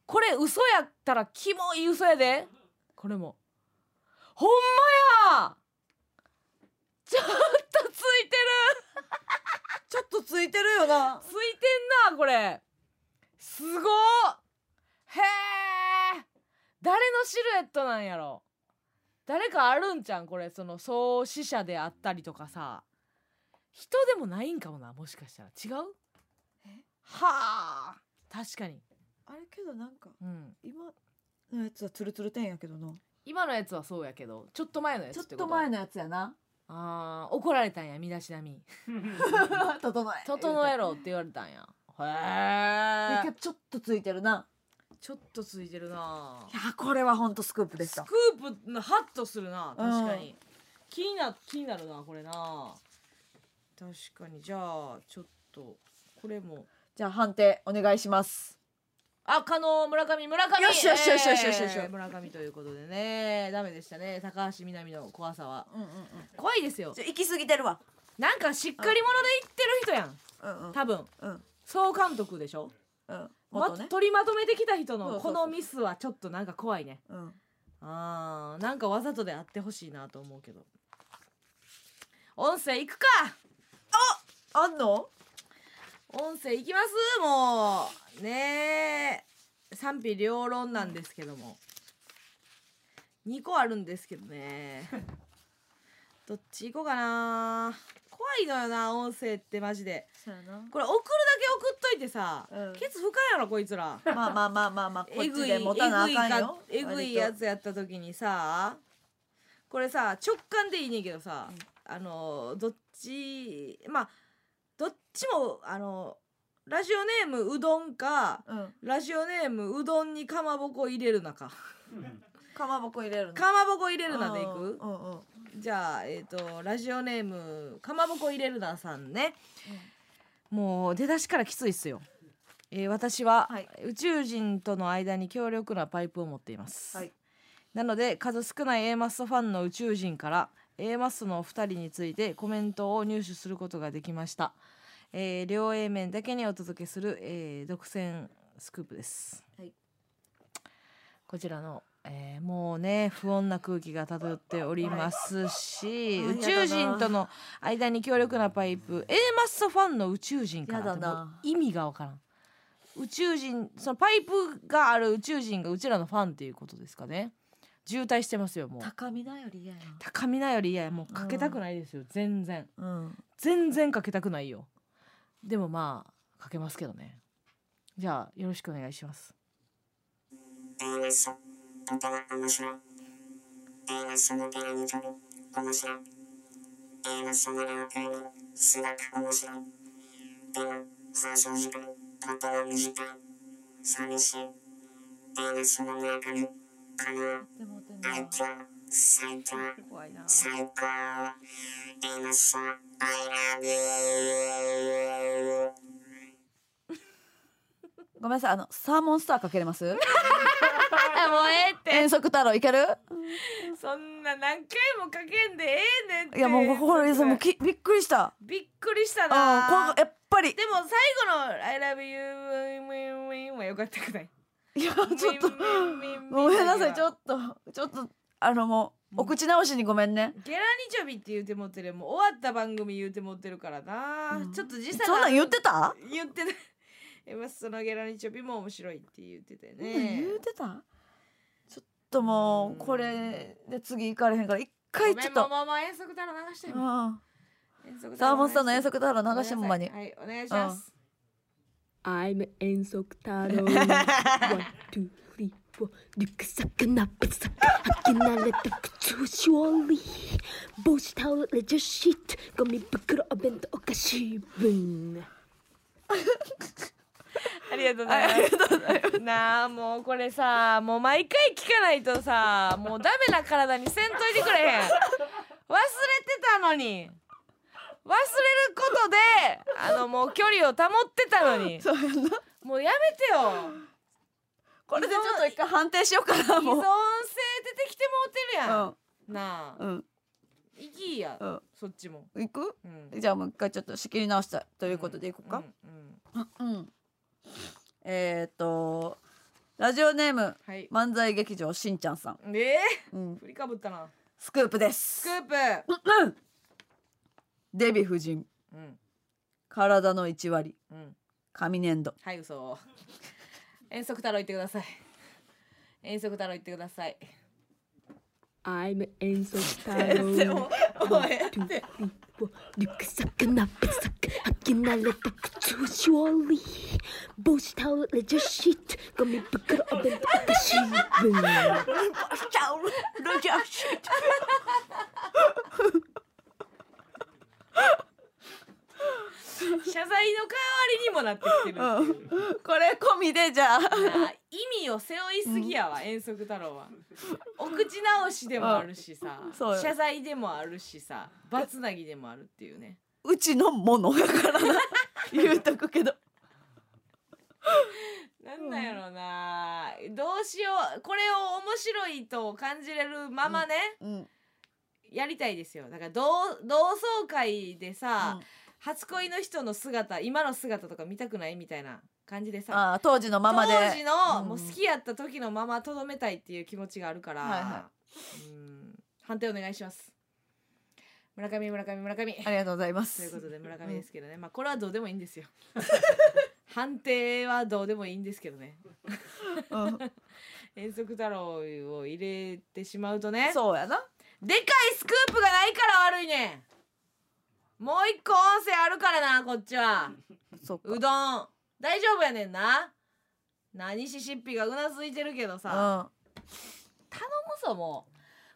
Speaker 2: これ嘘やったらキモい嘘やでこれもほんまやちょっとついて
Speaker 1: ちょっとついてるよ
Speaker 2: る
Speaker 1: な
Speaker 2: ついてんなこれすごっへえ誰のシルエットなんやろ誰かあるんちゃんこれその創始者であったりとかさ人でもないんかもなもしかしたら違うはあ確かに
Speaker 1: あれけどなんか
Speaker 2: うん
Speaker 1: 今のやつはツルツルてんやけどな
Speaker 2: 今のやつはそうやけどちょっと前のやつ
Speaker 1: ち
Speaker 2: っ
Speaker 1: ょって
Speaker 2: こと
Speaker 1: 前のやつやな
Speaker 2: あー怒られたんや身だし (laughs) なみ
Speaker 1: (laughs) 整え
Speaker 2: 整え
Speaker 1: ろ
Speaker 2: ろって言われたんや
Speaker 1: キ
Speaker 2: へ
Speaker 1: ャッ
Speaker 2: え
Speaker 1: プちょっとついてるな
Speaker 2: ちょっとついてるない
Speaker 1: やこれは本当スクープでし
Speaker 2: ス
Speaker 1: た
Speaker 2: クープのハッとするな確かに、気にな気になるなこれな確かにじゃあちょっとこれも
Speaker 1: じゃあ判定お願いします
Speaker 2: あ加納村上村上
Speaker 1: よしよしよしよしよしよし
Speaker 2: えー村上ということでねダメでしたね高橋みなみの怖さは
Speaker 1: うんうんうん
Speaker 2: 怖いですよ
Speaker 1: ちょ行き過ぎてるわ
Speaker 2: なんかしっかり者で言ってる人やん
Speaker 1: うんうん
Speaker 2: 多分
Speaker 1: うん
Speaker 2: 総監督でしょ、
Speaker 1: うん
Speaker 2: ま
Speaker 1: 元ね
Speaker 2: 取りまとめてきた人
Speaker 1: そ
Speaker 2: の
Speaker 1: うそ
Speaker 2: こ
Speaker 1: うそ
Speaker 2: の
Speaker 1: う
Speaker 2: ミスはちょっとなんか怖いね
Speaker 1: うん
Speaker 2: あーなんかわざとであってほしいなと思うけど音声いくか
Speaker 1: あんの
Speaker 2: 音声いきますもうねえ賛否両論なんですけども2個あるんですけど
Speaker 1: (laughs)
Speaker 2: ねどっち行こうかな怖いのよな音声ってマジで
Speaker 1: そうやな
Speaker 2: これ送るだけ送っといてさ、
Speaker 1: うん
Speaker 2: ケツ深いやろこいつら
Speaker 1: まあまあまあま
Speaker 2: (laughs)
Speaker 1: あまあこっ
Speaker 2: えぐ
Speaker 1: ち
Speaker 2: い
Speaker 1: で
Speaker 2: え
Speaker 1: 持たなあ
Speaker 2: ぐい
Speaker 1: かん
Speaker 2: か
Speaker 1: よ
Speaker 2: えぐいやつやった時にさこれさ直感でいいねんけどさ、あのどっちまあどっちもあのラジオネームうどんか
Speaker 1: 割とうん
Speaker 2: ラジオネームうどんにかまぼこ入れるなか
Speaker 1: かまぼこ入れるの
Speaker 2: かまぼこ入れるなでい
Speaker 1: うん
Speaker 2: く
Speaker 1: うんうん
Speaker 2: じゃあえっ、とラジオネームかまぼこ入れるなさんね、もう出だしからきついっすよ、えー私は、
Speaker 1: はい
Speaker 2: 宇宙人との間に強力なパイプを持っています、
Speaker 1: はい
Speaker 2: なので数少ない A マッソファンの宇宙人から A マッソのお二人についてコメントを入手することができました、えー両 A 面だけにお届けする、えー独占スクープです、
Speaker 1: はい
Speaker 2: こちらの、えーもうね不穏な空気が漂っておりますし、
Speaker 1: はい
Speaker 2: 宇宙人との間に強力なパイプ A マッソファンの宇宙人から
Speaker 1: やだ
Speaker 2: って
Speaker 1: な
Speaker 2: もう意味がわからん宇宙人そのパイプがある宇宙人がうちらのファンっていうことですかね渋滞してますよもう
Speaker 1: 高見なより嫌や
Speaker 2: 高見なよりいやもうかけたくないですよ、全然
Speaker 1: なうん
Speaker 2: 全然かけたくないよでもまあかけますけどねじゃあよろしくお願いします
Speaker 1: でもてんな
Speaker 2: 怖いな
Speaker 1: ごめんなさいあのサーモンスターかけれま
Speaker 2: (laughs)
Speaker 1: す
Speaker 2: もうええって
Speaker 1: 遠足太郎いける
Speaker 2: そんな何回もかけんでええねんって
Speaker 1: いやもうこれですもうきびっくりした
Speaker 2: びっくりした
Speaker 1: うんこ
Speaker 2: な
Speaker 1: のやっぱり
Speaker 2: でも最後の「I love you」ウィンウィンウィンはよかったくない
Speaker 1: い (laughs) やちょっとご
Speaker 2: ご
Speaker 1: めんなさいちょ
Speaker 2: と
Speaker 1: っとちょっとあのもうお口直しにごめんね
Speaker 2: ゲラニチョビって言うてもってるもう終わった番組言うてもってるからな、
Speaker 1: うん
Speaker 2: ちょっと時差
Speaker 1: そんなん言ってた
Speaker 2: 言ってないえまあそのゲラニチョビも面白いって言ってたよ
Speaker 1: そんなん
Speaker 2: ね
Speaker 1: 言ってたちょっともうこれで次行かれへんから一回ちょっ
Speaker 2: ごめん
Speaker 1: と
Speaker 2: まあまあまあ遠足太郎流して
Speaker 1: う
Speaker 2: よ
Speaker 1: ん
Speaker 2: 遠足太郎
Speaker 1: サーモンスターの遠足太郎流してもまに
Speaker 2: はいお願いします、
Speaker 5: I'm 遠足太 (laughs) 郎 One, two, three, four リュックサックナップサック履き慣れた靴をしおり帽子タオルレジャーシートゴミ袋お弁当お菓子分
Speaker 2: ありがとうございますなあもうこれさもう毎回聞かないとさもうダメな体にせんといてくれへん忘れてたのに忘れることであのもう距離を保ってたのに
Speaker 1: そうやな
Speaker 2: もうやめてよ
Speaker 1: これでちょっと一回判定しようかな
Speaker 2: 依存
Speaker 1: もう
Speaker 2: 性出てきてもうてるやん、なあ
Speaker 1: うんうん
Speaker 2: 行きや、
Speaker 1: うん
Speaker 2: そっちも、
Speaker 1: 行く
Speaker 2: うん、
Speaker 1: じゃあもう一回ちょっと仕切り直したということでいこうか、
Speaker 2: うんうん
Speaker 1: うん、えーっとラジオネーム
Speaker 2: はい
Speaker 1: 漫才劇場しんちゃんさん、
Speaker 2: ええ
Speaker 1: うん、
Speaker 2: 振りかぶったな
Speaker 1: スクープです
Speaker 2: スクープ
Speaker 1: うんデヴィ夫人
Speaker 2: うん
Speaker 1: 体の1割
Speaker 2: うん
Speaker 1: 紙粘土
Speaker 2: はい嘘遠足太郎行ってください遠足太郎行ってください
Speaker 5: I'm 遠足太
Speaker 2: でも
Speaker 5: 郎
Speaker 2: おい
Speaker 5: (laughs) One, two, three, four リュックサックナップサック履き慣れた靴をしおり帽子タオルレジャーシートゴミ袋お弁当お菓子分
Speaker 1: ちゃうルジャーシート
Speaker 2: もなってきてるっていう
Speaker 1: これ込みでじゃあ
Speaker 2: なあ意味を背負いすぎやわ、遠足太郎はお口直しでもあるしさ
Speaker 1: んそうよ
Speaker 2: 謝罪でもあるしさバツナギでもあるっていうね
Speaker 1: うちのもの
Speaker 2: (laughs)
Speaker 1: だからな言うとくけど
Speaker 2: なんなんやろな、どうしようこれを面白いと感じれるままね、
Speaker 1: うん
Speaker 2: やりたいですよだから同同窓会でさ、
Speaker 1: うん
Speaker 2: 初恋の人の姿今の姿とか見たくないみたいな感じでさ
Speaker 1: ああ当時のままで
Speaker 2: 当時の、
Speaker 1: うん
Speaker 2: もう好きやった時のままとどめたいっていう気持ちがあるから、
Speaker 1: はいは
Speaker 2: うん判定お願いします村上村上村上
Speaker 1: ありがとうございま
Speaker 2: という
Speaker 1: す
Speaker 2: ことで村上ですけどね、まあこれはどうでもいいん
Speaker 1: (laughs)
Speaker 2: ですよ判定はどうでもいいんですけどね
Speaker 1: うん
Speaker 2: 遠足太郎を入れてしまうとね
Speaker 1: そうやな
Speaker 2: でかいスクープがないから悪いねんもう一個音声あるからなこっちは
Speaker 1: そっか
Speaker 2: うどん大丈夫やねんな何ししっぴがうなずいてるけどさそもそも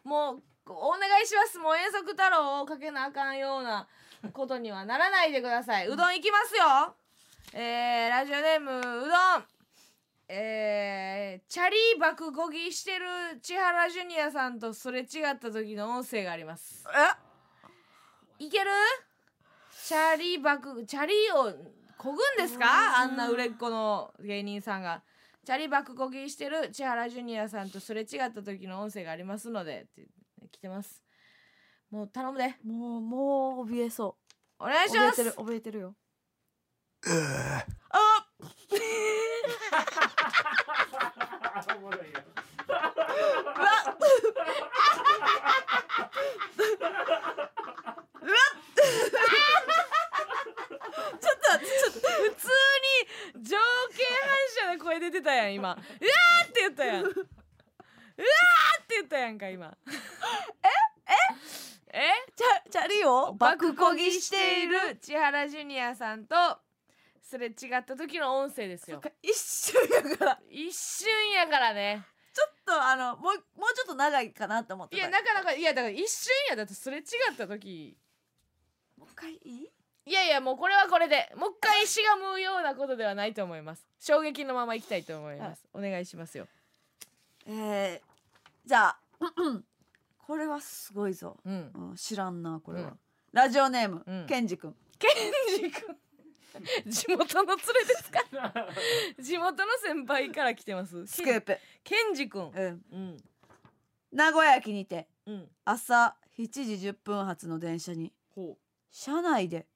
Speaker 2: もうお願いしますもう遠足太郎をかけなあかんようなことにはならないでくださいうどんいきますよえー、ラジオネームうどんえー、チャリ爆ごぎしてる千原ジュニアさんとすれ違った時の音声があります
Speaker 1: え
Speaker 2: いけるチャリ爆チャリをこぐんですかあんな売れっ子の芸人さんがチャリ爆こぎしてる千原ジュニアさんとすれ違った時の音声がありますのでって来てますもう頼むで
Speaker 1: もうもう怯えそ
Speaker 2: お願
Speaker 1: う
Speaker 2: いし
Speaker 1: 怯
Speaker 2: ま
Speaker 1: えてる
Speaker 2: す
Speaker 1: 怯えてるよ
Speaker 6: おもろいや
Speaker 2: 普通に条件反射の声出てたやん今うわーって言ったやんうわーって言ったやんか今えええ
Speaker 1: チャチャリを
Speaker 2: バ
Speaker 1: 爆
Speaker 2: ク
Speaker 1: こ
Speaker 2: こ
Speaker 1: ぎ
Speaker 2: ぎ
Speaker 1: し
Speaker 2: してて
Speaker 1: い
Speaker 2: い
Speaker 1: る
Speaker 2: る千原ジュニアさんとすれ違った時の音声ですよ
Speaker 1: 一瞬やから
Speaker 2: 一瞬やからね
Speaker 1: ちょっとあのもうもうちょっと長いかなと思って
Speaker 2: い
Speaker 1: た
Speaker 2: やなかなかいやだから一瞬やだとすれ違った時
Speaker 1: もう一回いい
Speaker 2: いやいやもうこれはこれでもう一回しがむようなことではないと思います衝撃のままいきたいと思いますお願いしますよ (laughs)
Speaker 1: えー、じゃ
Speaker 2: (clears throat)
Speaker 1: あうんうんこれはすごいぞ、
Speaker 2: うん
Speaker 1: うん、知らんなこれは、
Speaker 2: うん
Speaker 1: ラジオネーム、
Speaker 2: うん
Speaker 1: ケンジ君
Speaker 2: 地元の連れですか (laughs) 地元の先輩から来てます
Speaker 1: スクープ、
Speaker 2: ケンジ君
Speaker 1: うん、
Speaker 2: うん
Speaker 1: 名古屋駅にて
Speaker 2: うん
Speaker 1: 朝7時10分発の電車に
Speaker 2: ほう
Speaker 1: 車内で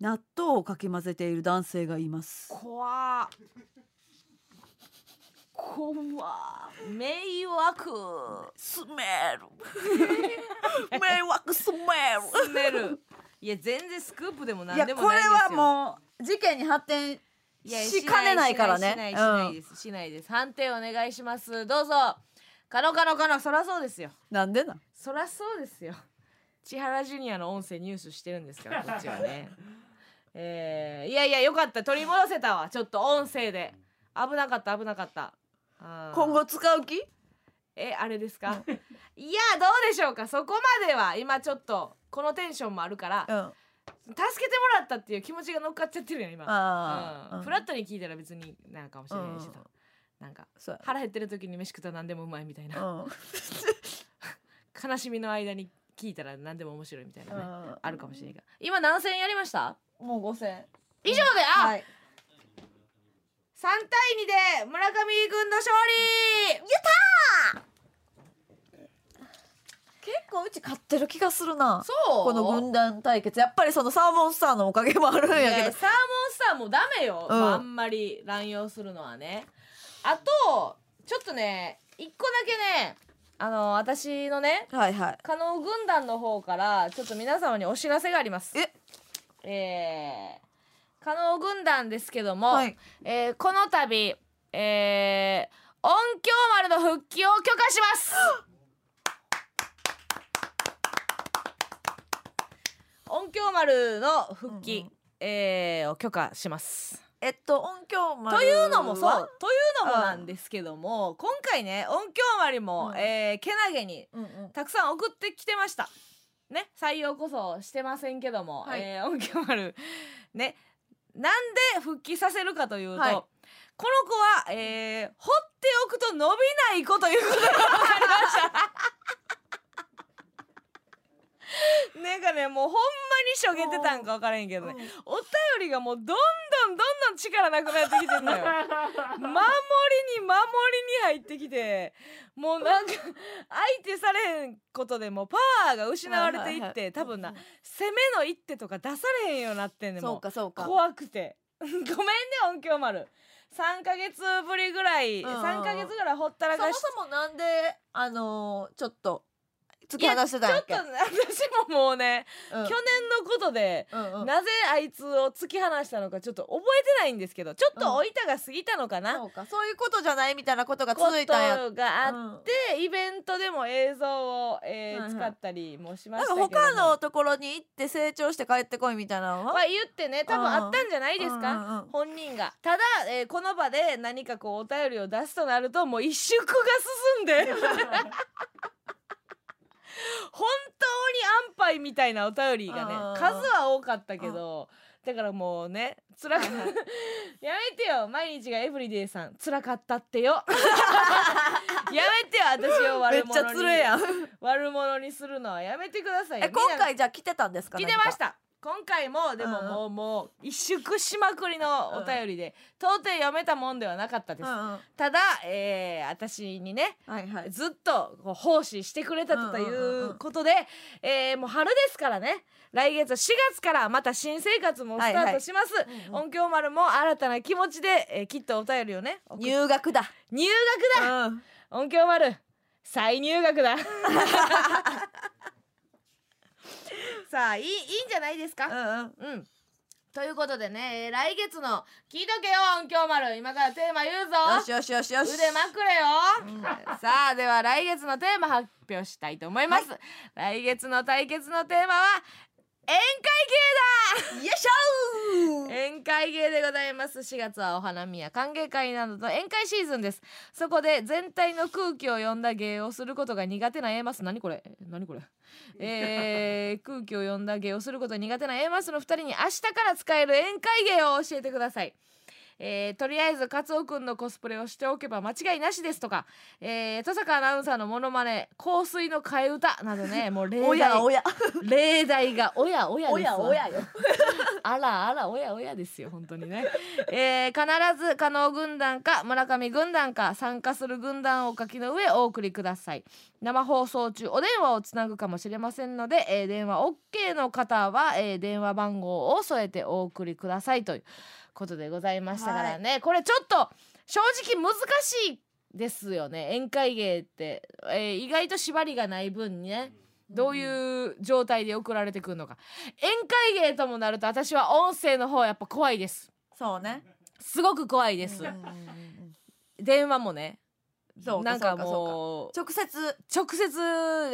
Speaker 1: 納豆をかき混ぜている男性がいます
Speaker 2: 怖
Speaker 1: こわ
Speaker 2: 迷惑
Speaker 1: スメル (laughs) 迷惑スメ
Speaker 2: 住める (laughs) いや全然スクープでも
Speaker 1: ルい
Speaker 2: 何
Speaker 1: や
Speaker 2: でも
Speaker 1: こ
Speaker 2: ない
Speaker 1: れ
Speaker 2: ですよ
Speaker 1: はもう事件に発展
Speaker 2: いや
Speaker 1: しかねないからね
Speaker 2: しないしないです、しないです判定お願いしますどうぞカノカノカノそらそうですよ
Speaker 1: なんでな
Speaker 2: そらそうですよ千原ジュニアの音声入手してるんですからこっちは (laughs) ねえー、いやいやよかった取り戻せたわちょっと音声で危なかった危なかったあー
Speaker 1: 今後使う気
Speaker 2: えあれです
Speaker 1: (laughs)
Speaker 2: かいやどうでしょうかそこまでは今ちょっとこのテンションもあるから
Speaker 1: うんあ
Speaker 2: 助けてもらったっていう気持ちが乗っかっちゃってるよ今
Speaker 1: あー、
Speaker 2: うん
Speaker 1: うん
Speaker 2: フラットに聞いたら別になんかもしれないしさ
Speaker 1: うん
Speaker 2: なんか
Speaker 1: そうや
Speaker 2: 腹減ってる時に飯食ったら何でもうまいみたいな
Speaker 1: な
Speaker 2: 悲しみの間に聞いたら何でも面白いみたいなね
Speaker 1: うん
Speaker 2: (laughs) あるかもしれないから今何千円やりました
Speaker 1: もう五千。
Speaker 2: 以上であ、
Speaker 1: はい。
Speaker 2: 3対2で村上君の勝利
Speaker 1: 結構うち買ってる気がするな。
Speaker 2: そう
Speaker 1: この軍団対決やっぱりそのサーモンスターのおかげもあるん
Speaker 2: い
Speaker 1: や
Speaker 2: やサーモ
Speaker 1: け
Speaker 2: ン
Speaker 1: ど。
Speaker 2: スターもうダメよ、
Speaker 1: うん
Speaker 2: まああんまり乱用するのはねあとちょっとね一個だけねあの私のね
Speaker 1: はいはい。
Speaker 2: 加納軍団の方からちょっと皆様にお知らせがあります
Speaker 1: え
Speaker 2: えー、加納軍団ですけども、
Speaker 1: はい。
Speaker 2: えーこの度、えー、音響丸の復帰を許可します (laughs) 音響丸の復帰、
Speaker 1: うんうん
Speaker 2: えーを許可します
Speaker 1: えっと音響丸は
Speaker 2: というのもそう。というのもなんですけども今回ね音響丸も、
Speaker 1: うん
Speaker 2: えーけなげに
Speaker 1: うんうん。
Speaker 2: たくさん送ってきてました。ね、採用こそしてませんけども、
Speaker 1: はい
Speaker 2: えー音響丸ねなんで復帰させるかというと、
Speaker 1: はい
Speaker 2: この子は、えー、放っておくと伸びない子ということが分かりました。 (laughs) なんかねもうほんまにしょげてたんか分からへんけどねお便りがもうどんどんどんどん力なくなってきてんのよ。守りに守りに入ってきてもうなんか相手されへんことでもうパワーが失われていって、
Speaker 1: はいはいはい
Speaker 2: 多分な攻めの一手とか出されへんようになってんねんも
Speaker 1: そうかそうか
Speaker 2: 怖くて (laughs) ごめんね音響丸3ヶ月ぶりぐらい、
Speaker 1: うんうんうん
Speaker 2: 3ヶ月ぐらいほったら
Speaker 1: そも
Speaker 2: かし
Speaker 1: そもなんであのーちょっと突き放してたん
Speaker 2: ちょ
Speaker 1: や
Speaker 2: っ
Speaker 1: っ
Speaker 2: と
Speaker 1: け
Speaker 2: 私ももうね、
Speaker 1: うん
Speaker 2: 去年のことで
Speaker 1: うんうん
Speaker 2: なぜあいつを突き放したのかちょっと覚えてないんですけどちょっとおいたが過ぎたのかな、
Speaker 1: そうかそういうことじゃないみたいなことが
Speaker 2: こ
Speaker 1: 続いたんやっ
Speaker 2: とがあって
Speaker 1: うん
Speaker 2: でイベントでも映像を、えー
Speaker 1: はい
Speaker 2: 使
Speaker 1: はい
Speaker 2: ったりもしま
Speaker 1: な
Speaker 2: し
Speaker 1: ん
Speaker 2: た
Speaker 1: か
Speaker 2: けども
Speaker 1: 他のところに行って成長して帰ってこいみたいなのは
Speaker 2: は言ってね多分あったんじゃないですか、
Speaker 1: うんうんうん
Speaker 2: 本人がただ、えーこの場で何かこうお便りを出すとなるともう一縮が進ん
Speaker 1: (laughs)
Speaker 2: で本当に安牌みたいなお便りがね
Speaker 1: うんうん
Speaker 2: 数は多かったけどだからもうね辛くやめてよ毎日がエブリデイさん辛かったって
Speaker 1: (laughs)
Speaker 2: よやめてよ私を
Speaker 1: めっ
Speaker 2: 悪
Speaker 1: ちゃ
Speaker 2: 者
Speaker 1: つ
Speaker 2: に
Speaker 1: るいやん
Speaker 2: 悪者にするのはやめてくださいよ
Speaker 1: え今
Speaker 2: みんな
Speaker 1: 回じゃあ来てたんですか
Speaker 2: 来てましたた今回もでも
Speaker 1: うんうん
Speaker 2: もう、もう一縮しまくりのお便りで、到底読めたもんではなかったです、
Speaker 1: うんうん
Speaker 2: ただ、えー私にね
Speaker 1: はいはい
Speaker 2: ずっとこう奉仕してくれたということで、えーもう春ですからね来月4月からまた新生活もスタートします、
Speaker 1: うんうん
Speaker 2: 音響丸も新たな気持ちで、えーきっとお便りをね送っ
Speaker 1: 入学だ
Speaker 2: 入学だ
Speaker 1: うん
Speaker 2: 音響丸再入学だ (laughs) さあいいいいんじゃないですか、
Speaker 1: うんうん
Speaker 2: うん。ということでね、えー来月の聞いとけよ音響丸今からテーマ言うぞ
Speaker 1: よしよしよしよし
Speaker 2: 腕まくれよ、さあでは来月のテーマ発表したいと思います、来月の対決のテーマは宴会芸だ
Speaker 1: よいしょー
Speaker 2: (laughs) 宴会芸でございます4月はお花見や歓迎会などの宴会シーズンですそこで全体の空気を読んだ芸をすることが苦手な A マス何これ何これ (laughs) えー、空気を読んだ芸をすることが苦手な A マスの2人に明日から使える宴会芸を教えてくださいえーとりあえずカツオくんのコスプレをしておけば間違いなしですとか、えー、登坂アナウンサーのモノマネ香水の替え歌などねもう例題
Speaker 1: おやおや
Speaker 2: 例題がおやおやですわ
Speaker 1: おやおやよ
Speaker 2: (laughs) あらあらおやおやですよ本当にね、えー必ず加納軍団か村上軍団か参加する軍団をお書きの上お送りください生放送中お電話をつなぐかもしれませんので、えー電話 OK の方は、えー電話番号を添えてお送りくださいということでございましたからね、これちょっと正直難しいですよね宴会芸って、えー意外と縛りがない分ねどういう状態で送られてくるのか宴会芸ともなると私は音声の方やっぱ怖いです
Speaker 1: そうね
Speaker 2: すごく怖いです、
Speaker 1: うんうんうん
Speaker 2: 電話もね
Speaker 1: そう
Speaker 2: なんか
Speaker 1: そう
Speaker 2: もう
Speaker 1: かそうか直接
Speaker 2: 直接じ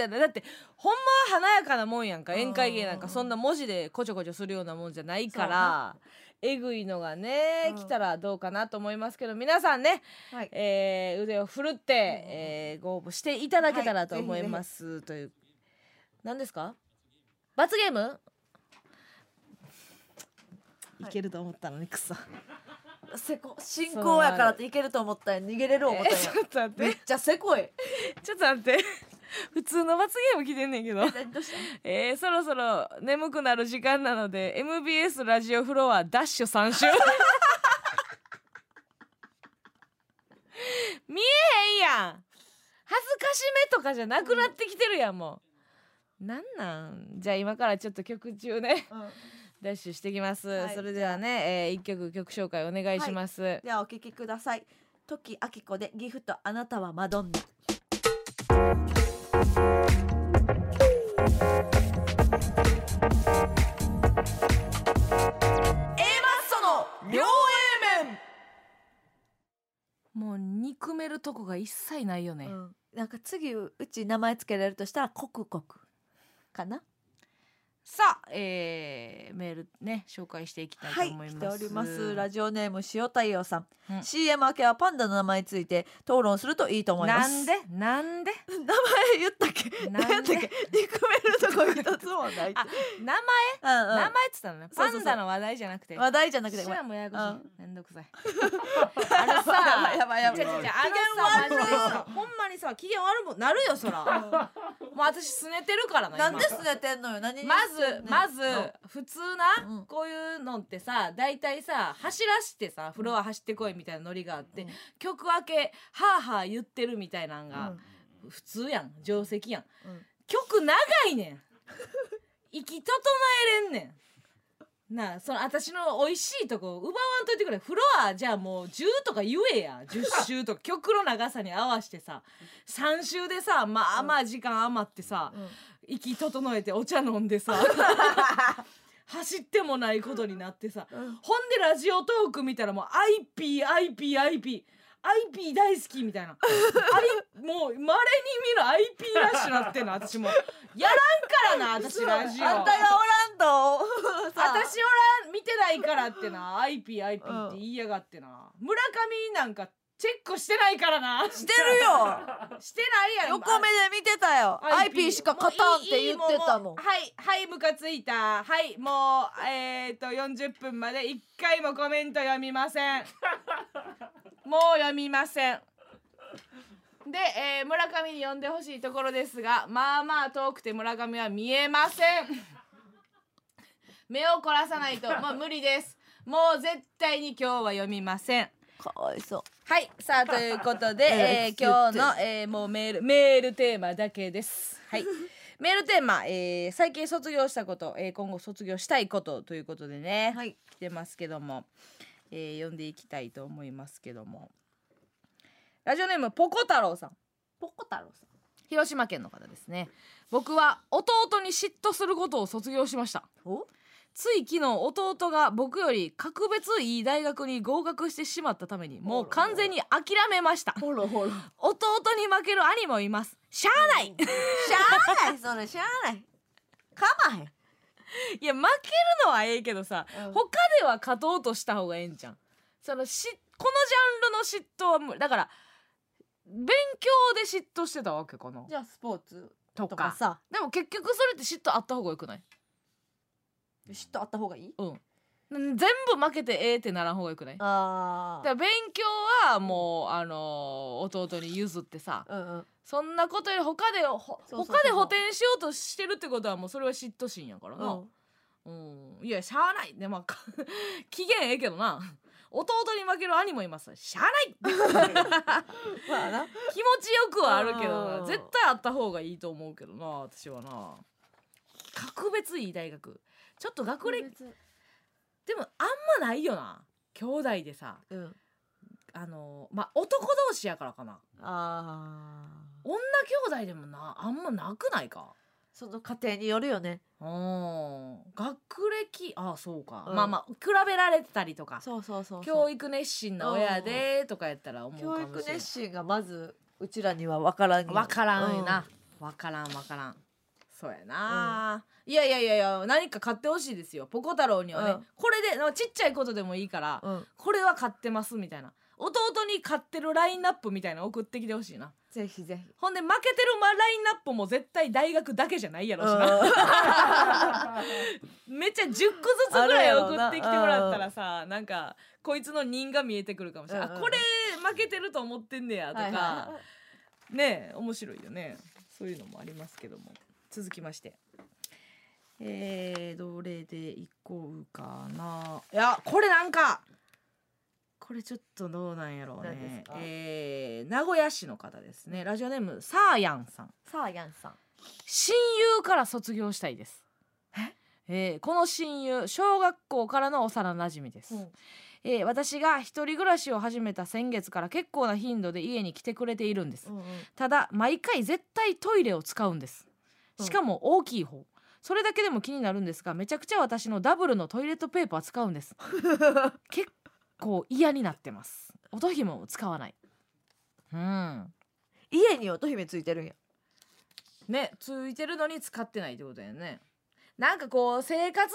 Speaker 2: ゃないだってほんまは華やかなもんやんか
Speaker 1: うん
Speaker 2: 宴会芸なんかそんな文字でこちょこちょするようなもんじゃないからえぐいのがね、
Speaker 1: うん
Speaker 2: 来たらどうかなと思いますけど皆さんね、
Speaker 1: はい
Speaker 2: えー腕を振るって、えーご応募していただけたらと思います、という何ですか罰ゲーム、い、けると思ったのにくそ、
Speaker 1: せこ進行やからっていけると思ったんや逃げれる
Speaker 2: (laughs)
Speaker 1: 思ったんや
Speaker 2: ちょっと待
Speaker 1: め
Speaker 2: っ
Speaker 1: っちゃせこい
Speaker 2: てちょっと待って (laughs) 普通の罰ゲーム来てんねんけど
Speaker 1: どうした
Speaker 2: えー、そろそろ眠くなる時間なので MBS ラジオフロアダッシュ3周 (laughs) 見えへんやん恥ずかしめとかじゃなくなってきてるやんもうなんなんじゃあ今からちょっと曲中ね
Speaker 1: うん
Speaker 2: ダッシュしてきます、
Speaker 1: はい
Speaker 2: それではね、えー、1曲曲紹介お願いします、
Speaker 1: ではお聞きください時あきこでギフトあなたはマドンナ
Speaker 2: もう憎めるとこが一切ないよね、
Speaker 1: うんなんか次うち名前つけれるとしたらコクコクかな
Speaker 2: さあ、えー、メールね紹介していきたいと
Speaker 1: はい
Speaker 2: 思い
Speaker 1: 来
Speaker 2: ます、
Speaker 1: ておりますラジオネーム塩太陽さん、
Speaker 2: うん
Speaker 1: CM 明けはパンダの名前について討論するといいと思いま
Speaker 2: な
Speaker 1: す
Speaker 2: んでなんで
Speaker 1: 名前言ったっけ
Speaker 2: なんで
Speaker 1: 何やったっけ憎めるとこ一つももないって
Speaker 2: あ名前
Speaker 1: うん
Speaker 2: 名
Speaker 1: うん
Speaker 2: 前っつったのね
Speaker 1: そう
Speaker 2: パ
Speaker 1: そうそう
Speaker 2: ンダの話題じゃなくて
Speaker 1: 話題じゃなくて
Speaker 2: シ
Speaker 1: ごめん
Speaker 2: ラもややこし
Speaker 1: うん
Speaker 2: いめんどくさいあのさ
Speaker 1: (laughs) やばいやばいやばい
Speaker 2: 違う違う違うあのさマジでさほんまにさ機嫌悪くなるよそ
Speaker 1: (laughs)
Speaker 2: らもう私すねてるからな今
Speaker 1: なんで拗ねてんのよ何に
Speaker 2: まずまず
Speaker 1: うん
Speaker 2: 普通
Speaker 1: うん
Speaker 2: なこういうのってさ大体さ走らしてさフロア走ってこいみたいなノリがあって曲明けはあはあ言ってるみたいなんが普通やん定石やん
Speaker 1: うん
Speaker 2: 曲長いねん (laughs) 息整えれんねんなあその私の美味しいとこ奪わんといてくれフロアじゃあもう10とか言えや10周とか曲の長さに合わせてさ3周でさまあまあ時間余ってさ、
Speaker 1: うん
Speaker 2: 息整えてお茶飲ん
Speaker 1: (laughs)
Speaker 2: でさ走ってもないことになってさ
Speaker 1: うん
Speaker 2: ほんでラジオトーク見たらもう IPIPIP IP 大好きみたいなあれもう稀に見る IP ラッシュなってんの私もやらん (laughs) からな私ラジオ
Speaker 1: あんたがおらんと (laughs) さ
Speaker 2: 私おらん見てないからってな IPIP って言いやがってな村上なんかチェックしてないからなし
Speaker 1: してるよ
Speaker 2: てないやん
Speaker 1: (laughs) 横目で見てたよ IP しか勝たんって言ってたもん
Speaker 2: ういいいいはいはいムカついたはいもうえっ、と40分まで一回もコメント読みま (laughs) せんもう読みませんで、えー村上に読んでほしいところですがまあまあ遠くて村上は見えません (laughs) 目を凝らさないともう無理ですもう絶対に今日は読みません
Speaker 1: かわいそう
Speaker 2: はい、さあということ
Speaker 1: (laughs)
Speaker 2: で、えー今日の、えーもうメールメールテーマだけです。はい。 (laughs) メールテーマ、えー最近卒業したこと、えー今後卒業したいことということでね、
Speaker 1: はい
Speaker 2: 来てますけども、えー読んでいきたいと思いますけども。ラジオネームポコ太郎さん。
Speaker 1: ポコ太郎さん
Speaker 2: 広島県の方ですね僕は弟に嫉妬することを卒業しましたつい昨日弟が僕より格別いい大学に合格してしまったためにもう完全に諦めました
Speaker 1: ほらほらし
Speaker 2: 弟に負ける兄もいますしゃあない
Speaker 1: ゃあないそれしゃあないかまへん
Speaker 2: いや負けるのはええけどさ、
Speaker 1: うん
Speaker 2: 他では勝とうとした方がええんじゃんそのしこのジャンルの嫉妬はもうだから勉強で嫉妬してたわけかな
Speaker 1: じゃあスポーツ
Speaker 2: と
Speaker 1: と
Speaker 2: か
Speaker 1: かさ
Speaker 2: でも結局それって嫉妬あった方がよくない
Speaker 1: 嫉妬あった方がいい
Speaker 2: 全部負けてええってならん方がよくないだ
Speaker 1: あ
Speaker 2: から勉強はもうあのー弟に譲ってさ
Speaker 1: あうんうん
Speaker 2: そんなことより他でほ
Speaker 1: そうそうそう
Speaker 2: 他で補填しようとしてるってことはもうそれは嫉妬心やからな、
Speaker 1: う
Speaker 2: うん、いやしゃあないでまあ (laughs) か機嫌ええけどな弟に負ける兄もいますしゃあない
Speaker 1: んまあな
Speaker 2: 気持ちよくはあるけど
Speaker 1: うん
Speaker 2: な絶対あった方がいいと思うけどな私はな格別いい大学ちょっと学歴でもあんまないよな兄弟でさ
Speaker 1: うん
Speaker 2: あのまあ男同士やからかな
Speaker 1: ああ
Speaker 2: 女兄弟でもなあんまなくないか
Speaker 1: その家庭によるよね
Speaker 2: うん学歴あそうか、
Speaker 1: うん
Speaker 2: まあまあ比べられてたりとか
Speaker 1: そうそうそう
Speaker 2: 教
Speaker 1: 育
Speaker 2: 育熱心な親でとかやったら思うかも
Speaker 1: 教
Speaker 2: しれ
Speaker 1: 育
Speaker 2: ない
Speaker 1: 熱心がまずうちらには分からんよ
Speaker 2: 分からんよな、分からん分からんそうやな、いやいやいやいや何か買ってほしいですよポコ太郎にはね、
Speaker 1: うん
Speaker 2: これでなんかちっちゃいことでもいいから、
Speaker 1: うん、うん、
Speaker 2: これは買ってますみたいな弟に買ってるラインナップみたいなの送ってきてほしいな
Speaker 1: ぜひぜひ
Speaker 2: ほんで負けてるまラインナップも絶対大学だけじゃないやろしな、 (laughs) めっちゃ10個ずつぐらい送ってきてもらったらさなんかこいつの人が見えてくるかもしれない、
Speaker 1: うん
Speaker 2: あ
Speaker 1: うん
Speaker 2: これ負けてると思ってんねやとか、
Speaker 1: はいは
Speaker 2: (laughs) ねえ面白いよねそういうのもありますけども続きましてえー、どれでいこうかないやこれなんかこれちょっとどうなんやろう
Speaker 1: 何です
Speaker 2: ね
Speaker 1: か
Speaker 2: えー名古屋市の方ですねラジオネームサーヤンさん
Speaker 1: さあやんさん
Speaker 2: 親友から卒業したいですえーこの親友小学校からの幼なじみです、
Speaker 1: うん
Speaker 2: えー私が一人暮らしを始めた先月から結構な頻度で家に来てくれているんです、
Speaker 1: うんうん
Speaker 2: ただ毎回絶対トイレを使うんです
Speaker 1: うん
Speaker 2: しかも大きい方、それだけでも気になるんですがめちゃくちゃ私のダブルのトイレットペーパー使うん
Speaker 1: (laughs)
Speaker 2: です結構嫌になってます乙姫も使わないうん
Speaker 1: 家に乙姫ついてるんや
Speaker 2: ねついてるのに使ってないってことやねなんかこう生活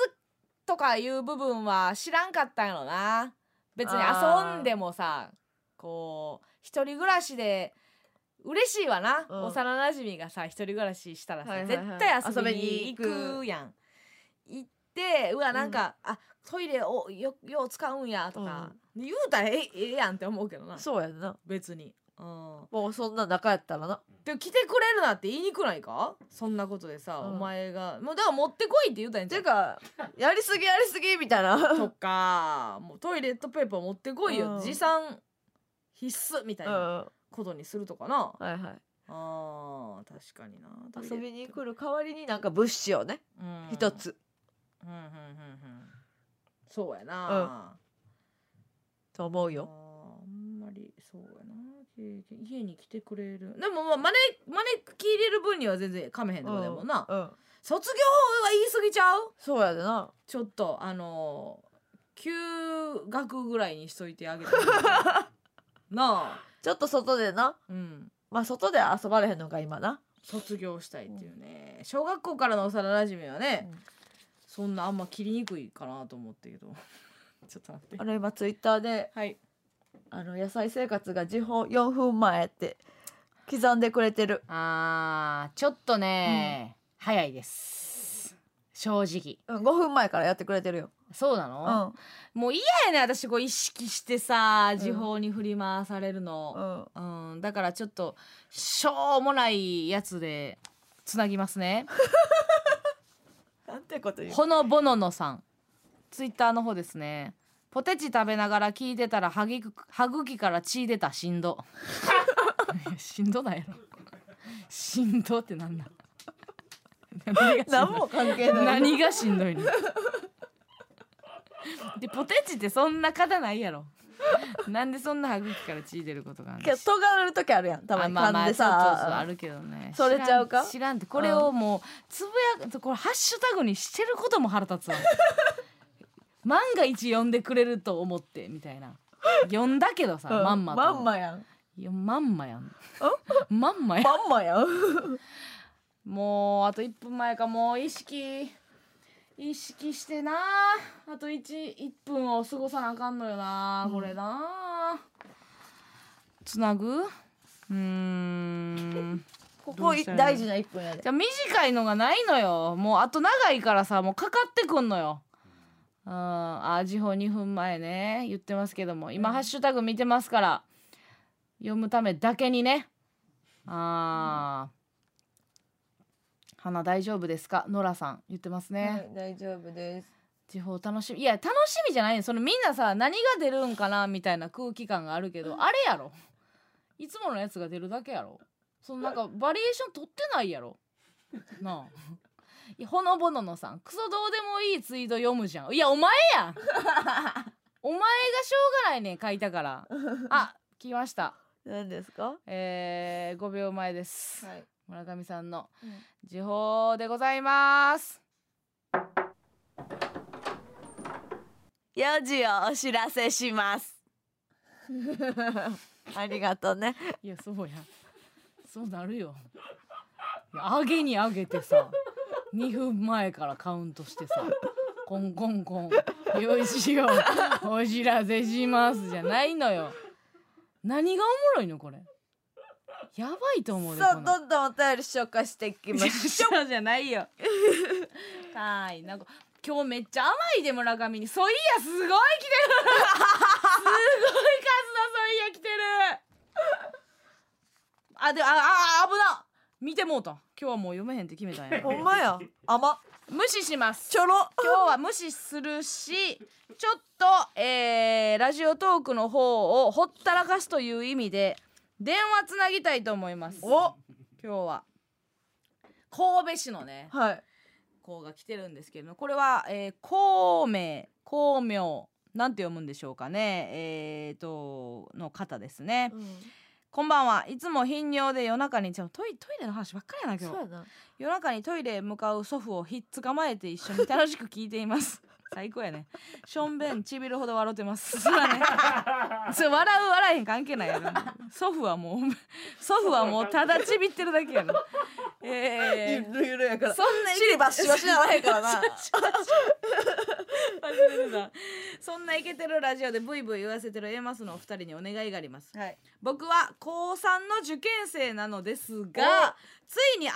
Speaker 2: とかいう部分は知らんかったんやろな別に
Speaker 1: あー
Speaker 2: 遊んでもさこう一人暮らしで嬉しいわな、
Speaker 1: うん
Speaker 2: 幼馴染がさ一人暮らししたらさ、
Speaker 1: はいはいはい
Speaker 2: 絶対遊びに行くやん行ってうわなんか、あトイレをよよう使うんやとか、言うたらええええやんって思うけどな
Speaker 1: そうやんな
Speaker 2: 別に、うん、
Speaker 1: もうそんな仲やったらな
Speaker 2: でも来てくれるなって言いにくないかそんなことでさ、
Speaker 1: うん
Speaker 2: お前がもうだから持ってこいって言うたんやん
Speaker 1: ていうかやりすぎやりすぎみたいな
Speaker 2: とかもうトイレットペーパー持ってこいよ、
Speaker 1: うん
Speaker 2: 持参必須みた
Speaker 1: う
Speaker 2: い
Speaker 1: ん
Speaker 2: な
Speaker 1: は
Speaker 2: ことにするとかな、
Speaker 1: いはい
Speaker 2: あー確かにな
Speaker 1: 遊びに来
Speaker 2: る
Speaker 1: る代わりになんか物資をね一、つ
Speaker 2: うんうんうんうんうんそうやな、
Speaker 1: と思う
Speaker 2: あー
Speaker 1: よ
Speaker 2: あんまりそうやな経験家に来てくれるでもまあ招招き入れる分には全然かめへんとこでもな、
Speaker 1: うん
Speaker 2: 卒業は言い過ぎちゃう
Speaker 1: そうやでな
Speaker 2: ちょっとあのー休学ぐらいにしといて
Speaker 1: (laughs)
Speaker 2: あげてなあ
Speaker 1: ちょっと外でな
Speaker 2: うん
Speaker 1: まあ外で遊ばれへんのか今な
Speaker 2: 卒業したいっていうね、小学校からの幼馴染はね、
Speaker 1: うん
Speaker 2: そんなあんま切りにくいかなと思ってけど (laughs) ちょっと待って
Speaker 1: あの今ツイッターで
Speaker 2: はい
Speaker 1: あの野菜生活が時報4分前って刻んでくれてる、
Speaker 7: あーちょっとね、早いです正直
Speaker 1: うん、5分前からやってくれてるよ、
Speaker 7: そうな
Speaker 1: う
Speaker 7: の、
Speaker 1: ん
Speaker 2: もう嫌やね私こう意識してさ時報に振り回される
Speaker 1: う
Speaker 2: の、
Speaker 1: ん、
Speaker 2: うんだからちょっとしょうもないやつでつなぎますね
Speaker 1: なんてこと言
Speaker 2: ほのぼののさんツイッターの方ですねポテチ食べながら聞いてたら歯ぎく歯茎から血出たしんどいや (laughs) しんどないやろしんどってなんだ (laughs) 何
Speaker 1: 何も関係ない
Speaker 2: 何がしんどいのでポテチってそんな方ないやろなんでそんな歯茎から血出ることがある
Speaker 1: けど尖る時あるやんたまに
Speaker 2: まあま
Speaker 1: 噛ん
Speaker 2: あ
Speaker 1: で
Speaker 2: そうそうそうあ
Speaker 1: さ
Speaker 2: るけどね
Speaker 1: それちゃう
Speaker 2: 知
Speaker 1: か
Speaker 2: らん知らんってこれをもうつぶやくこれハッシュタグにしてることも腹立つ
Speaker 1: (laughs)
Speaker 2: わ万が一呼んでくれると思ってみたいな呼んだけどさ、
Speaker 1: うん
Speaker 2: まんまと
Speaker 1: まんまやん
Speaker 2: いやまんまやんまんまやん
Speaker 1: まんまやん
Speaker 2: もうあと1分前かもう意識意識してなあと 1, 1分を過ごさなあかんのよなこれな、つなぐうーん
Speaker 1: (laughs) こ
Speaker 2: ど
Speaker 1: こ
Speaker 2: うしたらいいの
Speaker 1: 大事な1分やで
Speaker 2: じゃあ短いのがないのよもうあと長いからさもうかかってくんのようんあ時報2分前ね言ってますけども今、ハッシュタグ見てますから読むためだけにねあー、花大丈夫ですかノラさん言ってますね、
Speaker 1: うん大丈夫です
Speaker 2: 時報楽しみいや楽しみじゃないよそのみんなさ何が出るんかなみたいな空気感があるけど、あれやろいつものやつが出るだけやろそのなんかバリエーション取ってないやろなあ (laughs) いやほのぼののさんクソどうでもいいツイート読むじゃんいやお前
Speaker 1: (laughs)
Speaker 2: やんお前がしょうがないねん書いたからあ来ました
Speaker 1: 何ですか
Speaker 2: えー、5秒前です、
Speaker 1: はい
Speaker 2: 村上さんの
Speaker 1: うん
Speaker 2: 時報でございます
Speaker 8: 4時をお知らせし
Speaker 2: (laughs)
Speaker 8: ます
Speaker 1: ありがとうね
Speaker 2: いやそうやそうなるよいや上げに上げてさ2分前からカウントしてさコンコンコン「よしよお知らせします」じゃないのよ何がおもろいのこれやばいと思うで
Speaker 1: さ
Speaker 2: こ
Speaker 1: あ
Speaker 2: ん
Speaker 1: ど
Speaker 2: なん
Speaker 1: どんお
Speaker 2: (laughs)
Speaker 1: 便り紹介していきましょう
Speaker 2: そうじゃない
Speaker 1: (laughs)
Speaker 2: よはいなんか今日めっちゃ甘いで村上に「ソイヤすごい来てるすごい数のソイヤ来てるあであああ危な見てもうた今日はもう読めへんって決めたんや
Speaker 1: ほんまや甘
Speaker 2: 無視します
Speaker 1: ちょろ
Speaker 2: 今日は無視するしちょっと、えーラジオトークの方をほったらかすという意味で電話つなぎたいと思いますお今日は神戸市のね
Speaker 1: はい
Speaker 2: 子が来てるんですけれどもこれは、えー、孔明孔明なんて読むんでしょうかねえー、との方ですね、こんばんはいつも頻尿で夜中にちょトイトイレの話ばっかりやな今
Speaker 1: そう
Speaker 2: 日
Speaker 1: やな
Speaker 2: 夜中にトイレへ向かう祖父をひっつかまえて一緒に楽しく聞いています
Speaker 1: (laughs)
Speaker 2: 最高やねしょんべんちびるほど笑ってますそらねそれ笑う笑えへん関係ないやろ祖父はもう祖父はもうただちびってるだけやろえー
Speaker 1: ゆるゆるやから
Speaker 2: そんな
Speaker 1: シリバッシバシならへんからな
Speaker 4: 忘れてたそんなイケてるラジオでブイブイ言わせてるエマスのお二人にお願いがあります
Speaker 1: はい。
Speaker 4: 僕は高3の受験生なのですがついに明日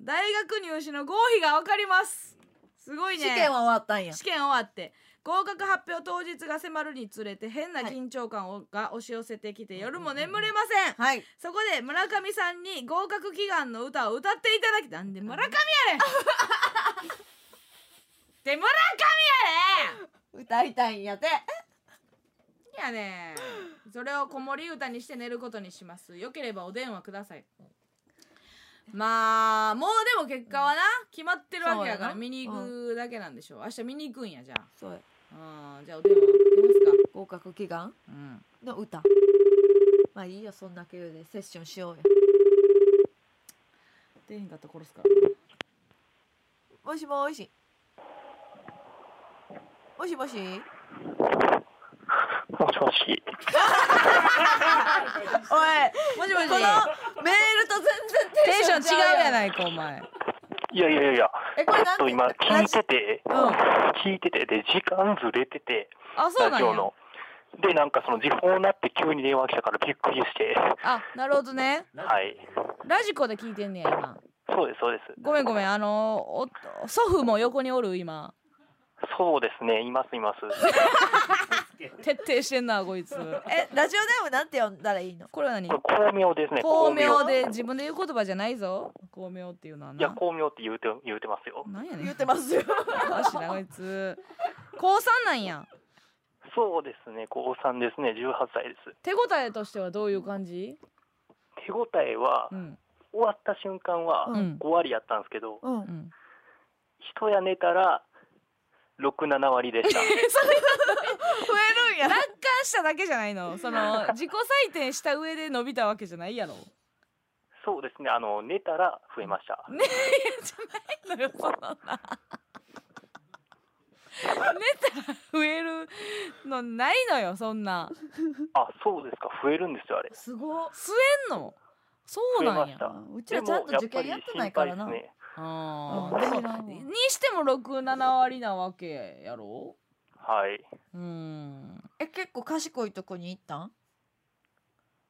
Speaker 4: 大学入試の合否が分かりますすごいね
Speaker 1: 試験は終わったんや。
Speaker 4: 試験終わって合格発表当日が迫るにつれて変な緊張感を、が押し寄せてきて夜も眠れません、
Speaker 1: はい。
Speaker 4: そこで村上さんに合格祈願の歌を歌っていただきなんで村上やれん (laughs) で村
Speaker 1: 歌いたいんやて。
Speaker 4: 上やねんそれを子守歌にして寝ることにしますよければお電話くださいまあもうでも結果はな決まってるわけやから
Speaker 1: そうやな
Speaker 4: 見に行くだけなんでしょう明日見に行くんやじゃあ
Speaker 1: そうや。
Speaker 4: うんじゃあお電話出ますか
Speaker 9: 合格祈願
Speaker 4: うん
Speaker 9: の歌まあいいよそんだけでセッションしようや
Speaker 4: 出へんかったら殺すか
Speaker 9: もしもしもしもし
Speaker 10: もしもし。
Speaker 1: おい、こ
Speaker 4: もしもし
Speaker 1: のメールと全
Speaker 4: テ
Speaker 1: 然
Speaker 4: ンション違うや
Speaker 1: い。
Speaker 4: ないかお前
Speaker 10: いやいやいやいや、
Speaker 1: え、これ
Speaker 10: ちょ
Speaker 1: な
Speaker 10: っと今
Speaker 1: ん
Speaker 10: 聞いてて、
Speaker 4: うんあ
Speaker 10: 聞いてて、で、時間ずれてて、
Speaker 4: そう
Speaker 10: ラ
Speaker 4: なん
Speaker 10: ジオ
Speaker 4: や
Speaker 10: の。で、なんかその時報になって急に電話来たからびっくりして、
Speaker 4: あなるほどね
Speaker 10: はい。
Speaker 4: ラジコで聞いてんねや今
Speaker 10: そうです、そうです。
Speaker 4: ごめんごめんあのーお祖父も横におる今
Speaker 10: そうですね、いますいます。
Speaker 4: 徹底してんなこいつ
Speaker 9: えラジオネームなんて呼んだらいいの
Speaker 4: これは何
Speaker 10: これ、巧妙
Speaker 4: (laughs)
Speaker 10: ですね、
Speaker 4: 巧妙で自分で言う言葉じゃないぞ巧妙っていうのはい
Speaker 10: や、
Speaker 4: な
Speaker 10: 巧妙って言うて、言うてますよ。
Speaker 4: なんやねん
Speaker 1: 言ってますよ。
Speaker 4: 詳しいなこいつ高三なんや
Speaker 10: そうですね、高3ですね、18歳です。
Speaker 4: 手応えとしてはどういう感じ
Speaker 10: 手応えは
Speaker 4: う、ん
Speaker 10: 終わった瞬間は
Speaker 4: うん
Speaker 10: 5割やったんですけど、
Speaker 4: うん
Speaker 10: 人や寝たら6、7割でした。
Speaker 4: (laughs) 楽観しただけじゃないのその自己採点した上で伸びたわけじゃないやろ
Speaker 10: そうですね、あの、寝たら増えました。
Speaker 4: のよそんな寝たら増えるのないのよそんな
Speaker 10: あ、そうですか、増えるんですよ、あれ。
Speaker 9: すごっ
Speaker 4: 吸えんのそう
Speaker 10: 増え
Speaker 4: な
Speaker 10: ま
Speaker 4: んや
Speaker 10: した。
Speaker 9: うちらちゃんと受験やってないからな
Speaker 10: でもやっぱり心配ですね
Speaker 4: あ
Speaker 9: うん
Speaker 4: ー
Speaker 9: 知らんわ
Speaker 4: でもにしても67割なわけやろ
Speaker 10: はい。
Speaker 4: うん
Speaker 9: え結構賢いとこに行ったん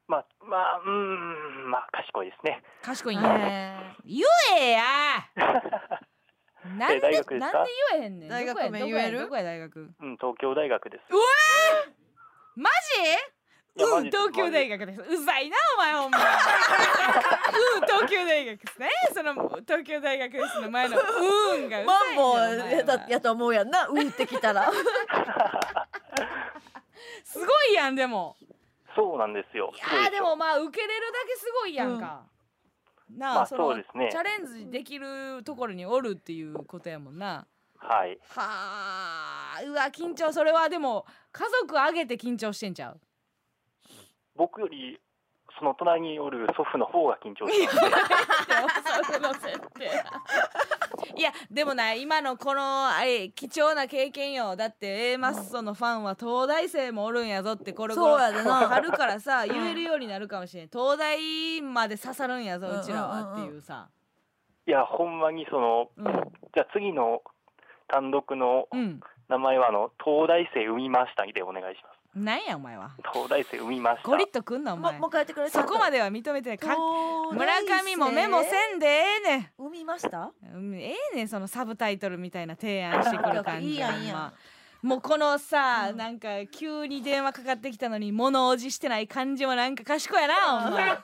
Speaker 10: まあ、まあ、うーん、まあ、賢いですね。
Speaker 4: 賢いんや
Speaker 9: え
Speaker 4: 言え
Speaker 10: (laughs)
Speaker 4: やなん
Speaker 10: え
Speaker 4: でな
Speaker 10: 大
Speaker 4: んで
Speaker 10: 学ですか
Speaker 4: 言えへんねん
Speaker 9: 大学
Speaker 4: どこや
Speaker 9: 名
Speaker 4: どこや
Speaker 9: 言える
Speaker 4: どこや大学
Speaker 10: うん、東京大学です。
Speaker 4: マジ
Speaker 10: いやマ
Speaker 4: うん
Speaker 10: ジです
Speaker 4: 東京大学ですうざいなお前ほん
Speaker 10: (laughs)
Speaker 4: まうん東京大学ですねその東京大学ですの前のうんがうざ
Speaker 1: マ
Speaker 4: い
Speaker 1: ン
Speaker 4: な
Speaker 1: ボ
Speaker 4: お前
Speaker 1: ウやだやと思うやんな。うーってき
Speaker 9: (laughs)
Speaker 1: たら。
Speaker 4: すごいやんでも
Speaker 10: そうなんですよ。
Speaker 4: い
Speaker 10: すごい
Speaker 4: やー
Speaker 10: す
Speaker 4: で
Speaker 10: よ
Speaker 4: もまあ受けれるだけすごいやんか、なあ、
Speaker 10: まあ
Speaker 4: その
Speaker 10: そうですね
Speaker 4: チャレンジできるところにおるっていうことやもんな
Speaker 10: はい。
Speaker 4: はあうわ緊張それはでも家族挙げて緊張してんちゃう
Speaker 10: 僕より、その隣におる祖父の方が緊張してます。
Speaker 4: それの設定いやでもな今のこのあれ貴重な経験よだって A マッソのファンは東大生もおるんやぞってこれこ
Speaker 1: そう
Speaker 4: れ
Speaker 1: やでな。
Speaker 4: 春からさ言えるようになるかもしれん東大まで刺さるんやぞうちらはっていうさ
Speaker 10: いや、ほんまに、その、
Speaker 4: う
Speaker 10: じゃあ次の単独の
Speaker 4: ん、
Speaker 10: 名前は、あの、東大生産みましたでお願いしま
Speaker 4: うん、なんやお前は
Speaker 10: す。東大生産みました。
Speaker 4: ゴリッとくんなお
Speaker 9: も
Speaker 4: 前
Speaker 9: もう帰ってくれ
Speaker 4: そこま
Speaker 9: で
Speaker 4: では認めてないか村上もメモせんでええねん
Speaker 9: 産みました
Speaker 4: うんええねんそのサブタイトルみたいな提案してくる感じ
Speaker 9: いいやんいいやん
Speaker 4: ほまもうこのさ、
Speaker 9: うん
Speaker 4: なんか急に電話かかってきたのに物おじしてない感じもなんか賢いやなお前あ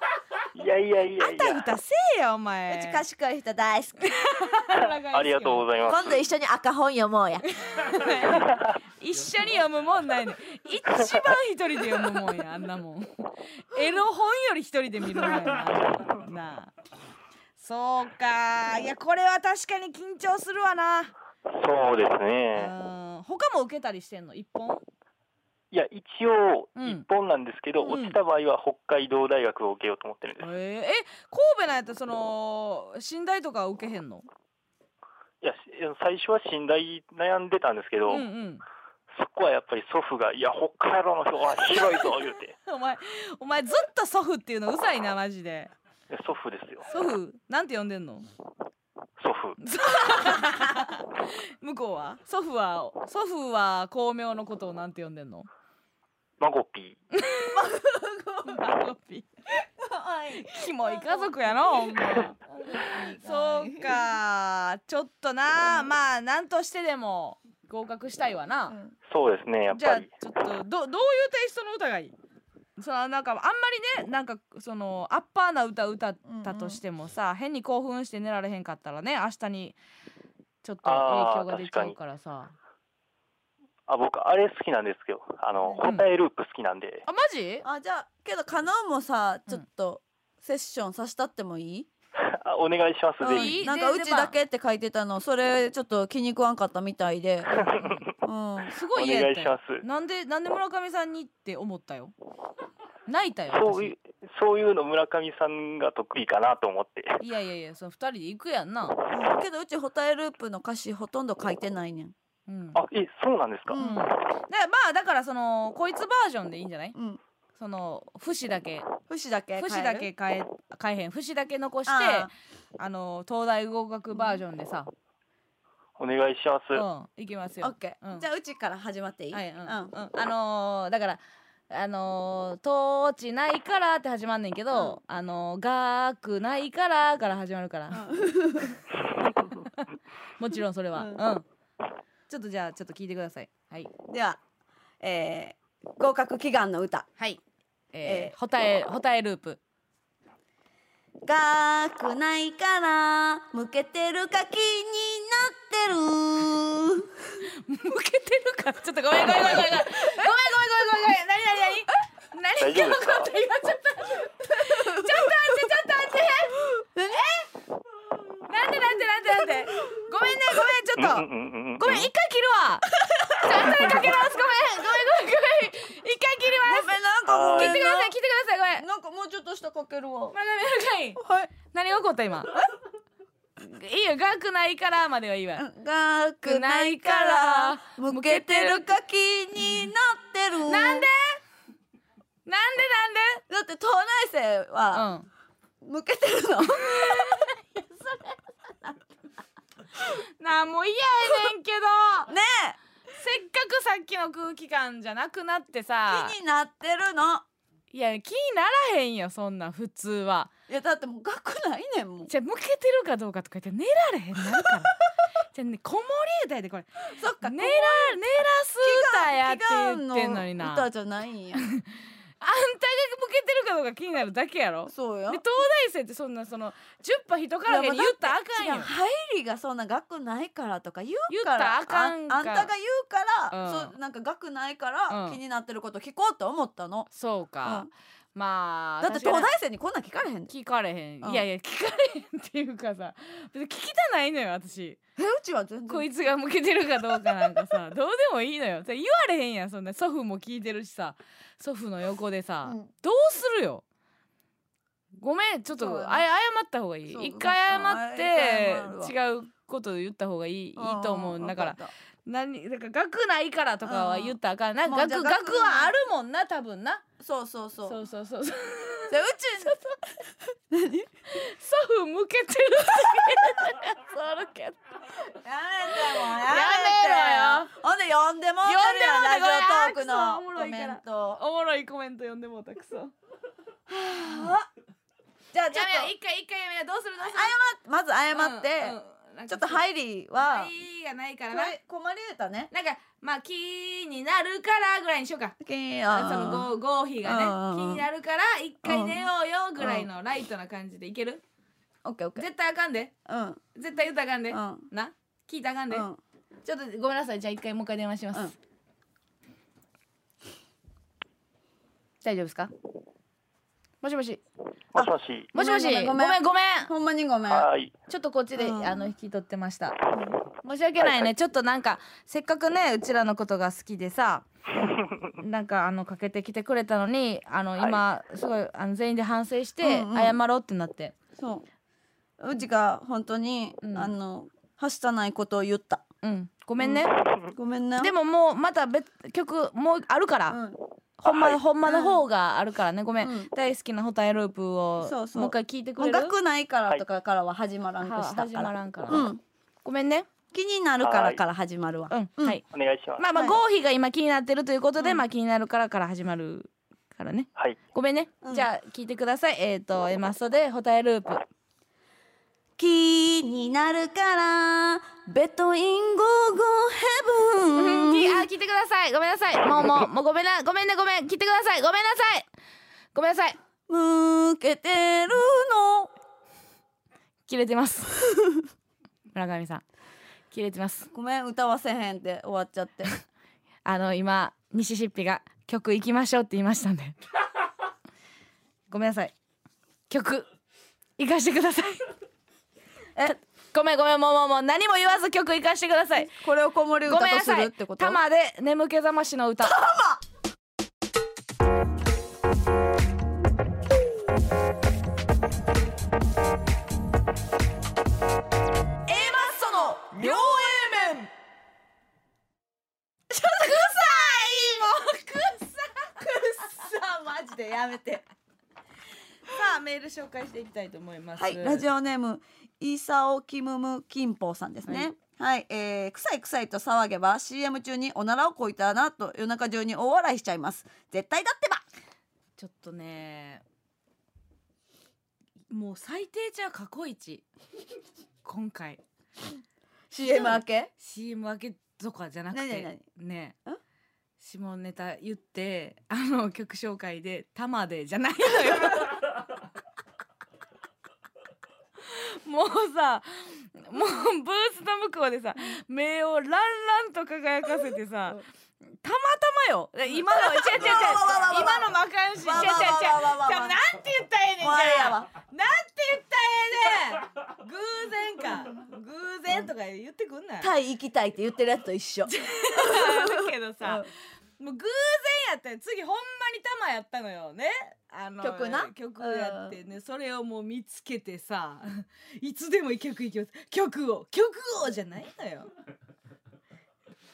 Speaker 10: いやいやいやい
Speaker 4: たふ
Speaker 10: や。
Speaker 4: たせえやお前
Speaker 9: (laughs) うち賢い人大好き
Speaker 10: ありがとうございます。
Speaker 9: 今度一緒に赤本読もうや
Speaker 4: 一緒に読むもんないねん一番一人で読むもんやあんなもんエロ本より一人で見るもんやななあそうかいやこれは確かに緊張するわな
Speaker 10: そうですね。
Speaker 4: うん他も受けたりしてんの一本
Speaker 10: いや一応
Speaker 4: うん
Speaker 10: 一本なんですけど、
Speaker 4: うん
Speaker 10: 落ちた場合は北海道大学を受けようと思ってるんです、
Speaker 4: えー、え神戸なんやったらその寝台とかは受けへんの
Speaker 10: いやし最初は信大悩んでたんですけ
Speaker 4: う
Speaker 10: ど、
Speaker 4: んうん
Speaker 10: そこはやっぱり祖父が「いや北海道の人は広いぞ」言う
Speaker 4: (laughs)
Speaker 10: て
Speaker 4: お前お前ずっと祖父っていうのうざいなマジで
Speaker 10: いや祖父ですよ
Speaker 4: 祖父なんて呼んでんの
Speaker 10: 祖父
Speaker 4: 向こうは祖父は祖父は巧妙のことをなんて呼んでんの
Speaker 10: マゴピー。
Speaker 4: マゴピキモい家族やなほんまそうかちょっとなまあなんとしてでも合格したいわな、
Speaker 10: そうですね、やっ
Speaker 4: じゃ
Speaker 10: ぱ
Speaker 4: あ
Speaker 10: り。
Speaker 4: ちょっとどどういうテイストの歌がいいそのなんかあんまりねなんかそのアッパーな歌歌ったとしてもさ、変に興奮して寝られへんかったらね明日にちょっと影響が出ちゃうからさ
Speaker 10: あ、僕、あれ好きなんですけど、あの、
Speaker 4: うん
Speaker 10: 答えループ好きなんで。
Speaker 4: あマジ
Speaker 1: あじゃあけどカノンもさ
Speaker 4: うん
Speaker 1: ちょっとセッションさしたってもいい、
Speaker 10: あお願いします、
Speaker 1: う
Speaker 10: ぜ
Speaker 1: ん
Speaker 10: ひ。
Speaker 4: いい
Speaker 1: なんか
Speaker 4: 全
Speaker 1: う
Speaker 4: 然
Speaker 1: ちだけって書いてたのそれちょっと気に食わんかったみたい (laughs) で、うん、
Speaker 4: す
Speaker 10: お
Speaker 4: ごい嫌や
Speaker 10: 願
Speaker 4: っ
Speaker 10: い
Speaker 4: た
Speaker 10: し
Speaker 4: よ
Speaker 10: ます。
Speaker 4: なんでなんで村上さんにって思ったよ泣いたよ
Speaker 10: そうい
Speaker 4: 私
Speaker 10: う、そういうの村上さんが得意かなと思って。
Speaker 4: いやいやいやその2人で行くやんな、
Speaker 1: うんけどうちホタエループの歌詞ほとんど書いてないねん、
Speaker 4: うん、
Speaker 10: あ、え、そうなんですか。
Speaker 1: うん
Speaker 4: でまあだからそのこいつバージョンでいいんじゃない
Speaker 1: うん、
Speaker 4: その節だけ
Speaker 1: 節だけ
Speaker 4: 節だけ変え変えへん節だけ残して
Speaker 1: あ
Speaker 4: あの東大合格バージョンでさ、
Speaker 10: お願いします。
Speaker 4: うん、行きます
Speaker 1: オッ
Speaker 4: よ。
Speaker 1: ケー、
Speaker 4: うん
Speaker 1: じゃあうちから始まっていい、
Speaker 4: はい、うん、う
Speaker 1: う
Speaker 4: ん、
Speaker 1: ん
Speaker 4: あのーだから。あのー「統治ないから」って始まんねんけど「あのー、学ないから」から始まるから、 (laughs) もちろんそれは、
Speaker 1: う
Speaker 4: うんんちょっとじゃあちょっと聞いてくださいはい
Speaker 1: では、えー、合格祈願の歌
Speaker 4: はい
Speaker 1: え
Speaker 4: え
Speaker 1: ー
Speaker 4: ー、ほたえほたえループ
Speaker 1: 学ないから向けてるか気になってる
Speaker 4: 向けてるかちょっとごめんごめんごめんごめんごめんごめんごめんごめんごめん何何何何
Speaker 10: 大丈夫ですか
Speaker 4: 分かんない今ちょっとちょっと待ってちょっと待ってえなんでなんでなんでなんでごめんねごめんちょっと
Speaker 10: うんうん
Speaker 4: ごめ
Speaker 10: うんうん。
Speaker 4: ん一回切るわちょっとかけますごめんごめんごめんごめん一回切ります
Speaker 1: なん
Speaker 10: かごめ
Speaker 4: 切ってください切ってくださいごめん
Speaker 1: なんかもうちょっとしたかけるわ
Speaker 4: まだ見るか
Speaker 1: は
Speaker 4: い
Speaker 1: い
Speaker 4: 何が起こった今いいよ学ないからまではいいわ
Speaker 1: 学ないから向けてるか気になってる
Speaker 4: なんでなんで
Speaker 1: だって東大生
Speaker 4: な
Speaker 1: は
Speaker 4: んでうん
Speaker 1: 向けてるの、
Speaker 4: なあもう嫌やねんけど
Speaker 1: (laughs) ね
Speaker 4: せっかくさっきの空気感じゃなくなってさ
Speaker 1: え気になってるの
Speaker 4: いや気にならへんよそんな普通はい
Speaker 1: やだってもう学ないねん
Speaker 4: (laughs)
Speaker 1: もん
Speaker 4: じゃあ向けてるかどうかとか言って寝られへんなる
Speaker 1: (laughs)
Speaker 4: からじゃあね子守歌やでこれ
Speaker 1: そっか
Speaker 4: 寝ら寝らす歌やって言ってんのになあんた
Speaker 1: 歌
Speaker 4: が
Speaker 1: じゃないん
Speaker 4: (laughs)
Speaker 1: や
Speaker 4: 向けてるかどうか気になるだけやろ
Speaker 1: そう
Speaker 4: で
Speaker 1: よ
Speaker 4: 東大生ってそんなその10波人からげに言ったらあかん
Speaker 1: いや
Speaker 4: やん
Speaker 1: もうだって違う入りがそんな学ないからとか言うから
Speaker 4: 言ったらあかんか
Speaker 1: あんたが言うから、
Speaker 4: うん
Speaker 1: そうなんか学ないから
Speaker 4: うん
Speaker 1: 気になってること聞こうと思ったの、
Speaker 4: そうか、まあ
Speaker 1: だって
Speaker 4: 確か
Speaker 1: 東
Speaker 4: に
Speaker 1: 大生にこんなん聞かれへんで
Speaker 4: 聞かれへん、
Speaker 1: うん
Speaker 4: いやいや聞かれへんっていうかさ別に聞きたないのよ私
Speaker 1: えうちは全
Speaker 4: こ
Speaker 1: 然
Speaker 4: いつが向けてるかどうかなんか (laughs) さどうでもいいのよそれ言われへんやんそんな祖父も聞いてるしさ祖父の横でさ、
Speaker 1: うん
Speaker 4: どうするよごめんちょっ
Speaker 1: そう
Speaker 4: と
Speaker 1: や
Speaker 4: あ
Speaker 1: な
Speaker 4: や謝った方がいい
Speaker 1: そう
Speaker 4: 一回謝
Speaker 1: うん
Speaker 4: っ
Speaker 1: あ
Speaker 4: て
Speaker 1: 一
Speaker 4: 違うこと言った方がいいいいと思うんだから
Speaker 1: わった
Speaker 4: 何だから学ないからとかは言ったらあかんな
Speaker 1: うんもう
Speaker 4: 学
Speaker 1: じゃあ
Speaker 4: 学
Speaker 1: 学
Speaker 4: はある (laughs) もんな多分な
Speaker 1: そうそうそう
Speaker 4: そうそうそうそう (laughs)
Speaker 1: でうち
Speaker 4: 祖父向けてるってやつあるけ
Speaker 1: や
Speaker 4: ど
Speaker 1: めてもうやめて
Speaker 4: やめろよ
Speaker 1: ほんで呼んでもう
Speaker 4: 呼んでもう
Speaker 1: ラ
Speaker 4: て
Speaker 1: ジオト
Speaker 4: これあーくそおも
Speaker 1: ークのコ
Speaker 4: ろいか
Speaker 1: メ
Speaker 4: ら
Speaker 1: ント
Speaker 4: おもろいコメント読んでもうたくそ
Speaker 1: じゃあちょっ
Speaker 4: やめよ
Speaker 1: と
Speaker 4: う一回一回やめようどうするどうする
Speaker 1: まず謝って、
Speaker 4: うんうん
Speaker 1: ちょっと入りは、
Speaker 4: なんかいいがないからな
Speaker 1: これ困り得たね
Speaker 4: なんかまあ気になるからぐらいにしようか
Speaker 1: 金
Speaker 4: その合合否が
Speaker 1: うん
Speaker 4: ね
Speaker 1: うん
Speaker 4: 気になるから一回寝ようよぐらいのライトな感じでいける
Speaker 1: オッケーオッケー
Speaker 4: 絶対あかんで
Speaker 1: うん
Speaker 4: 絶対言ったらあかんで
Speaker 1: うん
Speaker 4: な聞いたらあかんで
Speaker 1: うん
Speaker 4: ちょっとごめんなさいじゃあ一回もう一回電話します、
Speaker 1: うん
Speaker 4: 大丈夫ですかもしもし
Speaker 10: もしもし。
Speaker 4: もしもし
Speaker 1: ご
Speaker 4: ご
Speaker 1: め
Speaker 4: め
Speaker 1: ん
Speaker 4: ん
Speaker 1: ご
Speaker 4: ご
Speaker 1: め
Speaker 4: め
Speaker 1: ん
Speaker 4: ん
Speaker 1: ほんまにごめん
Speaker 10: はい。
Speaker 4: ちょっとこっちで、
Speaker 1: うん
Speaker 4: あの引き取ってました、申し訳ないねちょっとなんかせっかくねうちらのことが好き
Speaker 1: (laughs)
Speaker 4: でさなんかあのかけてきてくれたのにあの今、すごいあの全員で反省して
Speaker 1: うんうん
Speaker 4: 謝ろうってなって
Speaker 1: そううちが本当に、
Speaker 4: うん
Speaker 1: あのはしたないことを言った
Speaker 4: うん、ごめんね、
Speaker 1: ごめんね
Speaker 4: でももうまた別曲もうあるから、
Speaker 1: うん
Speaker 4: ほん
Speaker 10: は
Speaker 4: ま
Speaker 10: い
Speaker 4: ほんまの方があるからねごめん、
Speaker 1: うん
Speaker 4: 大好きなホタエループを
Speaker 1: そうそう
Speaker 4: もう一回聞いてく
Speaker 1: もう
Speaker 4: れる
Speaker 1: 学ないからとかからは始まらんく
Speaker 4: は
Speaker 1: した
Speaker 4: 始
Speaker 1: か
Speaker 4: ま
Speaker 1: ら
Speaker 4: らんから、
Speaker 1: うん
Speaker 4: ごめんね
Speaker 11: 気になるからから始まるわ
Speaker 12: うん、
Speaker 11: うん
Speaker 12: はい
Speaker 10: お願いします。
Speaker 12: まあまあ
Speaker 11: はい
Speaker 12: 合否が今気になってるということで、
Speaker 11: うん
Speaker 12: まあ気になるからから始まるからね
Speaker 10: はい。
Speaker 12: ごめんね、
Speaker 11: うん
Speaker 12: じゃあ聞いてくださいえっ、とエマストで答えループ
Speaker 11: 気になるからベトインゴーゴーヘブン
Speaker 12: きあ聞いてくださいごめんなさいもうもうもうごめんなごめんねごめん聞いてくださいごめんなさいごめんなさい
Speaker 11: 向けてるの
Speaker 12: 切れてます村上さん切れてます
Speaker 11: ごめん歌わせへんって終わっちゃって
Speaker 12: あの今ミシシッピが曲行きましょうって言いましたんで (laughs) ごめんなさい曲行かしてくださいえごめんごめんもうもうもう何も言わず曲行かしてください
Speaker 11: これを子守歌
Speaker 12: ご
Speaker 11: と
Speaker 12: めんな
Speaker 11: す
Speaker 12: さ
Speaker 11: る
Speaker 12: い
Speaker 11: ってこと
Speaker 12: 玉で眠気覚ましの歌
Speaker 2: 両 A 面
Speaker 11: マジでやめて
Speaker 2: さあメール紹介していきたいと思います、
Speaker 11: はい、ラジオネームイサオキムムキンポウさんですね。はい、えー臭い臭いと騒げば CM 中におならをこいたなと夜中中に大笑いしちゃいます。絶対だってば。
Speaker 2: ちょっとねもう最低じゃ過去一今回
Speaker 11: CM 明け？
Speaker 2: CM 明けとかじゃなくて
Speaker 11: 何々
Speaker 2: ね
Speaker 11: ん
Speaker 2: 下ネタ言ってあの曲紹介で「玉で」じゃないの
Speaker 11: (laughs)
Speaker 2: よもうさもうブースの向こうでさ目をランランと輝かせてさたまたまよえ今の違う違う違う今のもあかんし違う違う違う
Speaker 11: わわわわわわ
Speaker 2: 多分なんて言ったらええねんじ
Speaker 11: わ
Speaker 2: ゃ
Speaker 11: や
Speaker 2: あ
Speaker 11: わ
Speaker 2: なんて言ったらええねん偶然か偶然とか言ってくんない
Speaker 11: タイ行きたいって言ってるやつと一緒。
Speaker 2: だけどさ、もう偶然やったよ次ほんまに玉やったのよねあの
Speaker 11: 曲な
Speaker 2: 曲やってね、それをもう見つけてさ (laughs) いつでも曲いきます曲を曲をじゃないのよ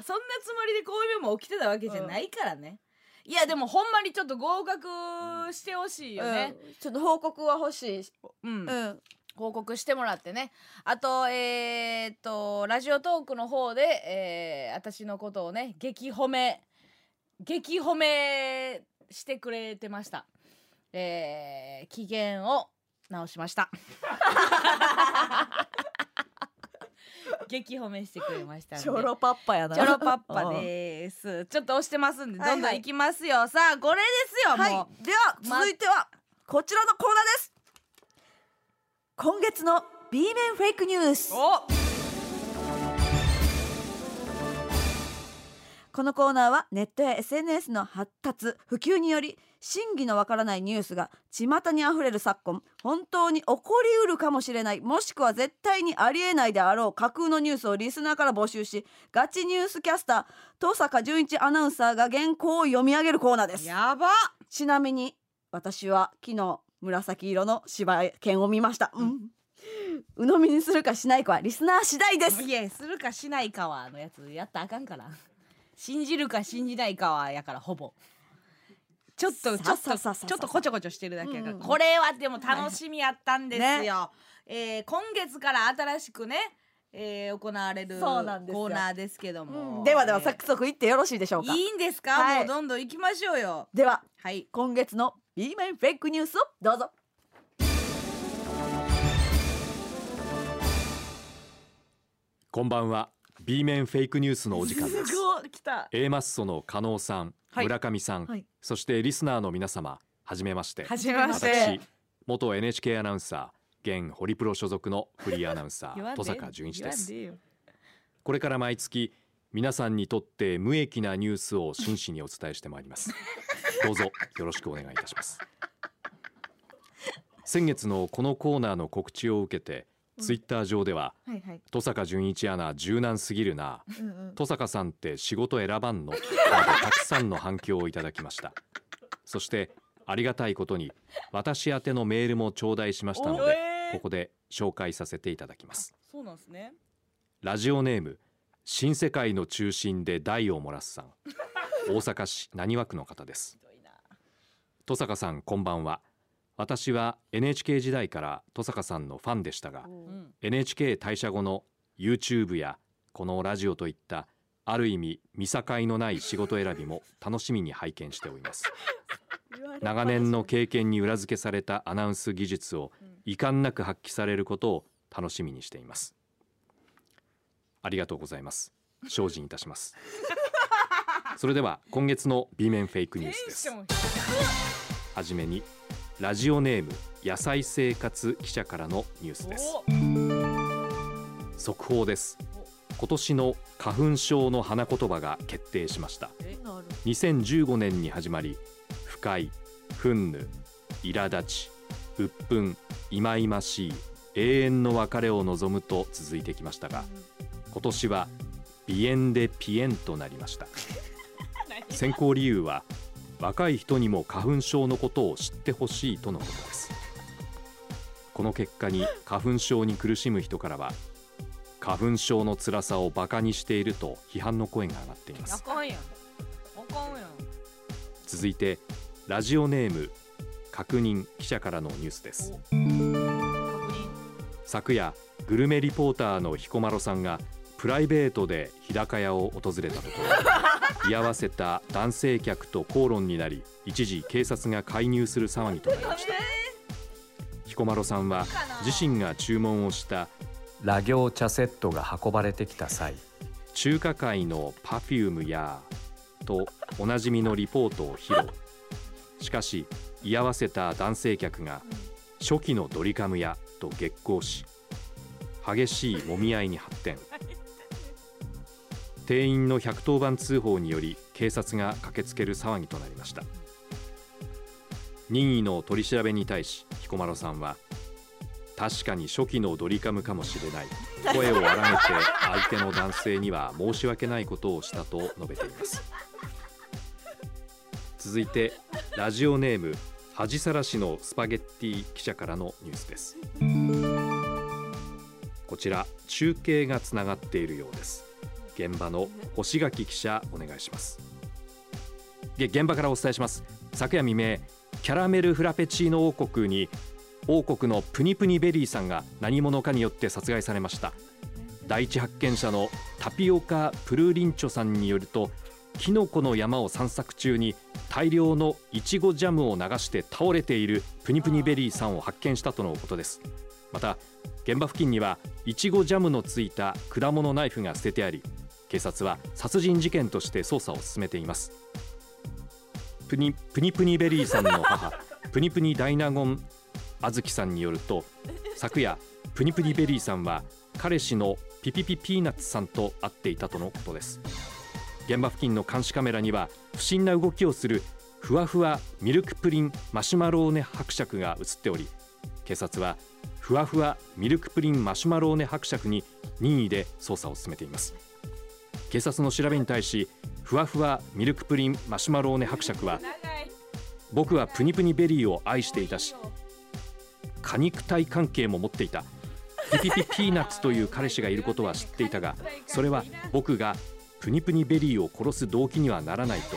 Speaker 2: そんなつもりでこういうのも起きてたわけじゃないからね、いやでもほんまにちょっと合格してほしいよね、
Speaker 11: うんちょっと報告は欲しい。
Speaker 2: うん
Speaker 11: うん。
Speaker 2: 報告してもらってねあとえーっとラジオトークの方で、えー私のことをね激褒め激褒めしてくれてましたえー機嫌を直しま
Speaker 11: (laughs)
Speaker 2: した激褒めしてくれましたんで
Speaker 11: チョロパッパやな。
Speaker 2: チョロパッパですちょっと押してますんでどんどんいきますよ、さあこれですよ、
Speaker 11: はい
Speaker 2: もう。
Speaker 11: では
Speaker 2: ま
Speaker 11: 続いてはこちらのコーナーです。今月の B 面フェイクニュース。
Speaker 2: お
Speaker 11: このコーナーはネットや SNS の発達普及により真偽のわからないニュースが巷にあふれる昨今本当に起こりうるかもしれないもしくは絶対にありえないであろう架空のニュースをリスナーから募集しガチニュースキャスター登坂淳一アナウンサーが原稿を読み上げるコーナーです
Speaker 2: やば
Speaker 11: ちなみに私は昨日紫色の柴犬を見ました、うん、鵜呑みにするかしないかはリスナー次第です
Speaker 2: いやするかしないかはのやつやったらあかんから信じるか信じないかはやからほぼちょっとちょ
Speaker 11: さ
Speaker 2: っと
Speaker 11: ささささ
Speaker 2: ちょっとこちょこちょしてるだけやから、
Speaker 11: うん
Speaker 2: これはでも楽しみやったんですよ、
Speaker 11: ね
Speaker 2: えー今月から新しくね、えー行われるコ
Speaker 11: そうなんですよ
Speaker 2: ーナーですけども、
Speaker 11: ではでは
Speaker 2: えー
Speaker 11: 早速いってよろしいでしょうか
Speaker 2: いいんですか、
Speaker 11: はい
Speaker 2: もうどんどん行きましょうよ
Speaker 11: では
Speaker 2: はい
Speaker 11: 今月の B 面フェイクニュースをどうぞ
Speaker 13: こんばんは B 面フェイクニュースのお時間です
Speaker 2: すごい来た
Speaker 13: A マッソの加納さん、
Speaker 2: はい
Speaker 13: 村上さん、
Speaker 11: はい
Speaker 13: そしてリスナーの皆様はじめまして
Speaker 2: はじめまして
Speaker 13: 私元 NHK アナウンサー現ホリプロ所属のフリーアナウン
Speaker 2: (laughs)
Speaker 13: サー戸坂純一ですこれから毎月皆さんにとって無益なニュースを真摯にお伝えしてまいり
Speaker 11: (laughs)
Speaker 13: ますどうぞよろしくお願いいたします先月のこのコーナーの告知を受けて、ツイッター上では
Speaker 11: はいはい
Speaker 13: 「戸坂純一アナ柔軟すぎるな」
Speaker 11: うんうん
Speaker 13: 戸坂さんって仕事選ば
Speaker 11: (laughs)
Speaker 13: んのなどたくさんの反響をいただきましたそしてありがたいことに私宛てのメールも頂戴しましたのでここで紹介させていただきます
Speaker 2: そうなんですね
Speaker 13: ラジオネーム新世界の中心で大を漏らすさん大阪市浪速区の方です戸坂さんこんばんは私は NHK 時
Speaker 5: Oh.
Speaker 13: 代から戸坂さんのファンでしたが、
Speaker 2: ん
Speaker 13: NHK 退社後の YouTube やこのラジオといったある意味見境のない仕事選びも楽しみに拝見しております長年の経験に裏付けされたアナウンス技術を遺憾なく発揮されることを楽しみにしていますありがとうございます精進いたしますそれでは今月の B 面フェイクニュースですはじめにラジオネーム野菜生活記者からのニュースです速報です今年の花粉症の花言葉が決定しました2015年に始まり不快、憤怒、苛立ち、鬱憤、忌々しい永遠の別れを望むと続いてきましたが今年は鼻炎でピエンとなりました選考理由は若い人にも花粉症のことを知ってほしいとのことですこの結果に花粉症に苦しむ人からは花粉症の辛さをバカにしていると批判の声が上がっています
Speaker 4: かんやんあかんやん
Speaker 13: 続いてラジオネーム確認記者からのニュースです昨夜グルメリポーターの彦摩呂さんがプライベートで日高屋を訪れたところ居合わせた男性客と口論になり一時警察が介入する騒ぎとなりました彦摩呂さんは自身が注文をした
Speaker 14: ラ行茶セットが運ばれてきた際
Speaker 13: 中華界のパフュームやとおなじみのリポートを披露しかし居合わせた男性客が初期のドリカムやと激高し激しい揉み合いに発展店員の110番通報により警察が駆けつける騒ぎとなりました任意の取り調べに対し彦摩呂さんは確かに初期のドリカムかもしれない声を荒げて相手の男性には申し訳ないことをしたと述べています続いてラジオネーム恥さらしのスパゲッティ記者からのニュースですこちら中継がつながっているようです現場の星垣記者お願いしますげ現場からお伝えします昨夜未明キャラメルフラペチーノ王国に王国のプニプニベリーさんが何者かによって殺害されました第一発見者のタピオカ・プルーリンチョさんによるとキノコの山を散策中に大量のイチゴジャムを流して倒れているプニプニベリーさんを発見したとのことですまた現場付近にはイチゴジャムのついた果物ナイフが捨ててあり警察は殺人事件として捜査を進めていますプニプニプニベリーさんの母プニプニダイナゴンあずきさんによると昨夜プニプニベリーさんは彼氏のピピピピーナッツさんと会っていたとのことです現場付近の監視カメラには不審な動きをするふわふわミルクプリンマシュマローネ伯爵が映っており警察はふわふわミルクプリンマシュマローネ伯爵に任意で捜査を進めています警察の調べに対しふわふわミルクプリンマシュマローネ伯爵は僕はプニプニベリーを愛していたし果肉体関係も持っていたピピピピーナッツという彼氏がいることは知っていたがそれは僕がプニプニベリーを殺す動機にはならないと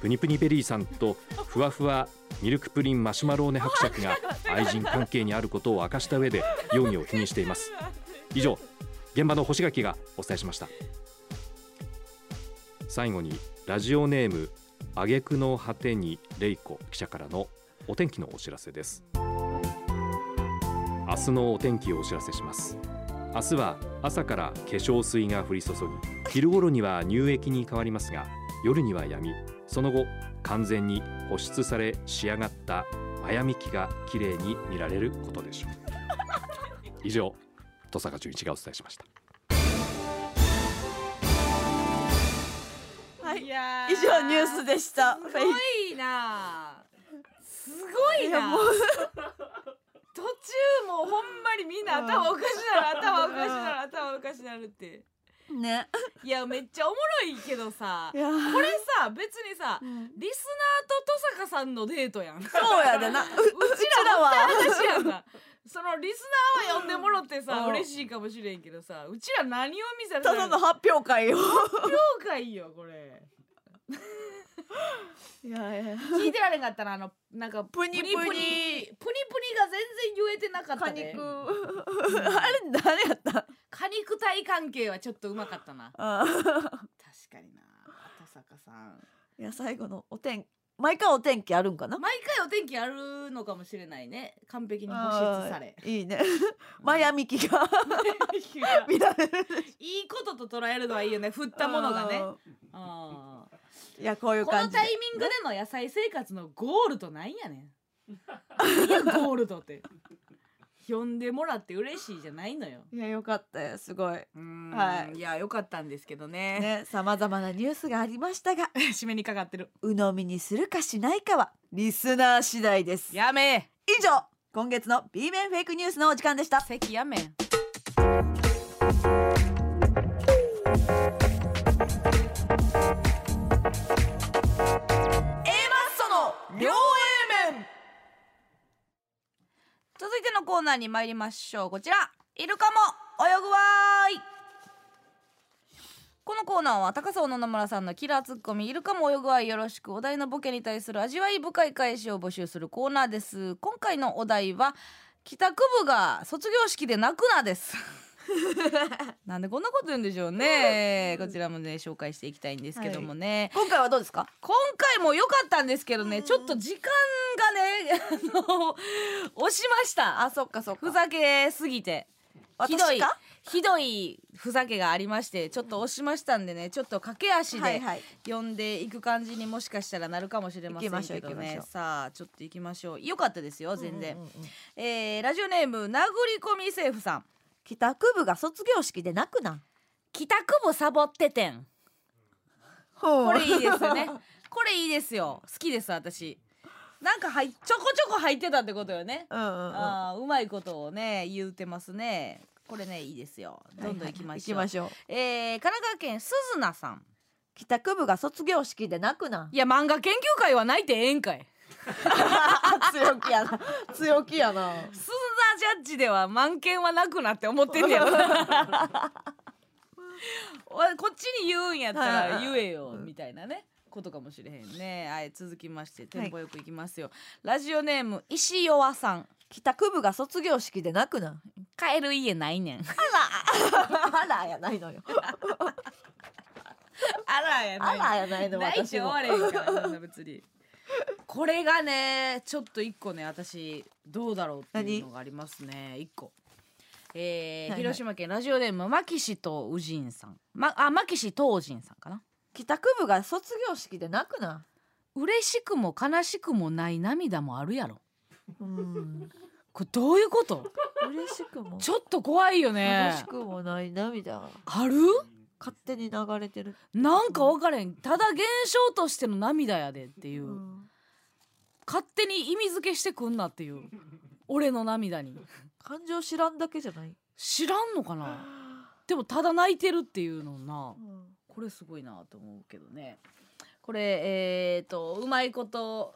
Speaker 13: プニプニベリーさんとふわふわミルクプリンマシュマローネ伯爵が愛人関係にあることを明かした上で容疑を否認しています以上現場の星垣がお伝えしました最後にラジオネーム挙句の果てにレイコ記者からのお天気のお知らせです明日のお天気をお知らせします明日は朝から化粧水が降り注ぎ昼頃には乳液に変わりますが夜にはやみその後完全に保湿され仕上がったマヤミキが綺麗に見られることでしょう以上戸坂純一がお伝えしました
Speaker 1: はい
Speaker 4: いや
Speaker 1: 以上ニュースでしたフェイク
Speaker 4: いいなすごいな途中もうほんまにみんな頭おかしなる頭おかしなる頭おかしなるって
Speaker 1: ね
Speaker 4: いやめっちゃおもろいけどさ
Speaker 1: いやー
Speaker 4: これさ別にさ
Speaker 1: うん
Speaker 4: リスナーと登坂さんのデートやん
Speaker 1: そうや (laughs) でなううちらは
Speaker 4: 話やんな (laughs) そのリスナーは呼んでもろってさ
Speaker 1: うん
Speaker 4: 嬉しいかもしれんけどさうちら何を見せられ
Speaker 1: た
Speaker 4: た
Speaker 1: だ
Speaker 4: の
Speaker 1: の発表会を
Speaker 4: 評価いいよこれ
Speaker 1: いや (laughs) いや
Speaker 4: 聞いてられんかったなあのなんか
Speaker 1: プニプニ
Speaker 4: プニプニが全然言えてなかった
Speaker 1: 果
Speaker 4: ね
Speaker 1: 肉あれ誰やった
Speaker 4: 果
Speaker 2: 果肉体関係はちょっとうまかったな
Speaker 1: あー
Speaker 2: 確かにな田坂さん
Speaker 1: (laughs) いや最後のお天毎回お天気あるんかな
Speaker 2: 毎回お天気あるのかもしれないね完璧に保湿され
Speaker 1: あーいいねマヤミキが
Speaker 2: い
Speaker 1: 見られる
Speaker 2: いことと捉えるのはいいよね振ったものがね
Speaker 1: う
Speaker 2: あー
Speaker 1: んいやこういう
Speaker 2: この
Speaker 1: 感じ
Speaker 2: タ
Speaker 1: で
Speaker 2: イミングでの野菜生活のゴールドなんやねんいやゴールドって呼んでもらって嬉しいじゃないのよ
Speaker 1: いやよかったよすごいは
Speaker 2: (laughs) はい、いや良かったんですけどね
Speaker 1: ねさまざまなニュースがありましたが
Speaker 2: 締めにかかってる
Speaker 1: 鵜呑みにするかしないかはリスナー次第です以
Speaker 2: やめ
Speaker 1: 上今月の B 面フェイクニュースのお時間でした
Speaker 2: 席やめ
Speaker 1: 両 A 面
Speaker 2: 続いてのコーナーに参りましょうこちらイルカも泳ぐわーいこのコーナーは高さ野々村さんのキラーツッコミイルカも泳ぐわーいよろしくお題のボケに対する味わい深い返しを募集するコーナーです今回のお題は帰宅部が卒業式で泣くなです
Speaker 1: (laughs)
Speaker 2: なんでこんなこと言うんでしょうねこちらもね紹介していきたいんですけどもね、
Speaker 1: 今回はどうですか
Speaker 2: 今回も良かったんですけどね、ちょっと時間がね、 (laughs) あの、押しました。あ、そっかそっか。ふざけすぎて。ひどい
Speaker 1: 私か、
Speaker 2: ひどいふざけがありまして、ちょっと押しましたんでね、ちょっと駆け足
Speaker 1: はい
Speaker 2: で
Speaker 1: はい
Speaker 2: 呼んでいく感じにもしかしたらなるかもしれませんけど
Speaker 1: 行きましょう行き
Speaker 2: ね
Speaker 1: ましょ。
Speaker 2: さあ、ちょっと行きましょう。良かったですよ、全然。えーラジオネーム、殴り込みセーフさん。
Speaker 1: 帰宅部が卒業式で泣くな
Speaker 2: 帰宅部サボっててん。こ
Speaker 1: こ
Speaker 2: れいいですよ
Speaker 1: (laughs)
Speaker 2: ねこれいいですよ好きです私なんかはいちょこちょこ入ってたってことよね
Speaker 1: うんうんうん
Speaker 2: あーうまいことをね言うてますねこれねいいですよどんどん行きましょう、
Speaker 1: 行きましょう
Speaker 2: えー神奈川県鈴名さん
Speaker 1: 帰宅部が卒業式で泣くない
Speaker 2: や漫画研究会は泣いてええんかい
Speaker 1: (laughs) 強気やな強気やな
Speaker 2: 鈴名ジャッジでは満研はなくなって思ってんねや (laughs) ろおいこっちに言うんやったら言えよみたいなねことかもしれへんねはい続きましてテンポよくいきますよ、ラジオネーム石弱さん
Speaker 1: 帰宅部が卒業式で泣くな
Speaker 2: 帰る家ないねん
Speaker 1: あら (laughs) やないのよ
Speaker 2: (laughs) あらや
Speaker 1: あら
Speaker 2: ない
Speaker 1: やないの
Speaker 2: ない
Speaker 1: 私
Speaker 2: し終
Speaker 1: も
Speaker 2: われへんからそんな別に (laughs) これがねちょっと一個ね私どうだろうっていうのがありますね一個えー
Speaker 1: いはい
Speaker 2: 広島県ラジオネーム牧師と宇人さん、ま、あ牧師東人さんかな
Speaker 1: 帰宅部が卒業式で泣くな
Speaker 2: 嬉しくも悲しくもない涙もあるやろ
Speaker 1: うん
Speaker 2: これどういうこと
Speaker 1: 嬉しくも
Speaker 2: ちょっと怖いよね
Speaker 1: 嬉しくもない涙
Speaker 2: ある
Speaker 1: 勝手に流れてる、
Speaker 2: なんか分からへんただ現象としての涙やでっていう、
Speaker 1: うん
Speaker 2: 勝手に意味付けしてくんなって
Speaker 1: (laughs)
Speaker 2: いう俺の涙に
Speaker 1: 感情知らんだけじゃない、
Speaker 2: 知らんのかなでもただ泣いてるっていうのな
Speaker 1: うん
Speaker 2: これすごいなと思うけどねこれえー、とうまいこと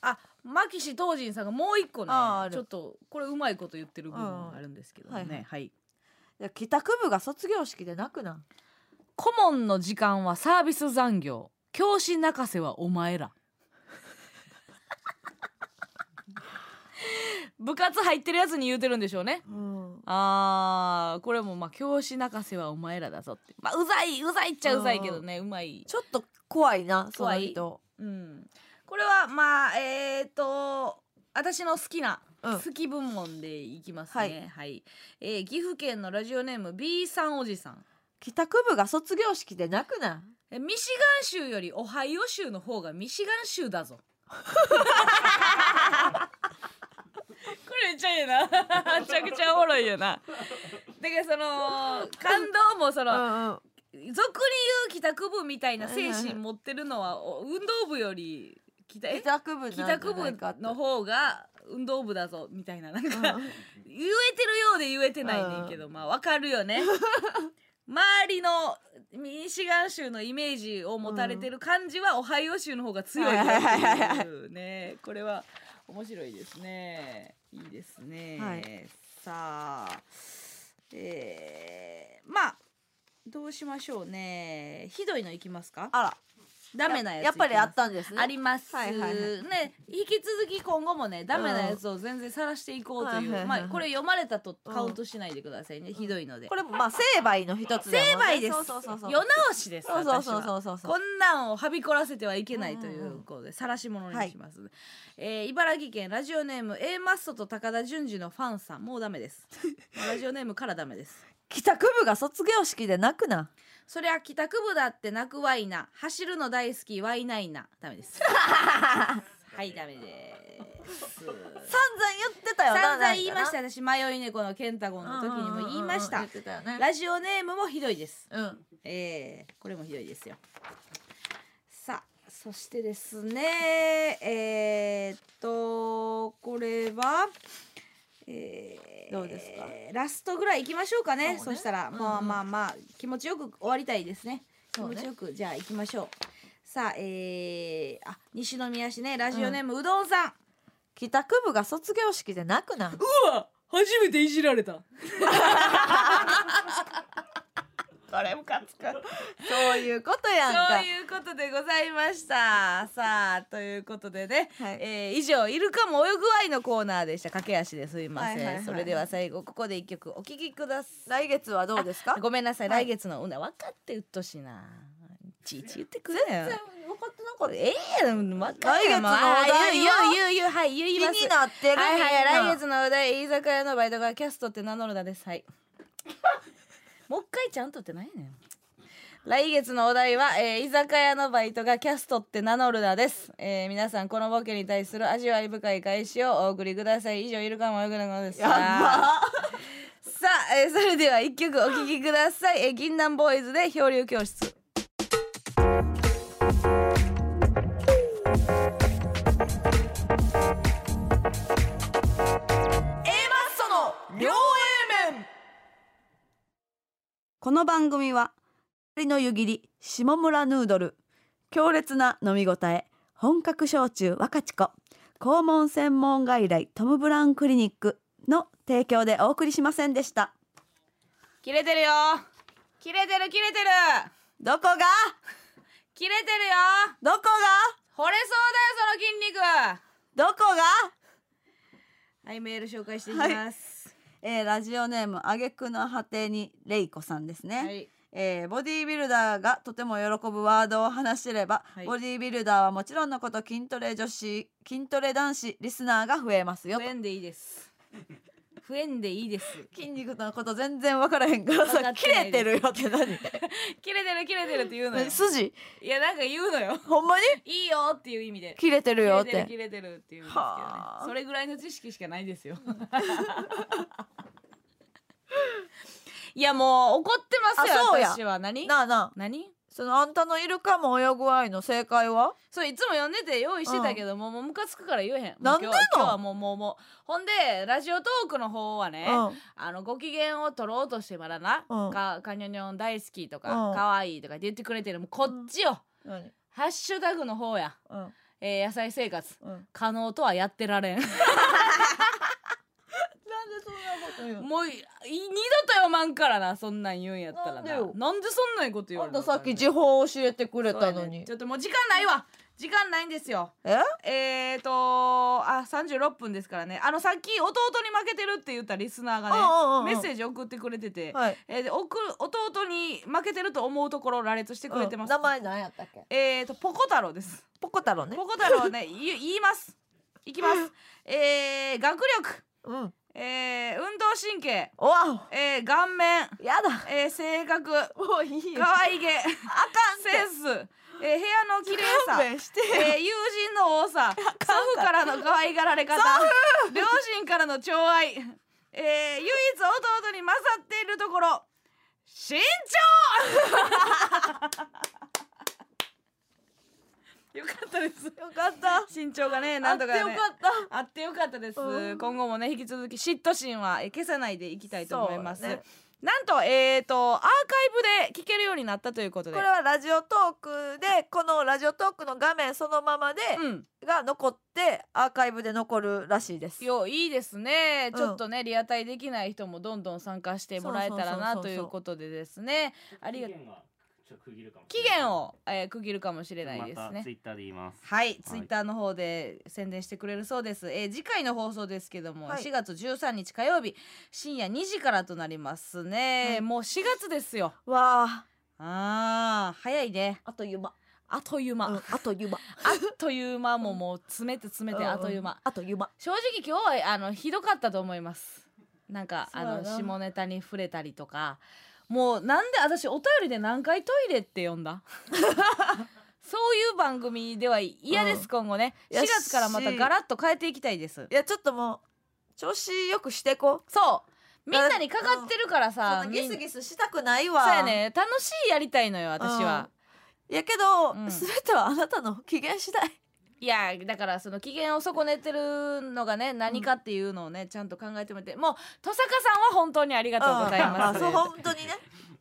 Speaker 2: あ牧師東人さんがもう一個ね
Speaker 1: あーある
Speaker 2: ちょっとこれうまいこと言ってる部分があるんですけどね、
Speaker 1: うんはいはい
Speaker 2: はい
Speaker 1: いや帰宅部が卒業式で泣くな
Speaker 2: 顧問の時間はサービス残業教師泣かせはお前
Speaker 1: (laughs)
Speaker 2: ら部活入ってるやつに言うてるんでしょうね
Speaker 1: うん
Speaker 2: あーこれもまあ教師泣かせはお前らだぞってまあうざいうざいっちゃうざいけどねうまい
Speaker 1: ちょっと怖いなそ
Speaker 2: 怖
Speaker 1: の
Speaker 2: い
Speaker 1: 人
Speaker 2: うんこれはまあえっ、と私の好きな、
Speaker 1: うん
Speaker 2: 好き部門でいきます
Speaker 1: は
Speaker 2: ね
Speaker 1: い
Speaker 2: はい、えー岐阜県のラジオネーム B さんおじさん
Speaker 1: 帰宅部が卒業式で泣くな
Speaker 2: えミシガン州よりオハイオ州の方がミシガン州だぞこれめっちゃいいなめちゃくちゃおもろいよなだからその感動もその
Speaker 1: うんうん
Speaker 2: 俗に言う帰宅部みたいな精神持ってるのはお運動部より帰宅え
Speaker 1: 帰宅部なんじ
Speaker 2: 帰
Speaker 1: ゃない
Speaker 2: 宅部
Speaker 1: かって
Speaker 2: の方が運動部だぞみたいななんか、
Speaker 1: うん
Speaker 2: 言えてるようで言えてないねんけど、まあわかるよ (laughs) ね周りのミシガン州のイメージを持たれてる感じは、オハイオ州の方が強いよっていうねこれは面白いですねいいですね、
Speaker 1: はい
Speaker 2: さあえー、まあどうしましょうねひどいのいきますか
Speaker 1: あら
Speaker 2: ダメなやつ
Speaker 1: やっぱりあったんですね
Speaker 2: あります、
Speaker 1: はいはいは
Speaker 2: ね引き続き今後もねダメなやつを全然晒していこうという、
Speaker 1: うんはいはいはい
Speaker 2: まあこれ読まれたとカウントしないでくださいね、ひどいので
Speaker 1: これもまあ成敗の一つだもんね
Speaker 2: 成敗です
Speaker 1: そうそうそうそう
Speaker 2: 世直しです
Speaker 1: そうそうそう
Speaker 2: 私は
Speaker 1: そうそうそう
Speaker 2: こんなんをはびこらせてはいけないとい
Speaker 1: うんうんう
Speaker 2: うんことで晒し者にします、えー茨城県ラジオネーム A マッソと高田純次のファン
Speaker 1: (laughs)
Speaker 2: さんもうダメですラジオネームからダメです
Speaker 1: 帰宅部が卒業式で泣くな
Speaker 2: そりゃ帰宅部だって泣くワイナ走るの大好きワイナイナダメです
Speaker 1: (laughs)
Speaker 2: はいダメです
Speaker 1: 散々言ってたよな
Speaker 2: 散々
Speaker 1: なんかな
Speaker 2: 言いました私迷い猫のケンタゴンの時にも言いまし
Speaker 1: うん
Speaker 2: た
Speaker 1: うんうんうん言ってたよね
Speaker 2: ラジオネームもひどいです
Speaker 1: うん
Speaker 2: えー、これもひどいですよさあそしてですねえー、っとこれはえー
Speaker 1: どうですか
Speaker 2: ラストぐらい行きましょうかねそ
Speaker 1: そうね
Speaker 2: したら、まあ
Speaker 1: うんうん
Speaker 2: まあまあ気持ちよく終わりたいですね気
Speaker 1: そう
Speaker 2: 持
Speaker 1: ね
Speaker 2: ちよくじゃあ行きましょうさあえー、あ西宮市ねラジオネーム、うどんさん
Speaker 1: 帰宅部が卒業式で泣くな
Speaker 2: うわ初めていじら
Speaker 1: (laughs)
Speaker 2: れた
Speaker 1: そういうことやんか
Speaker 2: そういうことでございました。さあということでね、
Speaker 1: はい
Speaker 2: えー以上イルカも泳ぐ愛のコーナーでした。駆け足ですいません。
Speaker 1: はいはいはい
Speaker 2: それでは最後ここで一曲お聴きくださ
Speaker 1: 来月はどうですか
Speaker 2: い。ごめんなさい、
Speaker 1: はい
Speaker 2: 来月のうんだ分かってうっとうしいな。いちいち言ってくれよ。
Speaker 1: 分かってなかっ
Speaker 2: ええやん分かった
Speaker 1: 来月のお題は
Speaker 2: 言う言う言う言うはい言いま
Speaker 1: た
Speaker 2: す
Speaker 1: 気に。なってる
Speaker 2: はい
Speaker 1: み
Speaker 2: は
Speaker 1: ん
Speaker 2: い
Speaker 1: な
Speaker 2: 来月のお題居酒屋のバイトがキャストって名乗るだですはいもう一回ちゃんとってないねん来月のお題は、えー居酒屋のバイトがキャストって名乗るだです、えー皆さんこのボケに対する味わい深い返しをお送りください以上いるかもよくないですやさあ、えーそれでは一曲お聴きください、えー、銀杏ボーイズで漂流教室
Speaker 1: この番組は光の湯切り下村ヌードル強烈な飲み応え本格焼酎若智子肛門専門外来トム・ブラウンクリニックの提供でお送りしませんでした
Speaker 2: 切れてるよ切れてる切れてる
Speaker 1: どこが
Speaker 2: 切れてるよ
Speaker 1: どこが
Speaker 2: 惚れそうだよその筋肉
Speaker 1: どこが
Speaker 2: はい、メール紹介していきます。
Speaker 1: えーラジオネームあげくの果てにレイコさんですね、
Speaker 2: はい、
Speaker 1: えーボディービルダーがとても喜ぶワードを話しれば、
Speaker 2: はい
Speaker 1: ボディービルダーはもちろんのこと筋トレ女子筋トレ男子リスナーが増えますよ
Speaker 2: 増えんでいいです。増えんでいいです。
Speaker 1: 筋肉のこと全然分からへんから
Speaker 2: 分か
Speaker 1: さ
Speaker 2: って
Speaker 1: 切
Speaker 2: ない
Speaker 1: れてるよって
Speaker 2: (laughs)
Speaker 1: 何
Speaker 2: 切れてる切れてるって言うのよ。
Speaker 1: 筋
Speaker 2: (laughs) いや、なんか言うのよ。
Speaker 1: ほんまに
Speaker 2: いいよっていう意味で。
Speaker 1: 切れてる
Speaker 2: 切
Speaker 1: よ
Speaker 2: れ
Speaker 1: って
Speaker 2: る切れてるっていうんですけどね
Speaker 1: はあ。
Speaker 2: それぐらいの知識しかないですよ。いや、もう怒ってます
Speaker 1: あそう
Speaker 2: よ。
Speaker 1: や
Speaker 2: 私は何？
Speaker 1: なあなあ
Speaker 2: 何？
Speaker 1: そのあんたのイルカも泳ぐ愛の正解は
Speaker 2: そういつも読んでて用意してたけど、もうもうムカつくから言えへん。もう
Speaker 1: なんで
Speaker 2: 今日は
Speaker 1: の
Speaker 2: 今日はもうもうもう。ほんでラジオトークの方はね。
Speaker 1: うん
Speaker 2: あのご機嫌を取ろうとしてまだな、
Speaker 1: うん
Speaker 2: かカニョニョン大好きとか、
Speaker 1: うん
Speaker 2: かわいいとかって言ってくれてるもうこっちよ、
Speaker 1: 何
Speaker 2: ハッシュタグの方や、
Speaker 1: うん
Speaker 2: えー野菜生活 (laughs)
Speaker 1: うんなんで
Speaker 2: 可能とはやってられんも
Speaker 1: そんなこと言うの
Speaker 2: うい二度と読まんからなそんなん言うんやったらなな
Speaker 1: な
Speaker 2: ん
Speaker 1: で
Speaker 2: ん
Speaker 1: よ
Speaker 2: でそんなんこと言わ
Speaker 1: あ
Speaker 2: れ
Speaker 1: ん
Speaker 2: るの
Speaker 1: たさっき時報を教えてくれたの
Speaker 2: そうやね
Speaker 1: に
Speaker 2: ちょっともう時間ないわ時間ないんですよ
Speaker 1: え
Speaker 2: えーとあ36分ですからねあのさっき弟に負けてるって言ったリスナーがね
Speaker 1: うんうんうんうん
Speaker 2: メッセージ送ってくれてて、
Speaker 1: はい
Speaker 2: えーで送る弟に負けてると思うところを羅列してくれてます、
Speaker 1: うん名前何やったっけ
Speaker 2: えーとポコ太郎です
Speaker 1: ポコ太郎ね
Speaker 2: ポコ太郎ね言い言いますいき
Speaker 1: (laughs)
Speaker 2: ますえー、学力、
Speaker 1: うん
Speaker 2: えー、運動神経、
Speaker 1: おわ
Speaker 2: えー、顔面、
Speaker 1: やだ
Speaker 2: えー、性格
Speaker 1: もういいよ
Speaker 2: 可愛げあセンス、えー、部屋の綺麗さ
Speaker 1: 勘弁して
Speaker 2: えー友人の多さ祖父からの可愛がられ方両親からの寵愛、えー唯一弟に勝っているところ身長よかったですよか
Speaker 1: (laughs)
Speaker 2: った身長がね (laughs) なんとかね
Speaker 1: あってよかった
Speaker 2: あってよかったです、
Speaker 1: うん
Speaker 2: 今後もね引き続き嫉妬心はえー消さないでいきたいと思います、
Speaker 1: そうね
Speaker 2: なんとえー、とアーカイブで聞けるようになったということで
Speaker 1: これはラジオトークでこのラジオトークの画面そのままで、
Speaker 2: うん
Speaker 1: が残ってアーカイブで残るらしいです。
Speaker 2: よいいですね、
Speaker 1: ん
Speaker 2: ちょっとねリアタイできない人もどんどん参加してもらえたらな
Speaker 1: そ
Speaker 2: と
Speaker 1: うそうそうそう
Speaker 2: い
Speaker 1: そう
Speaker 2: うことでですねありが
Speaker 3: 期限はちょっと区切るかもし
Speaker 2: 期
Speaker 3: れな
Speaker 2: 限
Speaker 3: い
Speaker 2: を、えー区切るかもしれないです
Speaker 3: ま
Speaker 2: ね
Speaker 3: たツイッターで言います
Speaker 2: はい、ツイッターの方で宣伝してくれるそうです。えー次回の放送ですけども、
Speaker 1: はい
Speaker 2: 4月13日火曜日深夜2時からとなりますね。
Speaker 1: はい
Speaker 2: もう4月ですよ。
Speaker 1: わあ
Speaker 2: あー、早いね。
Speaker 1: あっという間、
Speaker 2: あっという間、
Speaker 1: うん
Speaker 2: あっ
Speaker 1: あっという間
Speaker 2: という間ももう詰めて詰めて
Speaker 1: うん
Speaker 2: あっという間。
Speaker 1: あっという間
Speaker 2: 正直今日はあのひどかったと思います。なんか
Speaker 1: そう
Speaker 2: あ
Speaker 1: やな
Speaker 2: の下ネタに触れたりとか、もうなんで私お便りで何回トイレって呼んだ。 (laughs) そういう番組では嫌です、
Speaker 1: うん
Speaker 2: 今後ね
Speaker 1: いや
Speaker 2: 4月からまた
Speaker 1: し
Speaker 2: ガラッと変えていきたいです
Speaker 1: いやちょっともう調子よくしてこ
Speaker 2: そうみんなにかかってるから
Speaker 1: うそ
Speaker 2: さ
Speaker 1: んな
Speaker 2: み
Speaker 1: ギ
Speaker 2: ん
Speaker 1: スギスしたくないわ
Speaker 2: そうやね楽しいやりたいのよ私は、
Speaker 1: いやけど、
Speaker 2: うん
Speaker 1: 全てはあなたの機嫌次第
Speaker 2: いやだからその機嫌を損ねてるのがね何かっていうのをねちゃんと考えてもらってもう登坂さんは本当にありがとうございま
Speaker 1: うん
Speaker 2: す、
Speaker 1: そう本当にね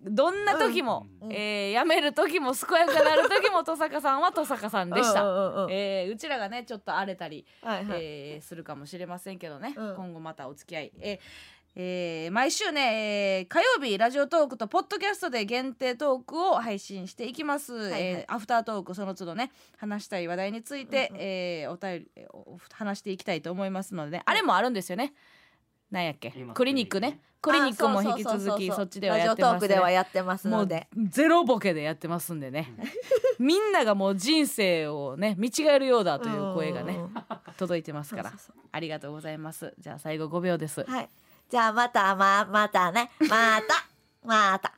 Speaker 2: どんな時も、
Speaker 1: うん
Speaker 2: えーやめる時も健やかなる時も登坂さんは登坂さん (laughs) でした、
Speaker 1: うんうんうんうん
Speaker 2: えーうちらがねちょっと荒れたり
Speaker 1: はいはい、
Speaker 2: えーするかもしれませんけどね、
Speaker 1: うん
Speaker 2: 今後またお付き合い、えーえー毎週ね、えー火曜日ラジオトークとポッドキャストで限定トークを配信していきます、
Speaker 1: い
Speaker 2: えーアフタートークその都度ね話したい話題について、
Speaker 1: うんうん
Speaker 2: えーお便りえーお話していきたいと思いますのでね、あれもあるんですよねなんやっけ
Speaker 3: 今
Speaker 2: クリニックねクリニックも引き続き
Speaker 1: あ
Speaker 2: そ
Speaker 1: そうそうそうそう
Speaker 2: っちではやってます、ね、
Speaker 1: ラジオトークではやってます
Speaker 2: も
Speaker 1: の
Speaker 2: う
Speaker 1: で
Speaker 2: ゼロボケでやってますんで
Speaker 1: (laughs)
Speaker 2: ねみんながもう人生をね見違えるようだという声がね
Speaker 1: うん
Speaker 2: 届いてますから
Speaker 1: そうそう
Speaker 2: ありがとうございますじゃあ最後5秒です
Speaker 1: はいじゃあまたままたねまたまた